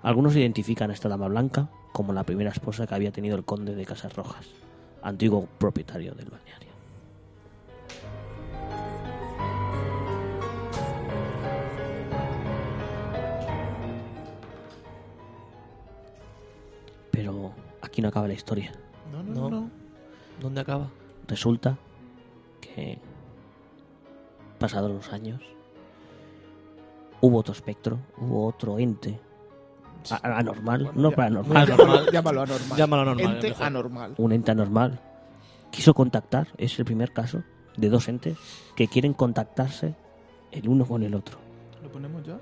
Algunos identifican a esta dama blanca como la primera esposa que había tenido el conde de Casas Rojas, antiguo propietario del balneario. Pero aquí no acaba la historia. No, No. ¿Dónde acaba? Resulta que, pasados los años, hubo otro espectro, hubo otro ente a- a- anormal, Bueno, no ya- paranormal, Llámalo, llámalo anormal. Llámalo normal. Ente ah, mejor. anormal. un ente anormal, quiso contactar, es el primer caso de dos entes que quieren contactarse el uno con el otro. ¿Lo ponemos ya?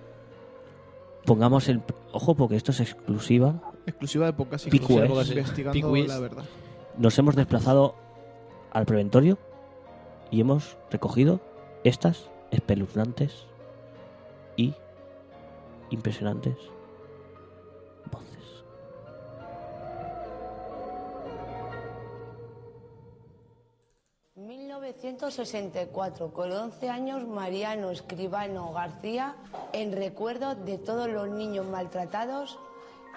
Pongamos el... Ojo, porque esto es exclusiva Exclusiva de podcast Picués. Inclusiva, Podcast, sí. investigando Picués. la verdad. nos hemos desplazado al preventorio y hemos recogido estas espeluznantes y impresionantes voces. En 1964, con 11 años, Mariano Escribano García, en recuerdo de todos los niños maltratados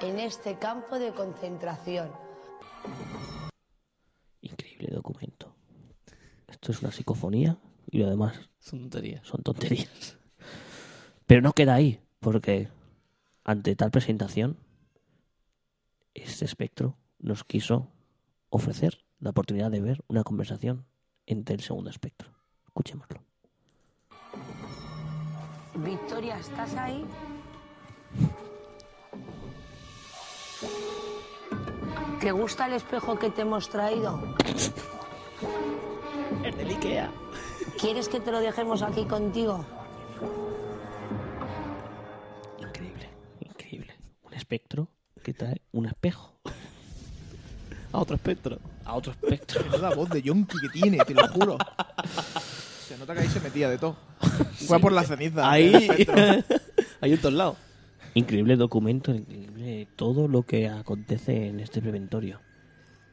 en este campo de concentración. Increíble documento. Esto es una psicofonía y lo demás Son tonterías. son tonterías. Pero no queda ahí, porque ante tal presentación, este espectro nos quiso ofrecer la oportunidad de ver una conversación entre el segundo espectro. Escuchémoslo. Victoria, ¿estás ahí? ¿Te gusta el espejo que te hemos traído? El del Ikea. ¿Quieres que te lo dejemos aquí contigo? Increíble, increíble. Un espectro que trae un espejo A otro espectro. a otro espectro. Es la voz de Yonki que tiene, te lo juro. Se nota que ahí se metía de todo. Fue a por la ceniza. ¿eh? Ahí. perfecto. [laughs] Ahí en todos lados. Increíble documento, increíble todo lo que acontece en este preventorio.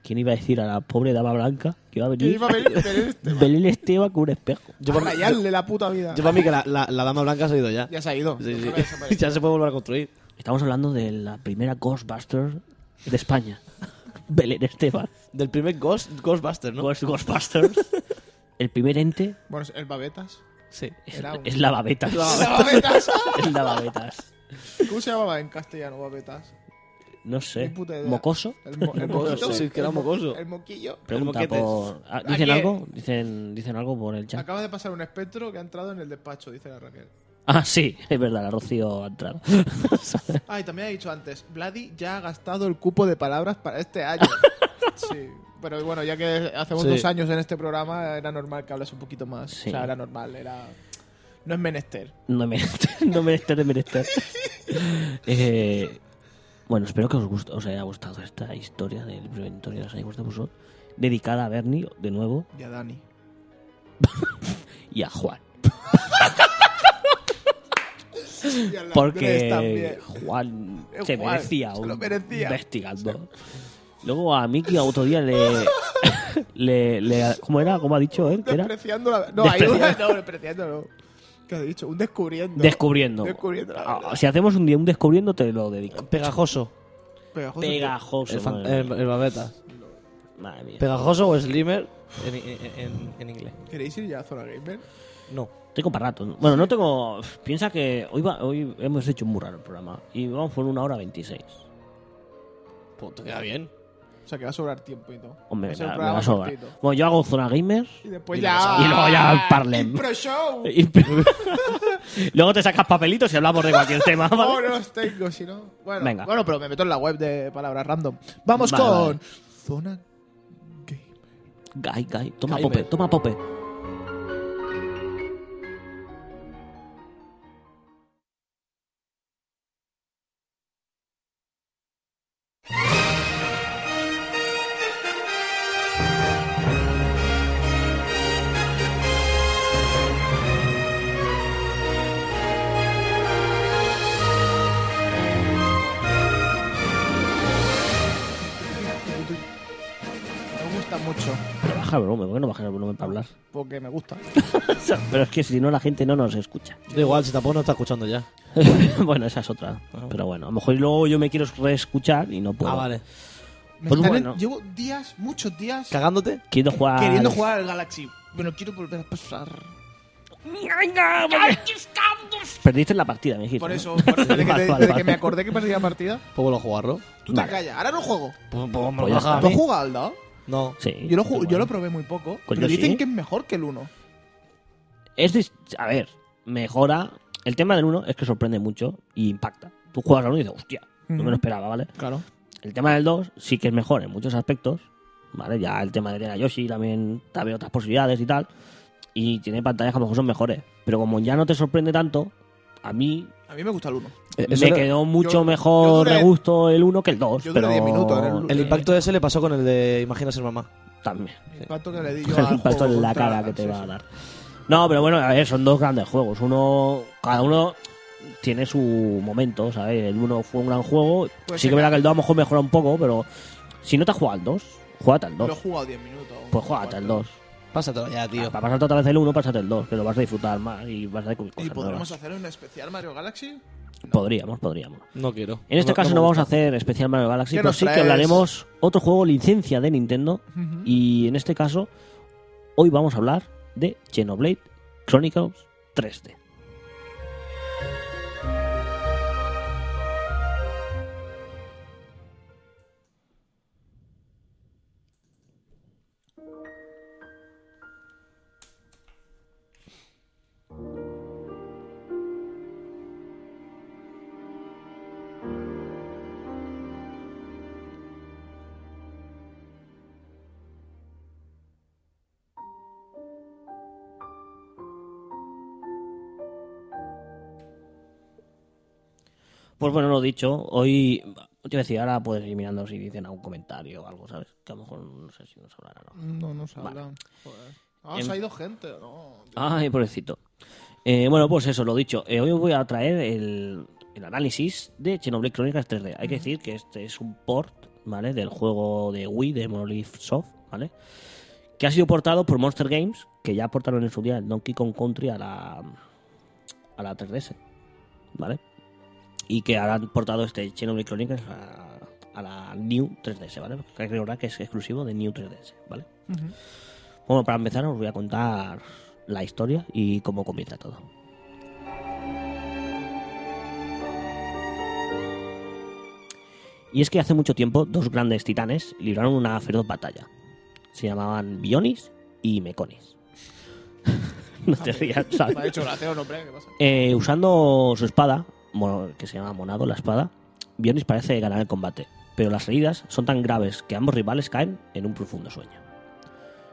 ¿Quién iba a decir a la pobre dama blanca que iba a Que venir? iba a venir [laughs] pero este, Belén Esteban con un espejo. Yo a para, yo, rayarle la puta vida. yo para mí que la, la- la dama blanca se ha ido ya. Ya se ha ido. Sí, sí. Ya desaparece. [laughs] ya se puede volver a construir. Estamos hablando de la primera Ghostbusters de España. [laughs] Belén Esteban. Del primer Ghost, Ghostbuster, ¿no? Ghost- Ghostbusters. El primer ente Bueno, el babetas. Sí. es, Era un- es la babetas. ¿El babetas? [laughs] Es la babetas. ¿Cómo se llamaba en castellano babetas? No sé. Ni puta idea. ¿Mocoso? El, mo- [laughs] el moquito. Sí, que era el mo- mocoso. El moquillo. Pregunta moquete. por... ah, ¿Dicen Aquí. algo? ¿Dicen, ¿Dicen algo por el chat? Acaba de pasar un espectro que ha entrado en el despacho, dice la Raquel. Ah, sí. Es verdad, la Rocío ha [laughs] entrado. Ah, y también ha dicho antes, Vladi ya ha gastado el cupo de palabras para este [laughs] año. sí. Pero bueno, ya que hacemos Sí. dos años en este programa, era normal que hablas un poquito más. Sí. O sea, era normal, era... No es menester. No me [laughs] no menester de menester. Eh, bueno, espero que os, gust- os haya gustado esta historia del preventorio de San Ignacio de Busot, dedicada a Bernie, de nuevo, Ya, Dani. y a Juan. Y al Andrés Porque también. Juan Eh, se Juan, merecía se un lo merecía. investigando. Luego a Mickey otro día le, [laughs] le, le- ¿Cómo era? ¿Cómo ha dicho él? que era? Despreciando la... No, hay Despreciando. una... [laughs] No, despreciando no. ¿Qué has dicho? Un descubriendo. Descubriendo. Descubriendo la Ah, verdad. Si hacemos un día un descubriendo, te lo dedico. Pegajoso. Pegajoso. Pegajoso. El, fan- madre el, mía. el babeta. Madre mía. Pegajoso o slimer en, en- en- en inglés. ¿Queréis ir ya a Zona Gamer? No. Tengo para rato. ¿no? Bueno, no tengo. Piensa que hoy, va- hoy hemos hecho muy raro el programa. Y vamos por una hora 26. Pues te queda bien. O sea, que va a sobrar tiempo y todo. Va Hombre, me, a ser un da- me programa va a sobrar. cortito. Bueno, yo hago zona gamer. Y después Y ya. luego- y luego ya parlem. Impro show. y- [laughs] Luego te sacas papelitos y hablamos de cualquier tema. ¿vale? No, no los tengo, si no. Bueno, Venga. bueno, pero me meto en la web de palabras random. Vamos Vale, con. vale. Zona Game. Gai, gai. Toma Gamer. pope, toma pope. Me gusta mucho. Pero baja el volumen, ¿por qué no bajas el volumen para [laughs] hablar? Porque me gusta. Pero es que si no, la gente no nos escucha. Da igual, si tampoco no está escuchando ya. [laughs] bueno, esa es otra. Pero bueno, a lo mejor luego yo me quiero reescuchar y Pues no puedo. Ah, vale. Me Pues están bueno. en- Llevo días, muchos días, ¿Cagándote? Quiero jugar. queriendo jugar al Galaxy. Bueno, quiero volver a pasar. Perdiste la partida, me dijiste. Por [laughs] ¿no? eso, por- desde, que, Vale, te- vale, desde que vale. me acordé que perdí la partida, Pues vuelvo a jugarlo. tú Vale. te callas. Ahora no juego. Pues, pues me Pues ya bajas a ¿Tú mí. has jugado al DAO? No. Sí. Yo lo, ju- igual. yo lo probé muy poco. Pues pero yo dicen sí. que es mejor que el 1. Es dis- a ver, mejora. El tema del 1 es que sorprende mucho y impacta. Tú juegas al 1 y dices, hostia, no me Ujú. lo esperaba, ¿vale? Claro. El tema del 2 sí que es mejor en muchos aspectos, ¿vale? Ya el tema de tener a Yoshi también, también otras posibilidades y tal. Y tiene pantallas que a lo mejor son mejores. Pero como ya no te sorprende tanto, a mí A mí me gusta el 1. Eh, eso me era- quedó mucho yo mejor duré- de gusto el 1 que el 2. yo duré pero 10 minutos en el- El impacto ese le pasó con el de Imagina ser mamá. también. El impacto que le di yo el [laughs] al impacto juego en la contra- cara que te sí, va sí. a dar. No, pero bueno, a ver, son dos grandes juegos. Uno, cada uno tiene su momento, ¿sabes? El uno fue un gran juego. Pues sí sí, que es verdad que el 2 a lo mejor mejora un poco, pero si no te has jugado al 2, jugate al Lo he 2. jugado 10 minutos. Pues jugate al 2. Pásatelo ya, tío. Para pasarte otra vez el 1, pásate el 2, que lo vas a disfrutar más y vas a descubrir ¿Y cosas podremos nuevas. hacer un especial Mario Galaxy? Podríamos, podríamos. No quiero. En este No- caso me no vamos a gusta. hacer especial Mario Galaxy, ¿Qué pero nos sí que traes? hablaremos otro juego licencia de Nintendo. Ujú. Y en este caso, hoy vamos a hablar de Xenoblade Chronicles 3D. Pues bueno, lo dicho, hoy. Yo decía, ahora puedes ir mirando si dicen algún comentario o algo, ¿sabes? Que a lo mejor no sé si nos hablarán o no. No, no se habla. Joder. Ah, Em- se ha ido gente. No. Ay, pobrecito. Eh, bueno, pues eso, lo dicho. Eh, hoy os voy a traer el, el análisis de Xenoblade Chronicles 3D. Hay que decir que este es un port ¿vale? Del juego de Wii de Monolith Soft, ¿vale? Que ha sido portado por Monster Games, que ya portaron en su día el Donkey Kong Country a la, a la 3DS, ¿vale? Y que ahora han portado este Xenoblade Chronicles a, a la New 3DS, ¿vale? Porque hay que recordar que es exclusivo de New 3DS, ¿vale? Bueno, para empezar os voy a contar la historia y cómo comienza todo. Y es que hace mucho tiempo dos grandes titanes libraron una feroz batalla. Se llamaban Bionis y Meconis. [laughs] no te [laughs] rías, ¿sabes? Me ha hecho gracia, no, hombre, ¿qué pasa? Eh, usando su espada, mo- que se llama Monado, la espada, Bionis parece ganar el combate, pero las heridas son tan graves que ambos rivales caen en un profundo sueño.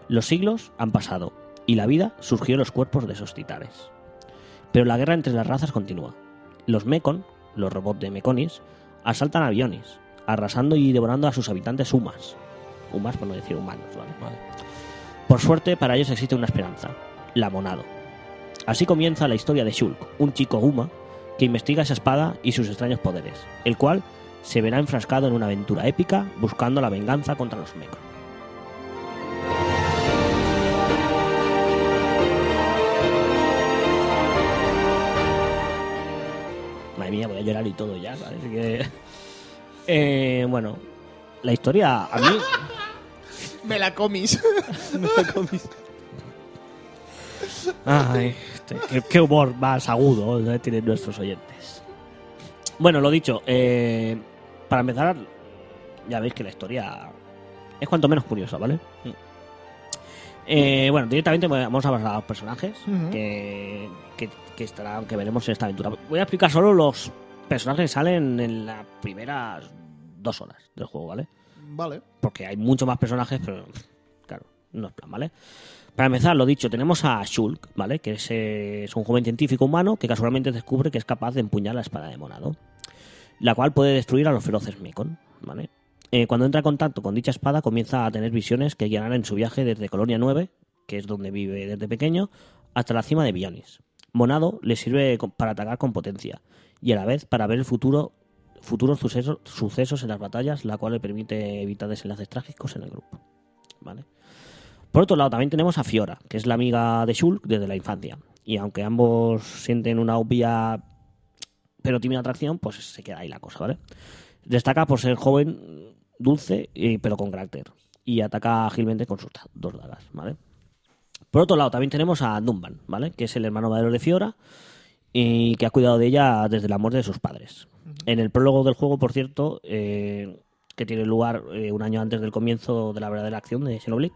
Los siglos han pasado y la vida surgió en los cuerpos de esos titanes. Pero la guerra entre las razas continúa. Los Mekon, los robots de Mekonis, asaltan a Bionis, arrasando y devorando a sus habitantes humas. Humas, por no decir humanos, ¿vale? Por suerte, para ellos existe una esperanza, la Monado. Así comienza la historia de Shulk, un chico Uma que investiga esa espada y sus extraños poderes, el cual se verá enfrascado en una aventura épica buscando la venganza contra los Mekon. Madre mía, voy a llorar y todo ya, ¿vale? Así que... Eh, bueno, la historia a mí... [laughs] Me la [laughs] comis. Ay, este, qué, qué humor más agudo ¿no? tienen nuestros oyentes. Bueno, lo dicho, eh, para empezar, ya veis que la historia es cuanto menos curiosa, ¿vale? Eh, bueno, directamente vamos a pasar a los personajes Ujú. que, que, que estarán, que veremos en esta aventura. Voy a explicar solo los personajes que salen en las primeras dos horas del juego, ¿vale? vale. porque hay muchos más personajes, pero claro, no es plan, ¿vale? Para empezar, lo dicho, tenemos a Shulk, ¿vale? Que es, eh, es un joven científico humano que casualmente descubre que es capaz de empuñar la espada de Monado, la cual puede destruir a los feroces Mekon, ¿vale? Eh, cuando entra en contacto con dicha espada comienza a tener visiones que guiarán en su viaje desde Colonia 9, que es donde vive desde pequeño, hasta la cima de Bionis. Monado le sirve co- para atacar con potencia y a la vez para ver el futuro futuros suceso- sucesos en las batallas, la cual le permite evitar desenlaces trágicos en el grupo. ¿Vale? Por otro lado, también tenemos a Fiora, que es la amiga de Shulk desde la infancia. Y aunque ambos sienten una obvia pero tímida atracción, pues se queda ahí la cosa, ¿vale? Destaca por ser joven, dulce, eh, pero con carácter. Y ataca ágilmente con sus da- dos dagas, ¿vale? Por otro lado, también tenemos a Dumban, ¿vale? Que es el hermano mayor de Fiora y que ha cuidado de ella desde la muerte de sus padres. En el prólogo del juego, por cierto, eh, que tiene lugar eh, un año antes del comienzo de la verdadera acción de Xenoblade,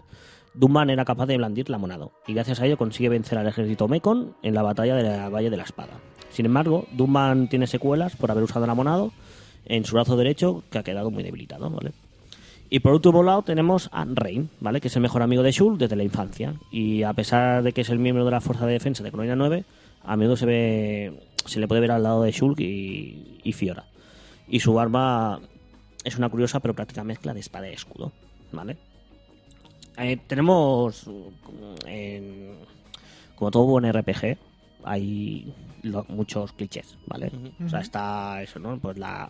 Dumban era capaz de blandir la monado y gracias a ello consigue vencer al ejército Mekon en la batalla de la Valle de la Espada. Sin embargo, Dumban tiene secuelas por haber usado la monado en su brazo derecho que ha quedado muy debilitado, ¿vale? Y por último lado tenemos a Rain, ¿vale? Que es el mejor amigo de Shul desde la infancia. Y a pesar de que es el miembro de la Fuerza de Defensa de Colonia 9, a menudo se ve. se le puede ver al lado de Shul y, y Fiora. Y su arma es una curiosa pero práctica mezcla de espada y escudo. ¿Vale? Eh, tenemos. mm, en- como todo buen RPG, hay lo- muchos clichés, ¿vale? O sea, está eso, ¿no? Pues la,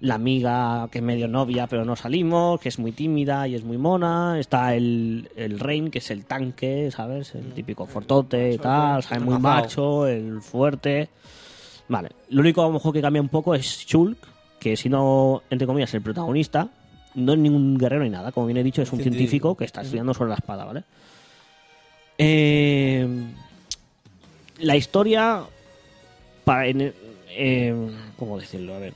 la amiga que es medio novia, pero no salimos, que es muy tímida y es muy mona. Está el, el Rain, que es el tanque, ¿sabes? El típico fortote y tal, ¿sabes? Muy Mazao. macho, el fuerte. Vale, lo único a lo mejor que cambia un poco es Shulk, que siendo, entre comillas, el protagonista, no es ningún guerrero ni nada. Como bien he dicho, es un científico, Científico. que está estudiando sobre la espada, ¿vale? Eh, la historia. Para, en- eh, ¿Cómo decirlo? A ver.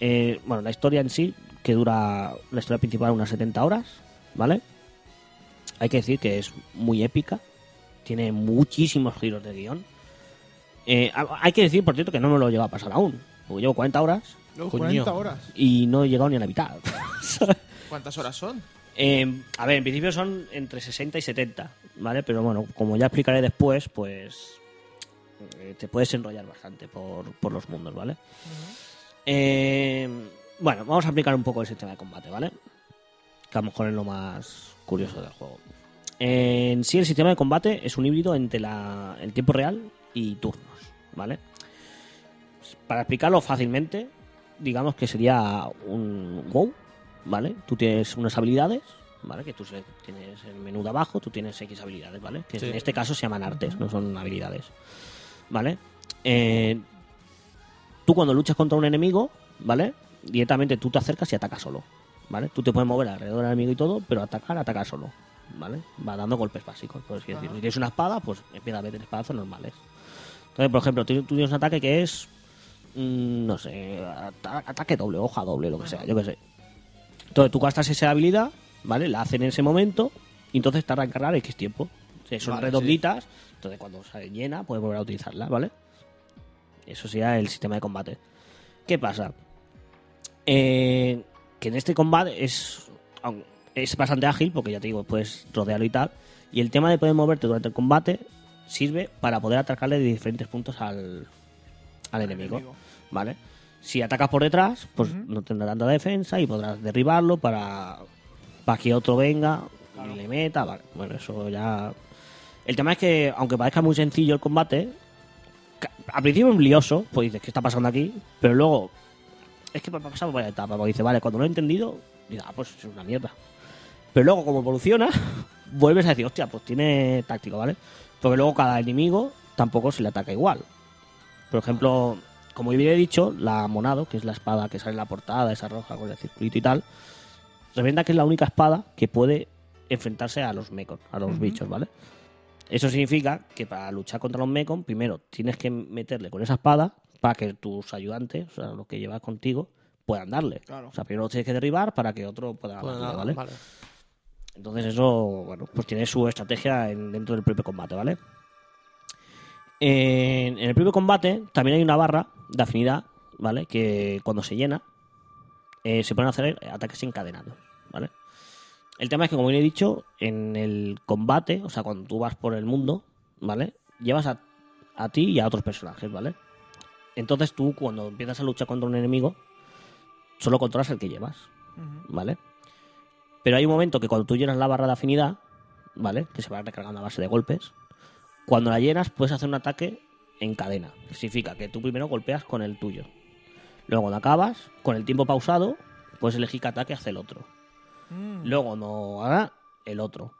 Eh, bueno, la historia en sí, que dura. La historia principal unas 70 horas, ¿vale? Hay que decir que es muy épica. Tiene muchísimos giros de guión. Eh, ha- hay que decir, por cierto, que no me lo lleva a pasar aún. Porque llevo 40 horas Luego, Coño. 40 horas. y no he llegado ni a la mitad. [laughs] ¿Cuántas horas son? Eh, a ver, en principio son entre 60 y 70, ¿vale? Pero bueno, como ya explicaré después, pues eh, te puedes enrollar bastante por, por los mundos, ¿vale? Eh, bueno, vamos a aplicar un poco el sistema de combate, ¿vale? Que a lo mejor es lo más curioso del juego. Eh, En sí, el sistema de combate es un híbrido entre la- el tiempo real y turnos, ¿vale? Para explicarlo fácilmente, digamos que sería un WoW, ¿vale? Tú tienes unas habilidades, ¿vale? Que tú se- tienes el menú de abajo, tú tienes X habilidades, ¿vale? Que Sí. en este caso se llaman artes, no son habilidades, ¿vale? Eh, tú cuando luchas contra un enemigo, ¿vale? Directamente tú te acercas y atacas solo, ¿vale? Tú te puedes mover alrededor del enemigo y todo, pero atacar, atacar solo, ¿vale? Va dando golpes básicos, por así decirlo. Si tienes una espada, pues empieza a meter ¿eh? espadazos normales. Entonces, por ejemplo, tú tú tienes un ataque que es, mm, no sé, ata- ataque doble, hoja doble, lo que sea, yo qué sé. Entonces tú gastas esa habilidad, ¿vale? La hacen en ese momento y entonces tarda en cargar X tiempo. O sea, son Vale, redonditas, entonces cuando se llena puedes volver a utilizarla, ¿vale? Eso sería el sistema de combate. ¿Qué pasa? Eh, que en este combate es, aun- es bastante ágil, porque ya te digo, puedes rodearlo y tal. Y el tema de poder moverte durante el combate sirve para poder atacarle de diferentes puntos al, al enemigo, ¿Vale? Si atacas por detrás, pues no tendrá tanta defensa y podrás derribarlo para, para que otro venga y le meta. vale. Bueno, eso ya. El tema es que, aunque parezca muy sencillo el combate, ca- al principio es un lioso, pues dices, ¿qué está pasando aquí? Pero luego, es que pa- pasamos varias etapas, porque dices, vale, cuando lo he entendido, dices, ah, pues es una mierda. Pero luego, como evoluciona, [laughs] vuelves a decir, hostia, pues tiene táctico, ¿vale? Porque luego cada enemigo tampoco se le ataca igual. Por ejemplo, como yo bien he dicho, la Monado, que es la espada que sale en la portada, esa roja con el circulito y tal, revienta que es la única espada que puede enfrentarse a los mecos, a los bichos, ¿vale? Eso significa que para luchar contra los Mekon, primero tienes que meterle con esa espada para que tus ayudantes, o sea, los que llevas contigo, puedan darle. Claro. O sea, primero los tienes que derribar para que otro pueda Bueno, darle, nada, ¿vale? vale. Entonces eso, bueno, pues tiene su estrategia en- dentro del propio combate, ¿vale? En, en el propio combate también hay una barra de afinidad, ¿vale? Que cuando se llena eh, se pueden hacer ataques encadenados, ¿vale? El tema es que, como bien he dicho, en el combate, o sea, cuando tú vas por el mundo, ¿vale? Llevas a, a ti y a otros personajes, ¿vale? Entonces tú, cuando empiezas a luchar contra un enemigo, solo controlas el que llevas, ¿vale? Pero hay un momento que cuando tú llenas la barra de afinidad, ¿vale? Que se va recargando a base de golpes. Cuando la llenas, puedes hacer un ataque en cadena. que Significa que tú primero golpeas con el tuyo. Luego, cuando acabas, con el tiempo pausado, puedes elegir qué ataque hace el otro. Luego, no hará el otro.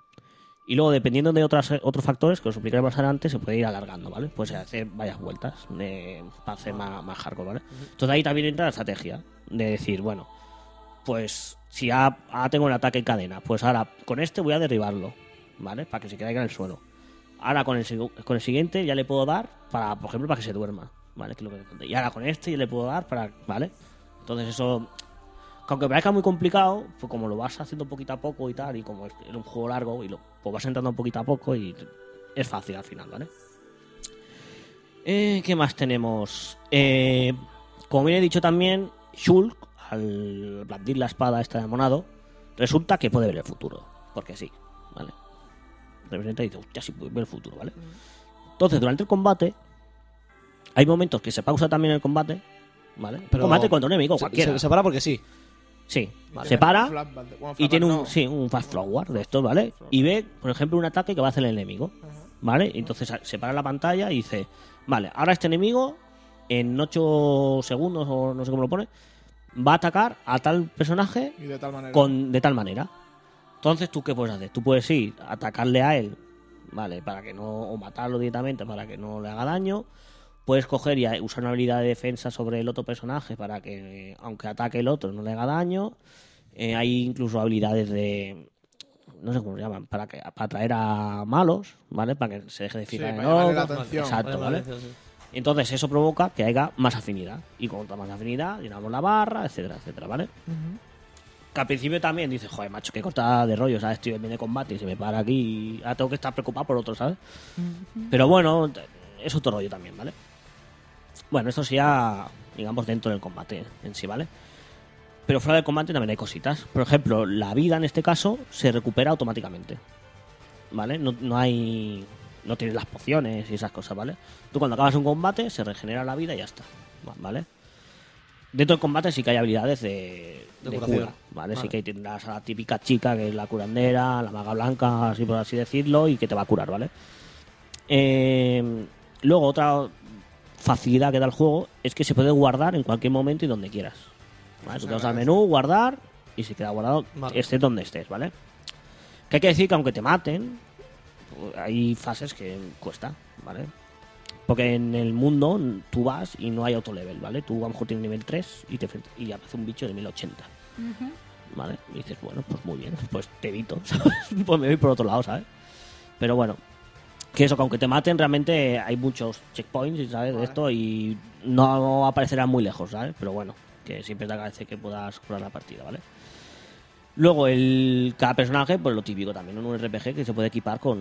Y luego, dependiendo de otras, otros factores que os explicaré más adelante, se puede ir alargando, ¿vale? Puedes hacer varias vueltas eh, para hacer más, más hardcore, ¿vale? Entonces ahí también entra la estrategia de decir, bueno, pues si A, A tengo el ataque en cadena, pues ahora con este voy a derribarlo, ¿vale? Para que se caiga en el suelo. Ahora con el, sigu- con el siguiente ya le puedo dar para, por ejemplo, para que se duerma, ¿vale? Que es lo que conté. y ahora con este ya le puedo dar para, ¿vale? Entonces eso, que aunque parezca muy complicado, pues como lo vas haciendo poquito a poco y tal, y como es un juego largo, y lo pues vas entrando poquito a poco y es fácil al final, ¿vale? Eh, ¿Qué más tenemos? Eh, como bien he dicho también, Shulk, al blandir la espada esta de Monado, resulta que puede ver el futuro. Porque sí, ¿vale? Representa y dice, hostia, sí puede ver el futuro, ¿vale? Entonces, durante el combate, hay momentos que se pausa también el combate, ¿vale? Pero- combate contra un enemigo, Se- cualquiera. Se, se para porque sí. sí, Vale. se para Flat- bueno, y flat tiene un, no. sí, un fast forward de estos, ¿vale? Y ve, por ejemplo, un ataque que va a hacer el enemigo, ¿vale? Y Entonces se para la pantalla y dice, vale, ahora este enemigo en 8 segundos o no sé cómo lo pone, va a atacar a tal personaje Y de tal manera. con, de tal manera. Entonces, ¿tú qué puedes hacer? Tú puedes ir a atacarle a él, ¿vale? Para que no. O matarlo directamente para que no le haga daño. Puedes coger y a- usar una habilidad de defensa sobre el otro personaje para que, aunque ataque el otro, no le haga daño. Eh, hay incluso habilidades de. No sé cómo se llaman, para, que, para atraer a malos, ¿vale? Para que se deje de Sí, fijar en para llamarle la otro. atención. Exacto, ¿vale? Entonces eso provoca que haya más afinidad. Y cuanto más afinidad, llenamos la barra, etcétera, etcétera, ¿vale? Que al principio también dices, joder, macho, qué cortada de rollo, ¿sabes? Estoy en medio de combate y se me para aquí y ahora tengo que estar preocupado por otro, ¿sabes? Pero bueno, t- es otro rollo también, ¿vale? Bueno, esto sería, digamos, dentro del combate en sí, ¿vale? Pero fuera del combate también hay cositas. Por ejemplo, la vida en este caso se recupera automáticamente. ¿Vale? No, no hay. No tienes las pociones y esas cosas, ¿vale? Tú cuando acabas un combate se regenera la vida y ya está. va- ¿Vale? Dentro del combate sí que hay habilidades de, De de curación. cura, ¿vale? Sí Vale. que ahí tendrás a la típica chica que es la curandera, la maga blanca, así por así decirlo, y que te va a curar, ¿vale? Eh, luego, otra facilidad que da el juego es que se puede guardar en cualquier momento y donde quieras. ¿vale? Tú te vas al pues menú, guardar, y y se queda guardado, Vale. estés donde estés, ¿vale? Que hay que decir que aunque te maten, pues, hay fases que cuesta, ¿vale? Porque en el mundo n- tú vas y no hay autolevel, ¿vale? Tú a lo mejor tienes nivel 3 y, te enfrent- y aparece un bicho de 1080, ¿vale? Y dices, bueno, pues muy bien, [laughs] pues te evito, ¿sabes? Pues me voy por otro lado, ¿sabes? Pero bueno, que eso, que aunque te maten, realmente hay muchos checkpoints, ¿sabes? De esto y no aparecerán muy lejos, ¿sabes? Pero bueno, que siempre te agradece que puedas curar la partida, ¿vale? Luego, el, cada personaje, pues lo típico también en un RPG que se puede equipar con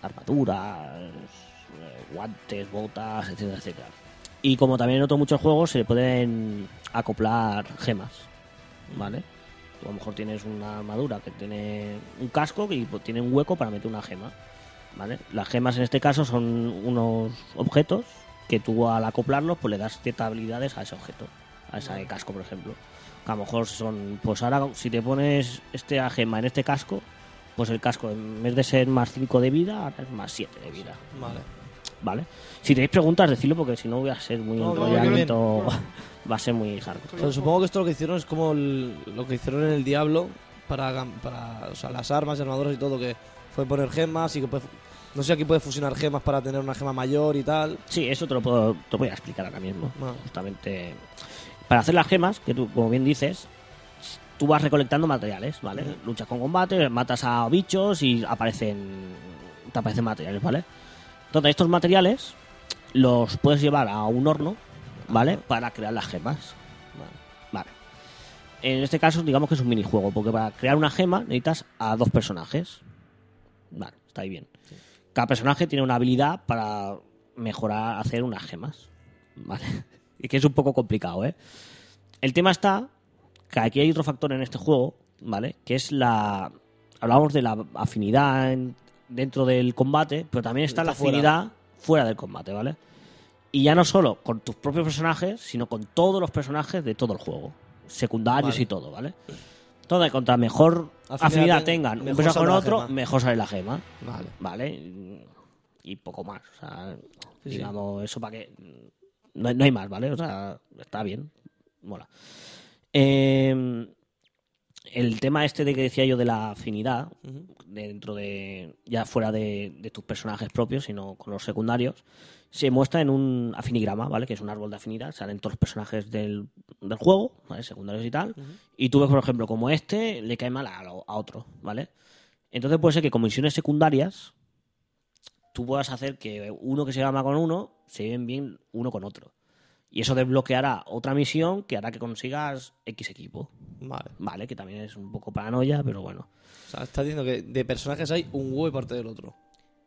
armaduras, eh, guantes, botas, etcétera, etcétera. Y como también en otros muchos juegos, se le pueden acoplar gemas, ¿vale? Tú a lo mejor tienes una armadura que tiene un casco y pues, tiene un hueco para meter una gema, ¿vale? Las gemas en este caso son unos objetos que tú al acoplarlos, pues le das ciertas habilidades a ese objeto, a ese casco, por ejemplo que a lo mejor son, pues ahora si te pones este gema en este casco, pues el casco en vez de ser más 5 de vida, ahora es más 7 de vida, Vale. ¿vale? Si tenéis preguntas, decidlo porque si no voy a ser muy No, no, enrollamiento, [laughs] va a ser muy O hardcore. sea, Pues supongo que esto lo que hicieron es como el- lo que hicieron en el Diablo para, gam- para o sea, las armas, y armaduras y todo, que fue poner gemas y que puedes- no sé, aquí puedes fusionar gemas para tener una gema mayor y tal. Sí, eso te lo, puedo, te lo voy a explicar ahora mismo. Vale. Justamente para hacer las gemas, que tú, como bien dices, tú vas recolectando materiales, ¿vale? Luchas con combate, matas a bichos y aparecen te aparecen materiales, ¿vale? Entonces, estos materiales los puedes llevar a un horno, ¿vale? Para crear las gemas. Vale. En este caso, digamos que es un minijuego, porque para crear una gema necesitas a dos personajes. Vale, está ahí bien. Cada personaje tiene una habilidad para mejorar, hacer unas gemas. Vale. [laughs] Y que es un poco complicado, ¿eh? El tema está que aquí hay otro factor en este juego, ¿vale? Que es la. Hablábamos de la afinidad en- dentro del combate, pero también está, Está la fuera. afinidad fuera del combate, ¿vale? Y ya no solo con tus propios personajes, sino con todos los personajes de todo el juego. Secundarios Vale. y todo, ¿vale? Entonces, contra mejor Afinidad afinidad, ten- tengan un mejor personaje con saldrá la otro, gema. mejor sale la gema, Vale. ¿vale? Y poco más. O sea, Sí, digamos, eso para que. mm, No, no hay más, ¿vale? O sea, está bien. Mola. Eh, el tema este de que decía yo de la afinidad, dentro de. ya fuera de, de tus personajes propios, sino con los secundarios, se muestra en un afinigrama, ¿vale? Que es un árbol de afinidad, salen todos los personajes del, del juego, ¿vale? Secundarios y tal. Y tú ves, por ejemplo, como este le cae mal a, lo- a otro, ¿vale? Entonces puede ser que con misiones secundarias tú puedas hacer que uno que se llama con uno se lleven bien uno con otro. Y eso desbloqueará otra misión que hará que consigas X equipo. Vale. Vale, que también es un poco paranoia, pero bueno. O sea, estás diciendo que de personajes hay un huevo y parte del otro.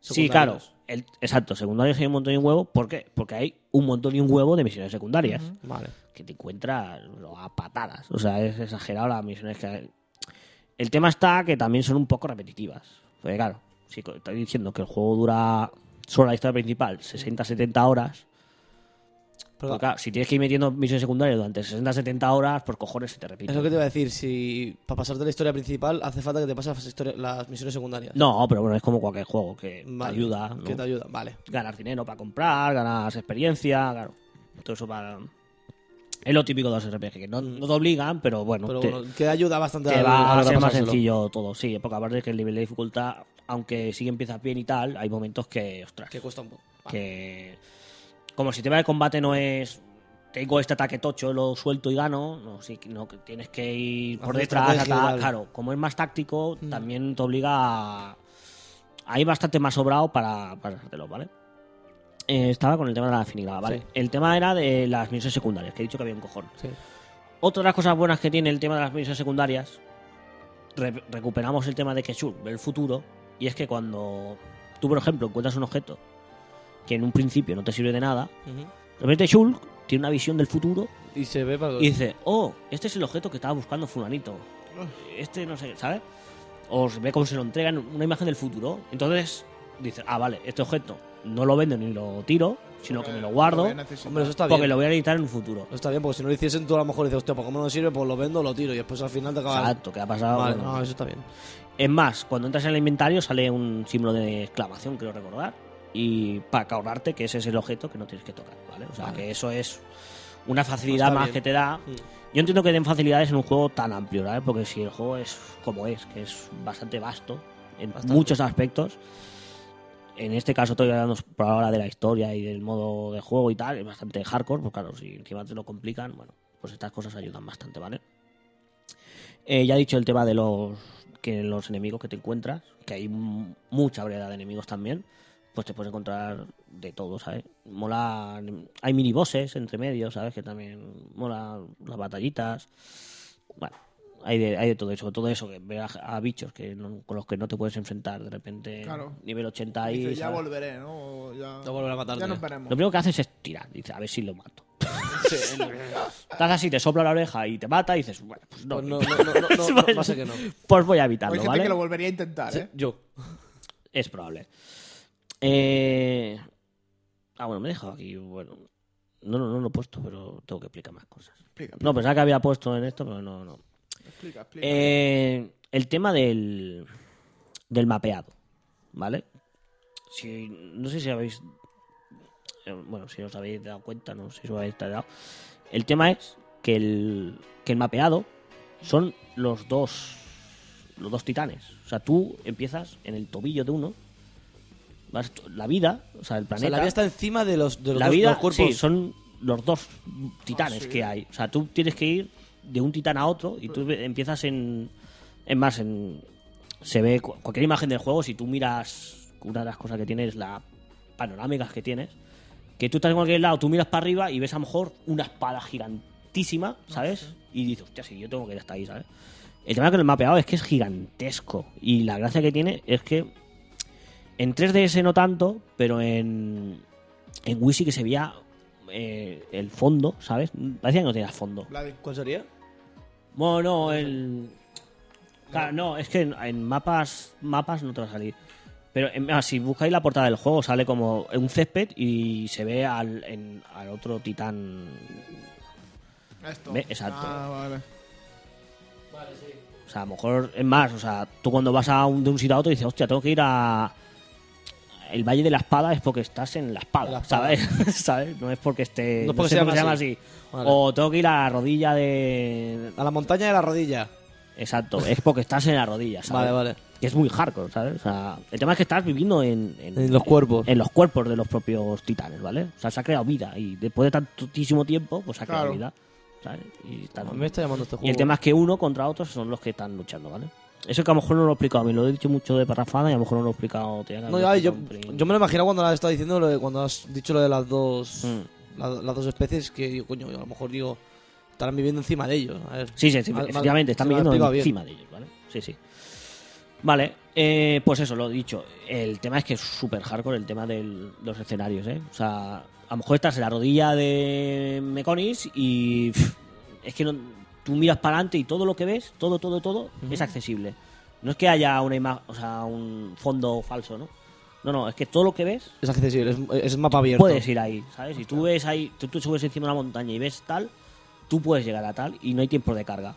Sí, claro. Secundarios. El, exacto, secundarios hay un montón de huevo. ¿Por qué? Porque hay un montón de un huevo de misiones secundarias. Vale. que te encuentras a patadas. O sea, es exagerado las misiones que hay. El tema está que también son un poco repetitivas. Porque claro, si co- estoy diciendo que el juego dura solo la historia principal 60-70 horas, Perdón. pues claro, si tienes que ir metiendo misiones secundarias durante 60-70 horas, por cojones se te repite. Es lo que te iba a decir, si para pasarte la historia principal hace falta que te pases las, historias- las misiones secundarias. No, pero bueno, es como cualquier juego que Vale. te ayuda. ¿no? Que te ayuda, vale. ganas dinero para comprar, ganas experiencia, claro. Todo eso para... Es lo típico de los RPG, que no, no te obligan, pero bueno, Mm. Pero te- bueno, que ayuda bastante Te al- va a hora de ser más pasárselo. sencillo todo, sí, porque aparte que el nivel de dificultad, aunque sí que empiezas bien y tal, hay momentos que, ostras, Que cuesta un poco. que como el sistema de combate no es tengo este ataque tocho, lo suelto y gano, no, sí, no que tienes que ir por Hacer detrás, estrategia Mm. y atacar, tal. claro, como es más táctico, también te obliga a... Hay bastante más sobrado para pasártelo, ¿vale? Eh, estaba con el tema de la afinidad, ¿vale? Sí. El tema era de las misiones secundarias, que he dicho que había un cojón. Sí. Otra de las cosas buenas que tiene el tema de las misiones secundarias, re- recuperamos el tema de que Shur ve el futuro, y es que cuando tú, por ejemplo, encuentras un objeto que en un principio no te sirve de nada, de repente Shulk tiene una visión del futuro Y se ve para... y dice, oh, este es el objeto que estaba buscando fulanito. Ah. Este no sé, ¿sabes? O se ve cómo se lo entregan una imagen del futuro. Entonces dice, ah, vale, este objeto no lo vendo ni lo tiro, sino que me lo guardo Hombre, eso está bien. porque lo voy a necesitar en un futuro. Está bien, porque si no lo hiciesen, tú a lo mejor dices, hostia, pues como no sirve, pues lo vendo, lo tiro y después al final te acabas. Exacto, que ha pasado. Vale, Ah, bueno. no, eso está bien. Es más, cuando entras en el inventario sale un símbolo de exclamación, creo recordar, y para ahorrarte que ese es el objeto que no tienes que tocar, ¿vale? O sea, que eso es una facilidad Pues Está más bien. Mm. que te da. Yo entiendo que den facilidades en un juego tan amplio, ¿verdad? Porque si el juego es como es, que es bastante vasto en Bastante. muchos aspectos, en este caso estoy hablando por ahora de la historia y del modo de juego y tal, es bastante hardcore, pues claro, si encima te lo complican, bueno, pues estas cosas ayudan bastante, ¿vale? Eh, ya he dicho el tema de los que los enemigos que te encuentras, que hay m- mucha variedad de enemigos también, pues te puedes encontrar de todo, ¿sabes? Mola, hay minibosses entre medio, ¿sabes? Que también mola las batallitas. Bueno, hay de, hay de todo eso, todo eso, que ver a, a bichos que no- con los que no te puedes enfrentar de repente, Claro. nivel 80 y... Dice, ya ¿sabes? volveré, ¿no? O Ya, Ya volveré a matarte. Ya nos Lo veremos. primero que haces es tirar, dice, a ver si lo mato. [laughs] Sí, es lo que- Estás así, te sopla la oreja y te mata y dices, bueno, pues no, Pues no, no, no, no, [laughs] no, no, va a ser que no. pues voy a Hay evitarlo, gente ¿vale? que lo volvería a intentar, ¿eh? Yo. Es probable. Eh... Ah, bueno, me he dejado aquí. Bueno, no, no, no lo he puesto, pero tengo que explicar más cosas. Explica, No, pensaba que había puesto en esto, pero no, no. explica, explica. Eh, el tema del, del mapeado, ¿vale? Si, no sé si habéis. eh, Bueno, si os habéis dado cuenta, no sé si os habéis dado. El tema es que el, que el mapeado son los dos. Los dos titanes. O sea, tú empiezas en el tobillo de uno. Vas, la vida, o sea, el O planeta. sea, la vida está encima de los, de los La dos- vida, los cuerpos. sí, son los dos titanes que hay. O sea, tú tienes que ir de un titán a otro y tú empiezas en. Es más, en, se ve cu- cualquier imagen del juego. Si tú miras, una de las cosas que tienes, las panorámicas que tienes, que tú estás en cualquier lado, tú miras para arriba y ves a lo mejor una espada gigantísima, ¿sabes? Y dices, hostia, sí, yo tengo que ir hasta ahí, ¿sabes? El tema con el mapeado es que es gigantesco. Y la gracia que tiene es que en 3DS no tanto, pero en, en Wii sí que se veía eh, el fondo, ¿sabes? Parecía que no tenía fondo. Vladi. ¿Cuál sería? Bueno, no, el. Claro, no, es que en, en mapas mapas no te va a salir. Pero en- ah, si buscáis la portada del juego, sale como un césped y se ve al, en- al otro titán. Esto. Ve, exacto. Ah, vale. O sea, a lo mejor es más. O sea, tú cuando vas a un- de un sitio a otro dices, hostia, tengo que ir a. El Valle de la Espada es porque estás en la espada, La espada. ¿sabes? [laughs] ¿sabes? No es porque esté. No es porque sé se por llama qué así. Vale. O tengo que ir a la rodilla de. A la montaña de la rodilla. Exacto, es porque estás en la rodilla, ¿sabes? Vale, vale. que es muy hardcore, ¿sabes? O sea, el tema es que estás viviendo en, en- En los cuerpos. en los cuerpos de los propios titanes, ¿vale? O sea, se ha creado vida y después de tantísimo tiempo, pues se ha creado Claro. vida, ¿sabes? Y, estás- A mí me está llamando este juego. y el tema es que uno contra otro son los que están luchando, ¿vale? Eso que a lo mejor no lo he explicado, me lo he dicho mucho de parrafada y a lo mejor no lo he explicado. tenía que No, haberlo ya, yo, explicado un pelín. yo me lo imagino cuando la estaba diciendo, lo de- cuando has dicho lo de las dos Mm. la- las, dos especies, que digo, coño, yo a lo mejor digo, estarán viviendo encima de ellos. A ver. Sí, sí, sí, Mal- mal- efectivamente, están se me ha viviendo explicado bien. encima de ellos, ¿vale? Sí, sí. Vale, eh, pues eso, lo dicho. El tema es que es súper hardcore el tema del- de los escenarios, ¿eh? O sea, a lo mejor estás en la rodilla de Meconis y pff, es que no- tú miras para adelante y todo lo que ves, todo, todo, todo, es accesible. No es que haya una ima- o sea, un fondo falso, ¿no? No, no, es que todo lo que ves Es accesible, es, es mapa abierto. Puedes ir ahí, ¿sabes? Si tú ves ahí, tú, tú subes encima de una montaña y ves tal, tú puedes llegar a tal y no hay tiempo de carga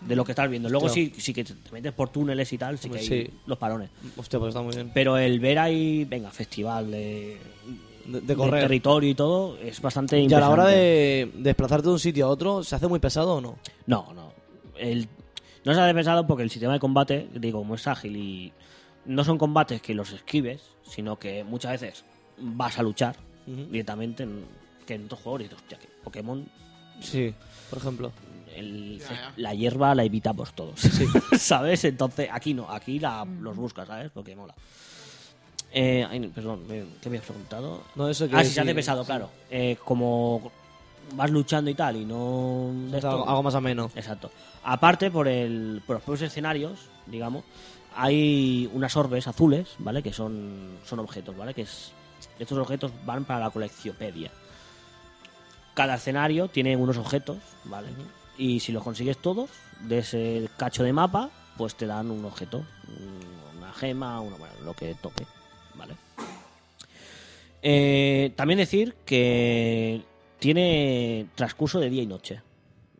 de lo que estás viendo. Luego Hostia. sí, sí que te te metes por túneles y tal, sí que hay Hombre, sí. los parones. Hostia, pues está muy bien. Pero el ver ahí, venga, festival de, De, de correr. territorio y todo, es bastante y a la hora impresionante. de desplazarte de un sitio a otro, ¿se hace muy pesado o no? No, no. El- no se ha pensado porque el sistema de combate, digo, como es ágil y no son combates que los esquives, sino que muchas veces vas a luchar Ujú. directamente en, que en otros juegos y dices, hostia, que Pokémon, Sí, por ejemplo. el- Ya, ya. la hierba la evitamos todos, [laughs] ¿sabes? Entonces, aquí no, aquí la, los buscas, ¿sabes? Porque mola. Eh, ay, perdón, me- ¿qué me has preguntado? No, eso que ah, si sí. se hace pesado, claro. Eh, como vas luchando y tal y no... O sea, algo, algo más ameno. Exacto. Aparte, por, el, por los propios escenarios, digamos, hay unas orbes azules, ¿vale? Que son, son objetos, ¿vale? Que es, estos objetos van para la colecciopedia. Cada escenario tiene unos objetos, ¿vale? Y si los consigues todos, de ese cacho de mapa, pues te dan un objeto. un- Una gema, una, bueno, lo que toque, ¿vale? Eh, también decir que tiene transcurso de día y noche,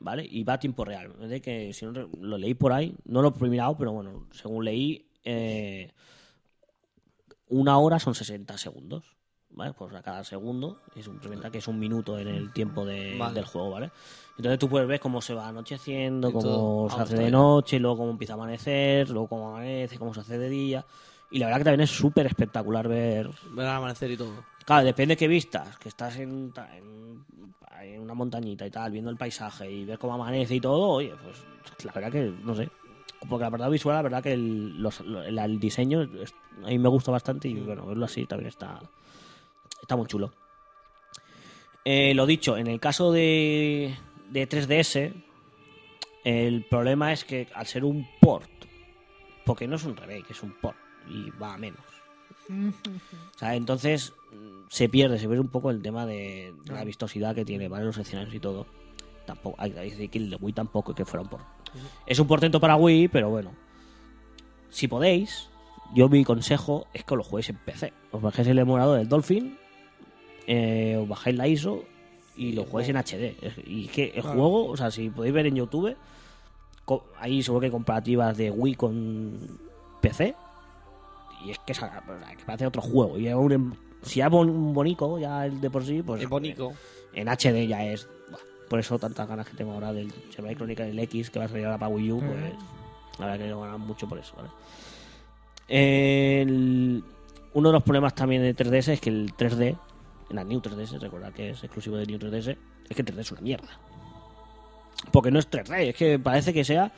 ¿vale? Y va a tiempo real. Es de que si no re- lo leí por ahí, no lo he mirado, pero bueno, según leí, eh, una hora son 60 segundos, ¿vale? Pues a cada segundo, es un, representa que es un minuto en el tiempo de- Vale. del juego, ¿vale? Entonces tú puedes ver cómo se va anocheciendo, Y cómo todo. se Ah, hace está de bien. noche, luego cómo empieza a amanecer, luego cómo amanece, cómo se hace de día. Y la verdad que también es súper espectacular ver Ver al amanecer y todo. Claro, depende de qué vistas, que estás en, ta- en- en una montañita y tal, viendo el paisaje y ver cómo amanece y todo, oye, pues la verdad que, no sé, porque la verdad visual, la verdad que el, los- lo- el- el diseño es- a mí me gusta bastante y bueno, verlo así también está, está muy chulo. Eh, lo dicho, en el caso de, de 3DS, el problema es que al ser un port, porque no es un remake, es un port y va a menos. O sea, entonces mm, se pierde, se pierde un poco el tema de de la vistosidad que tiene, ¿vale? Los escenarios y todo. Tampoco, hay que decir que el de Wii tampoco es que fuera un port. Es un portento para Wii, pero bueno. Si podéis, yo mi consejo es que lo juguéis en PC. Os bajéis el emulador del Dolphin, eh, os bajáis la ISO y lo jugáis en HD. Es- Y es que el juego, o sea, si podéis ver en YouTube, co- hay seguro que hay comparativas de Wii con PC. Y es que, es- o sea, pues, que parece otro juego. Y es un em- si ya es bon- bonico, ya el de por sí, pues. Es bonito. En HD ya es. buah, por eso tantas ganas que tengo ahora del Xenoblade Chronicles el X que va a salir ahora para Wii U, pues. La verdad que no ganan mucho por eso, ¿vale? El- uno de los problemas también de 3DS es que el 3D, en la New 3DS, recordad que es exclusivo de New 3DS, es que 3D es una mierda. Porque no es 3D, es que parece que sea.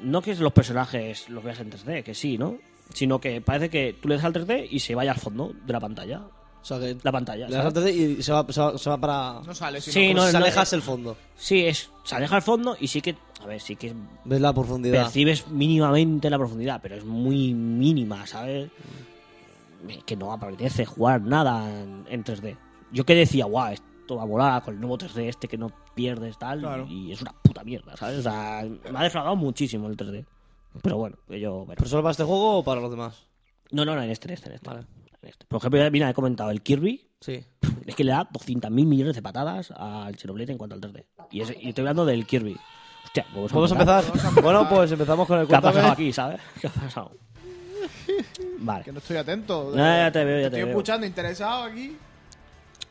No que los personajes los veas en 3D, que sí, ¿no? Sino que parece que tú le das al 3D y se vaya al fondo de la pantalla. O sea que La pantalla. le ¿sabes? das al 3D y se va, se va, se va para. No sale, si Sí, como no, si se no, alejas eh. el fondo. Sí, es, se aleja al fondo y sí que, a ver, sí que Ves la profundidad. percibes mínimamente la profundidad, pero es muy mínima, ¿sabes? Que no apetece jugar nada en, en 3D. Yo que decía, guau, esto va a volar con el nuevo 3D este que no pierdes tal, Claro. y es una puta mierda, ¿sabes? O sea, me ha defraudado muchísimo el 3D. Pero bueno, yo... veré. ¿Pero solo para este juego o para [laughs] los demás? No, no, no, en este, en este, en este. En este. Por ejemplo, mira, he comentado el Kirby, Sí. es que le da 200.000 millones de patadas al Xenoblade en cuanto al 3D. Y, es- y estoy hablando del Kirby. Hostia, pues vamos a, Vamos a [laughs] empezar. Bueno, pues empezamos con el ¿Qué ha cuento. pasado aquí, sabes? ¿Qué ha pasado? Vale. Que no estoy atento. Ya, ya te veo, ya te estoy veo. escuchando interesado aquí.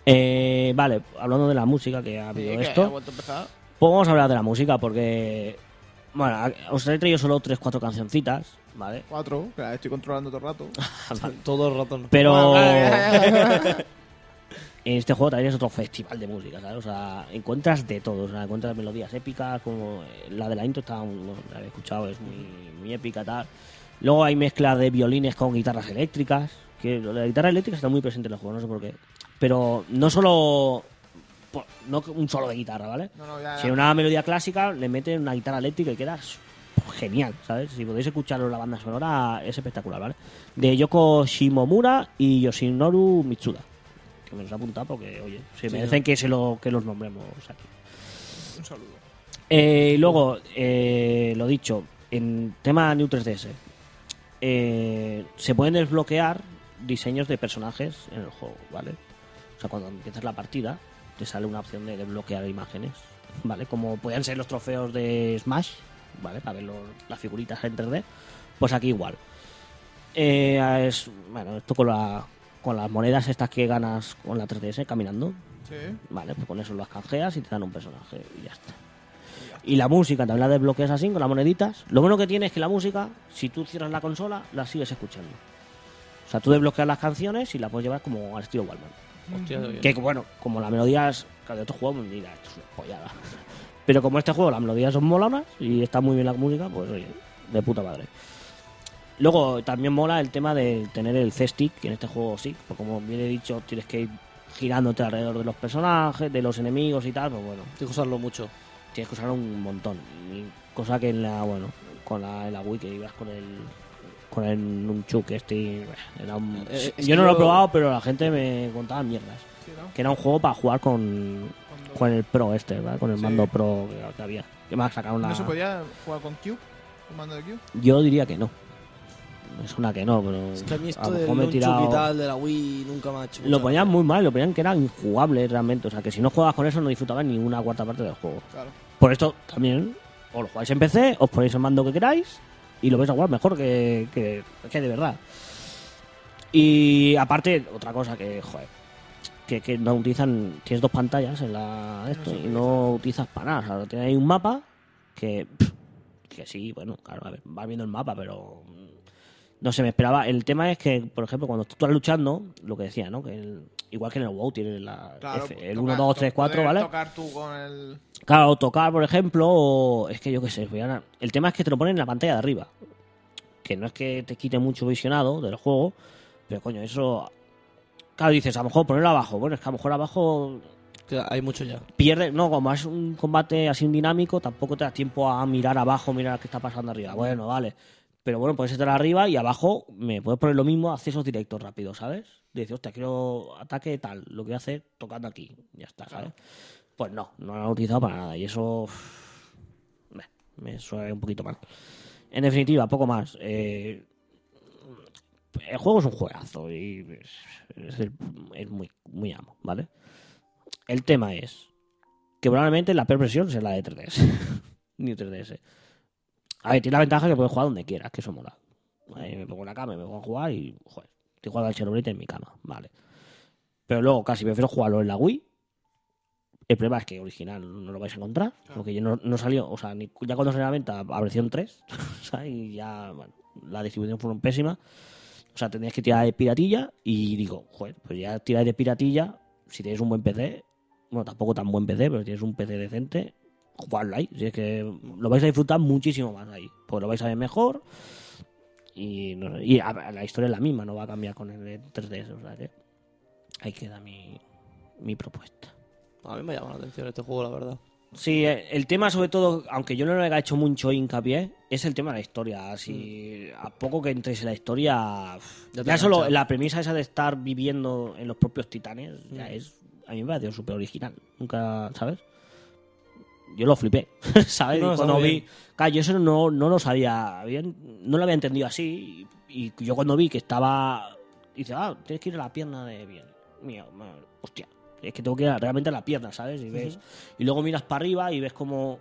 Eh, vale, hablando de la música que ha habido Y que ha esto, vuelto a empezar. pues vamos a hablar de la música porque. Bueno, a- os he traído solo 3-4 cancioncitas, ¿vale? Cuatro, que la estoy controlando todo el [laughs] rato. [laughs] Todo el ratón. Pero. Bueno, Ah, vale, ya, ya, ya. en [laughs] este juego también es otro festival de música, ¿sabes? O sea, encuentras de todo, o sea, encuentras melodías épicas, como eh, la de la intro está, no sé, la habéis escuchado, es muy, muy épica, tal. Luego hay mezclas de violines con guitarras eléctricas, que lo de la guitarra eléctrica está muy presente en el juego, no sé por qué. Pero no solo, por- no un solo de guitarra, ¿vale? No, no, ya, ya. Si en una melodía clásica le meten una guitarra eléctrica y quedas genial, ¿sabes? Si podéis escucharlo en la banda sonora, es espectacular, ¿vale? De Yoko Shimomura y Yoshinoru Mitsuda. Que me los ha apuntado porque, oye, se merecen que, se lo, que los nombremos aquí. Un saludo. Eh, y luego, eh, lo dicho, en tema New 3DS, eh, se pueden desbloquear diseños de personajes en el juego, ¿vale? O sea, cuando empiezas la partida, te sale una opción de desbloquear imágenes, ¿vale? Como podían ser los trofeos de Smash, ¿vale? Para ver los- las figuritas en 3D, pues aquí igual. Eh, es, bueno, esto con, la, con las monedas estas que ganas con la 3DS caminando, Sí. Vale, pues con eso las canjeas y te dan un personaje y ya está. Y la música también la desbloqueas así con las moneditas. Lo bueno que tiene es que la música, si tú cierras la consola, la sigues escuchando. O sea, tú desbloqueas las canciones y las puedes llevar como al estilo Wallman. Hostia, qué bien. Que bueno, como la melodía es. Claro, de otro juego, pues mira, esto es una pollada. Pero como este juego las melodías son molonas y está muy bien la música, pues oye, de puta madre. Luego también mola el tema de tener el C-Stick, que en este juego sí, pues como bien he dicho, tienes que ir girándote alrededor de los personajes, de los enemigos y tal, pues bueno, Tienes que usarlo mucho. tienes que usar un montón. Y cosa que en la, bueno, con la, en la Wii que ibas con el con el nunchuk este y, bueno, era un- Eh, es yo que no lo he yo- probado pero la gente me contaba mierdas Sí, ¿no? que era un juego para jugar con, con el Pro este, ¿verdad? Con el Sí. mando Pro que- que había. Que más sacaron la... ¿No se podía jugar con Cube? ¿Con mando de Cube? Yo diría que no. Es una que no, pero... Es que a mí esto lo del mejor me he Nunchuk tirado- y tal, de la Wii, nunca me ha hecho. Lo mucha ponían gracia. muy mal, lo ponían que era injugable realmente. O sea, que si no jugabas con eso no disfrutabas ni una cuarta parte del juego. Claro. Por esto también, o lo jugáis en PC, os ponéis el mando que queráis y lo vais a jugar mejor que, que, que de verdad. Y aparte, otra cosa que, joder, que, que no utilizan, tienes dos pantallas en la esto y no utilizas para nada. O sea, ahora tienes ahí un mapa que, pff, que sí, bueno, claro, a ver, vas viendo el mapa, pero mm, no se me esperaba. El tema es que, por ejemplo, cuando tú estás luchando, lo que decía, ¿no? Que el- igual que en el WoW tienes la F, el 1, 2, 3, 4, ¿vale? Tocar tú con el. Claro, tocar, por ejemplo, o- es que yo qué sé, voy a- el tema es que te lo ponen en la pantalla de arriba. Que no es que te quite mucho visionado del juego, pero coño, eso. Claro, dices, a lo mejor ponerlo abajo. Bueno, es que a lo mejor abajo Que hay mucho ya. pierde. No, como es un combate así un dinámico, tampoco te das tiempo a mirar abajo, mirar qué está pasando arriba. Bueno, vale. Pero bueno, puedes estar arriba y abajo me puedes poner lo mismo, accesos directos rápidos, ¿sabes? Dices, hostia, quiero ataque tal, lo que voy a hacer tocando aquí. Ya está, ¿sabes? Pues no, no lo han utilizado para nada. Y eso. uff, meh, Me suena un poquito mal. En definitiva, poco más. Eh, el juego es un juegazo y es, es el- es muy, muy amo, ¿vale? El tema es que probablemente la peor versión será la de 3DS. [laughs] Ni 3DS. A ver, tiene la ventaja que puedes jugar donde quieras, que eso mola. Ahí me pongo en la cama, y me pongo a jugar y, joder, estoy jugando al Xenoblade en mi cama, vale. Pero luego casi prefiero jugarlo en la Wii. El problema es que original no lo vais a encontrar, porque ya no, no salió, o sea, ni- ya cuando salió a la venta, a versión [laughs] 3, o sea, y ya bueno, la distribución fue pésima. O sea, tenías que tirar de piratilla y digo, joder, pues ya tiráis de piratilla, si tenéis un buen PC, bueno, tampoco tan buen PC, pero si tienes un PC decente, jugadlo ahí. Si es que lo vais a disfrutar muchísimo más ahí, porque lo vais a ver mejor y, no sé, y a- la historia es la misma, no va a cambiar con el E 3DS, o sea que ahí queda mi, mi propuesta. A mí me llama la atención este juego, la verdad. Sí, eh, el tema sobre todo, aunque yo no le haya hecho mucho hincapié, es el tema de la historia. Si a poco que entres en la historia, pff, Mm. Ya ya, te solo engancha. la premisa esa de estar viviendo en los propios titanes, Mm. ya es, a mí me pareció súper original. Nunca, ¿sabes? Yo lo flipé, [laughs] ¿sabes? No, Y está cuando muy vi, bien. claro, yo eso no, no lo sabía, había- no lo había entendido así. Y, y yo cuando vi que estaba, dice, ah, tienes que ir a la pierna de bien. Mía, ma- hostia, es que tengo que ir a- realmente a la pierna, ¿sabes? Y ves, y luego miras para arriba y ves cómo,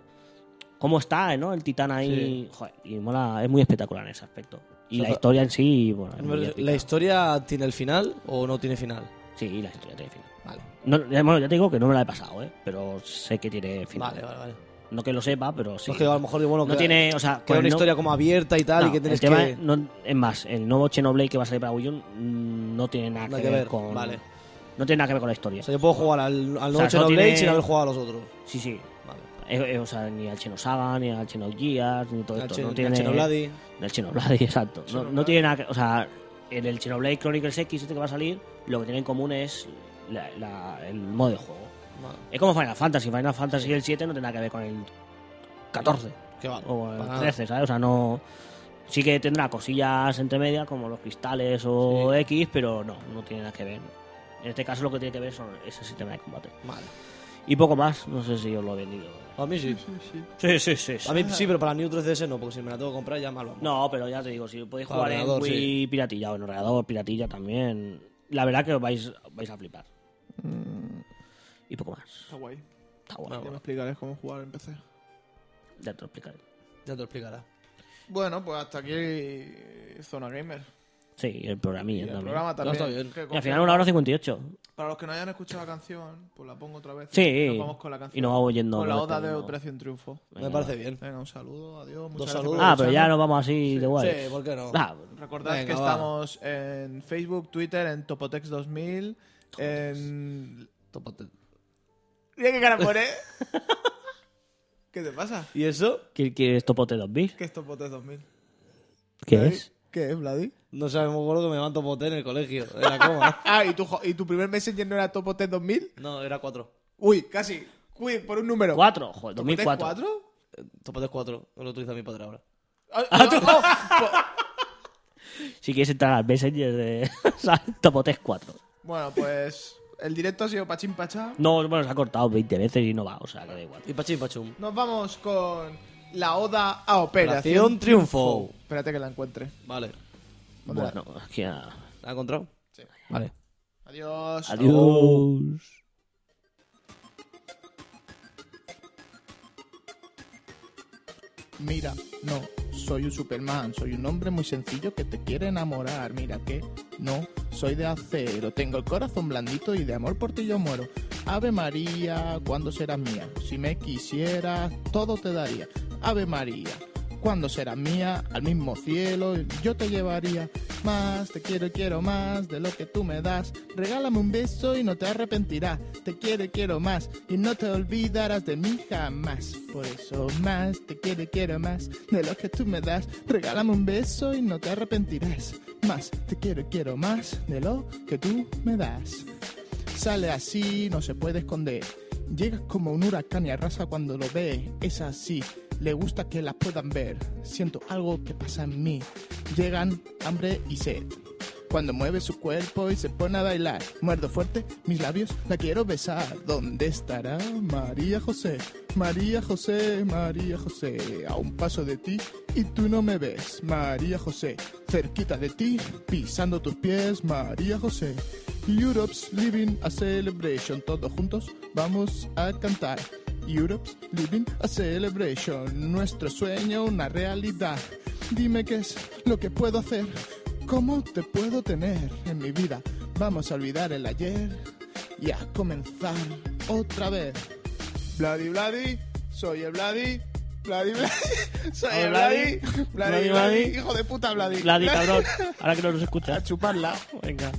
cómo está, ¿no? El titán ahí, joder, y mola, es muy espectacular en ese aspecto. Y O sea, la historia en sí, bueno, es muy épica. ¿La historia tiene el final o no tiene final? Sí, la historia tiene final. Vale. No, ya- bueno, ya te digo que no me la he pasado, ¿eh? Pero sé que tiene final. Vale, vale, vale. No que lo sepa, pero sí. No es que a lo mejor, bueno, No que- tiene, o sea, que pues era una no- historia como abierta y tal, no, y que tienes el tema que. es- no- es más, el nuevo Xenoblade que va a salir para Wii U mm, no tiene nada, Nada que, que ver, ver, con. vale. No tiene nada que ver con la historia. O sea, yo puedo jugar al, al nuevo solo Xenoblade tiene- sin haber jugado a los otros. Sí, sí. Vale. Eh, eh, o sea, ni al Chino Saga, ni al Chino Gears, ni todo Al esto. Chen- no al tiene... Xenoblade. Del Xenoblade, [laughs] exacto. No, no tiene nada que... O sea, en el Xenoblade Chronicles X, este que va a salir, lo que tiene en común es la- la- el modo de juego. Vale. Es como Final Fantasy. Final Fantasy el 7 no tiene nada que ver con el 14 Qué va. o el Ah, 13, ¿sabes? O sea, no... Sí que tendrá cosillas entre medias, como los cristales o X, pero no, no tiene nada que ver. En este caso lo que tiene que ver son ese sistema de combate. Vale. Y poco más, no sé si os lo he vendido. A mí sí. Sí, sí, sí. sí. A mí sí, pero para New 3DS no, porque si me la tengo que comprar ya malo. No, pero ya te digo, si podéis Para jugar en ordenador, Wii piratilla o en ordenador piratilla también, la verdad que os vais, vais a flipar. Y poco más. Está guay. Está bueno. Ya me explicaré cómo jugar en PC. Ya te lo explicaré. Ya te lo explicará. Bueno, pues hasta aquí Zona Gamer. Sí, y el programilla Y el también. programa también. está bien. que Y al final una hora cincuenta y ocho. Para los que no hayan escuchado la canción, pues la pongo otra vez. Sí. Y nos vamos con la canción. Y nos vamos yendo Con la con oda este, de ¿no? Operación Triunfo. me parece bien. Venga, un saludo, adiós. Dos Muchas saludos. Ah, pero ya no nos vamos así de guay. Sí, ¿por qué no? Ah, Recordad Venga, que va. estamos en Facebook, Twitter, en Topotex 2000, en... Tópate. Mira qué [laughs] cara pone. ¿Qué te pasa? ¿Y eso? ¿Qué, qué es Topote 2000? ¿Qué es Topotex 2000? ¿Qué ¿Vladi? es? ¿Qué es, Vladi? No sabemos me acuerdo que me llaman Topote en el colegio, en [laughs] la coma. Ah, ¿y tu, jo- ¿y tu primer messenger no era Topotex 2000? no, era 4. Uy, casi. Uy, por un número. Cuatro, joder, ¿Topotex 2004. cuatro? Topote es 4, lo utiliza mi padre ahora. Ah, no. Si quieres entrar al Messenger de [laughs] Topotes 4. [laughs] bueno, pues el directo ha sido Pachín Pachá. No, bueno, se ha cortado 20 veces y no va, o sea, que da igual. Y pachín pachum. Nos vamos con la oda a Operación Operación Triunfo. Espérate que la encuentre. Vale. ¿Dónde la- Bueno, aquí a... ¿La has encontrado? Sí. Vale. Adiós. Adiós. Mira, no, soy un Superman, soy un hombre muy sencillo que te quiere enamorar. Mira que no, Soy de acero, tengo el corazón blandito y de amor por ti yo muero. Ave María, ¿cuándo serás mía? Si me quisieras, todo te daría. Ave María, ¿cuándo serás mía? Al mismo cielo yo te llevaría. Más, te quiero y quiero más de lo que tú me das. Regálame un beso y no te arrepentirás. Te quiero y quiero más y no te olvidarás de mí jamás. Por eso más, te quiero y quiero más de lo que tú me das. Regálame un beso y no te arrepentirás. Más, te quiero y quiero más de lo que tú me das. Sale así, no se puede esconder. Llegas como un huracán y arrasa cuando lo ve. Es así, le gusta que la puedan ver. Siento algo que pasa en mí. Llegan hambre y sed. Cuando mueve su cuerpo y se pone a bailar, muerdo fuerte mis labios, la quiero besar. ¿Dónde estará María José? María José, María José, a un paso de ti y tú no me ves. María José, cerquita de ti, pisando tus pies, María José. Europe's Living a Celebration, todos juntos vamos a cantar. Europe's Living a Celebration, nuestro sueño, una realidad. Dime qué es lo que puedo hacer, cómo te puedo tener en mi vida. Vamos a olvidar el ayer y a comenzar otra vez. Vladi Vladi, soy el Vladi. Vladi Vladi, [laughs] soy el Vladi. Vladi Vladi, hijo de puta Vladi. Vladi, cabrón. Ahora que no nos A [laughs] escuchas. chuparla. Venga.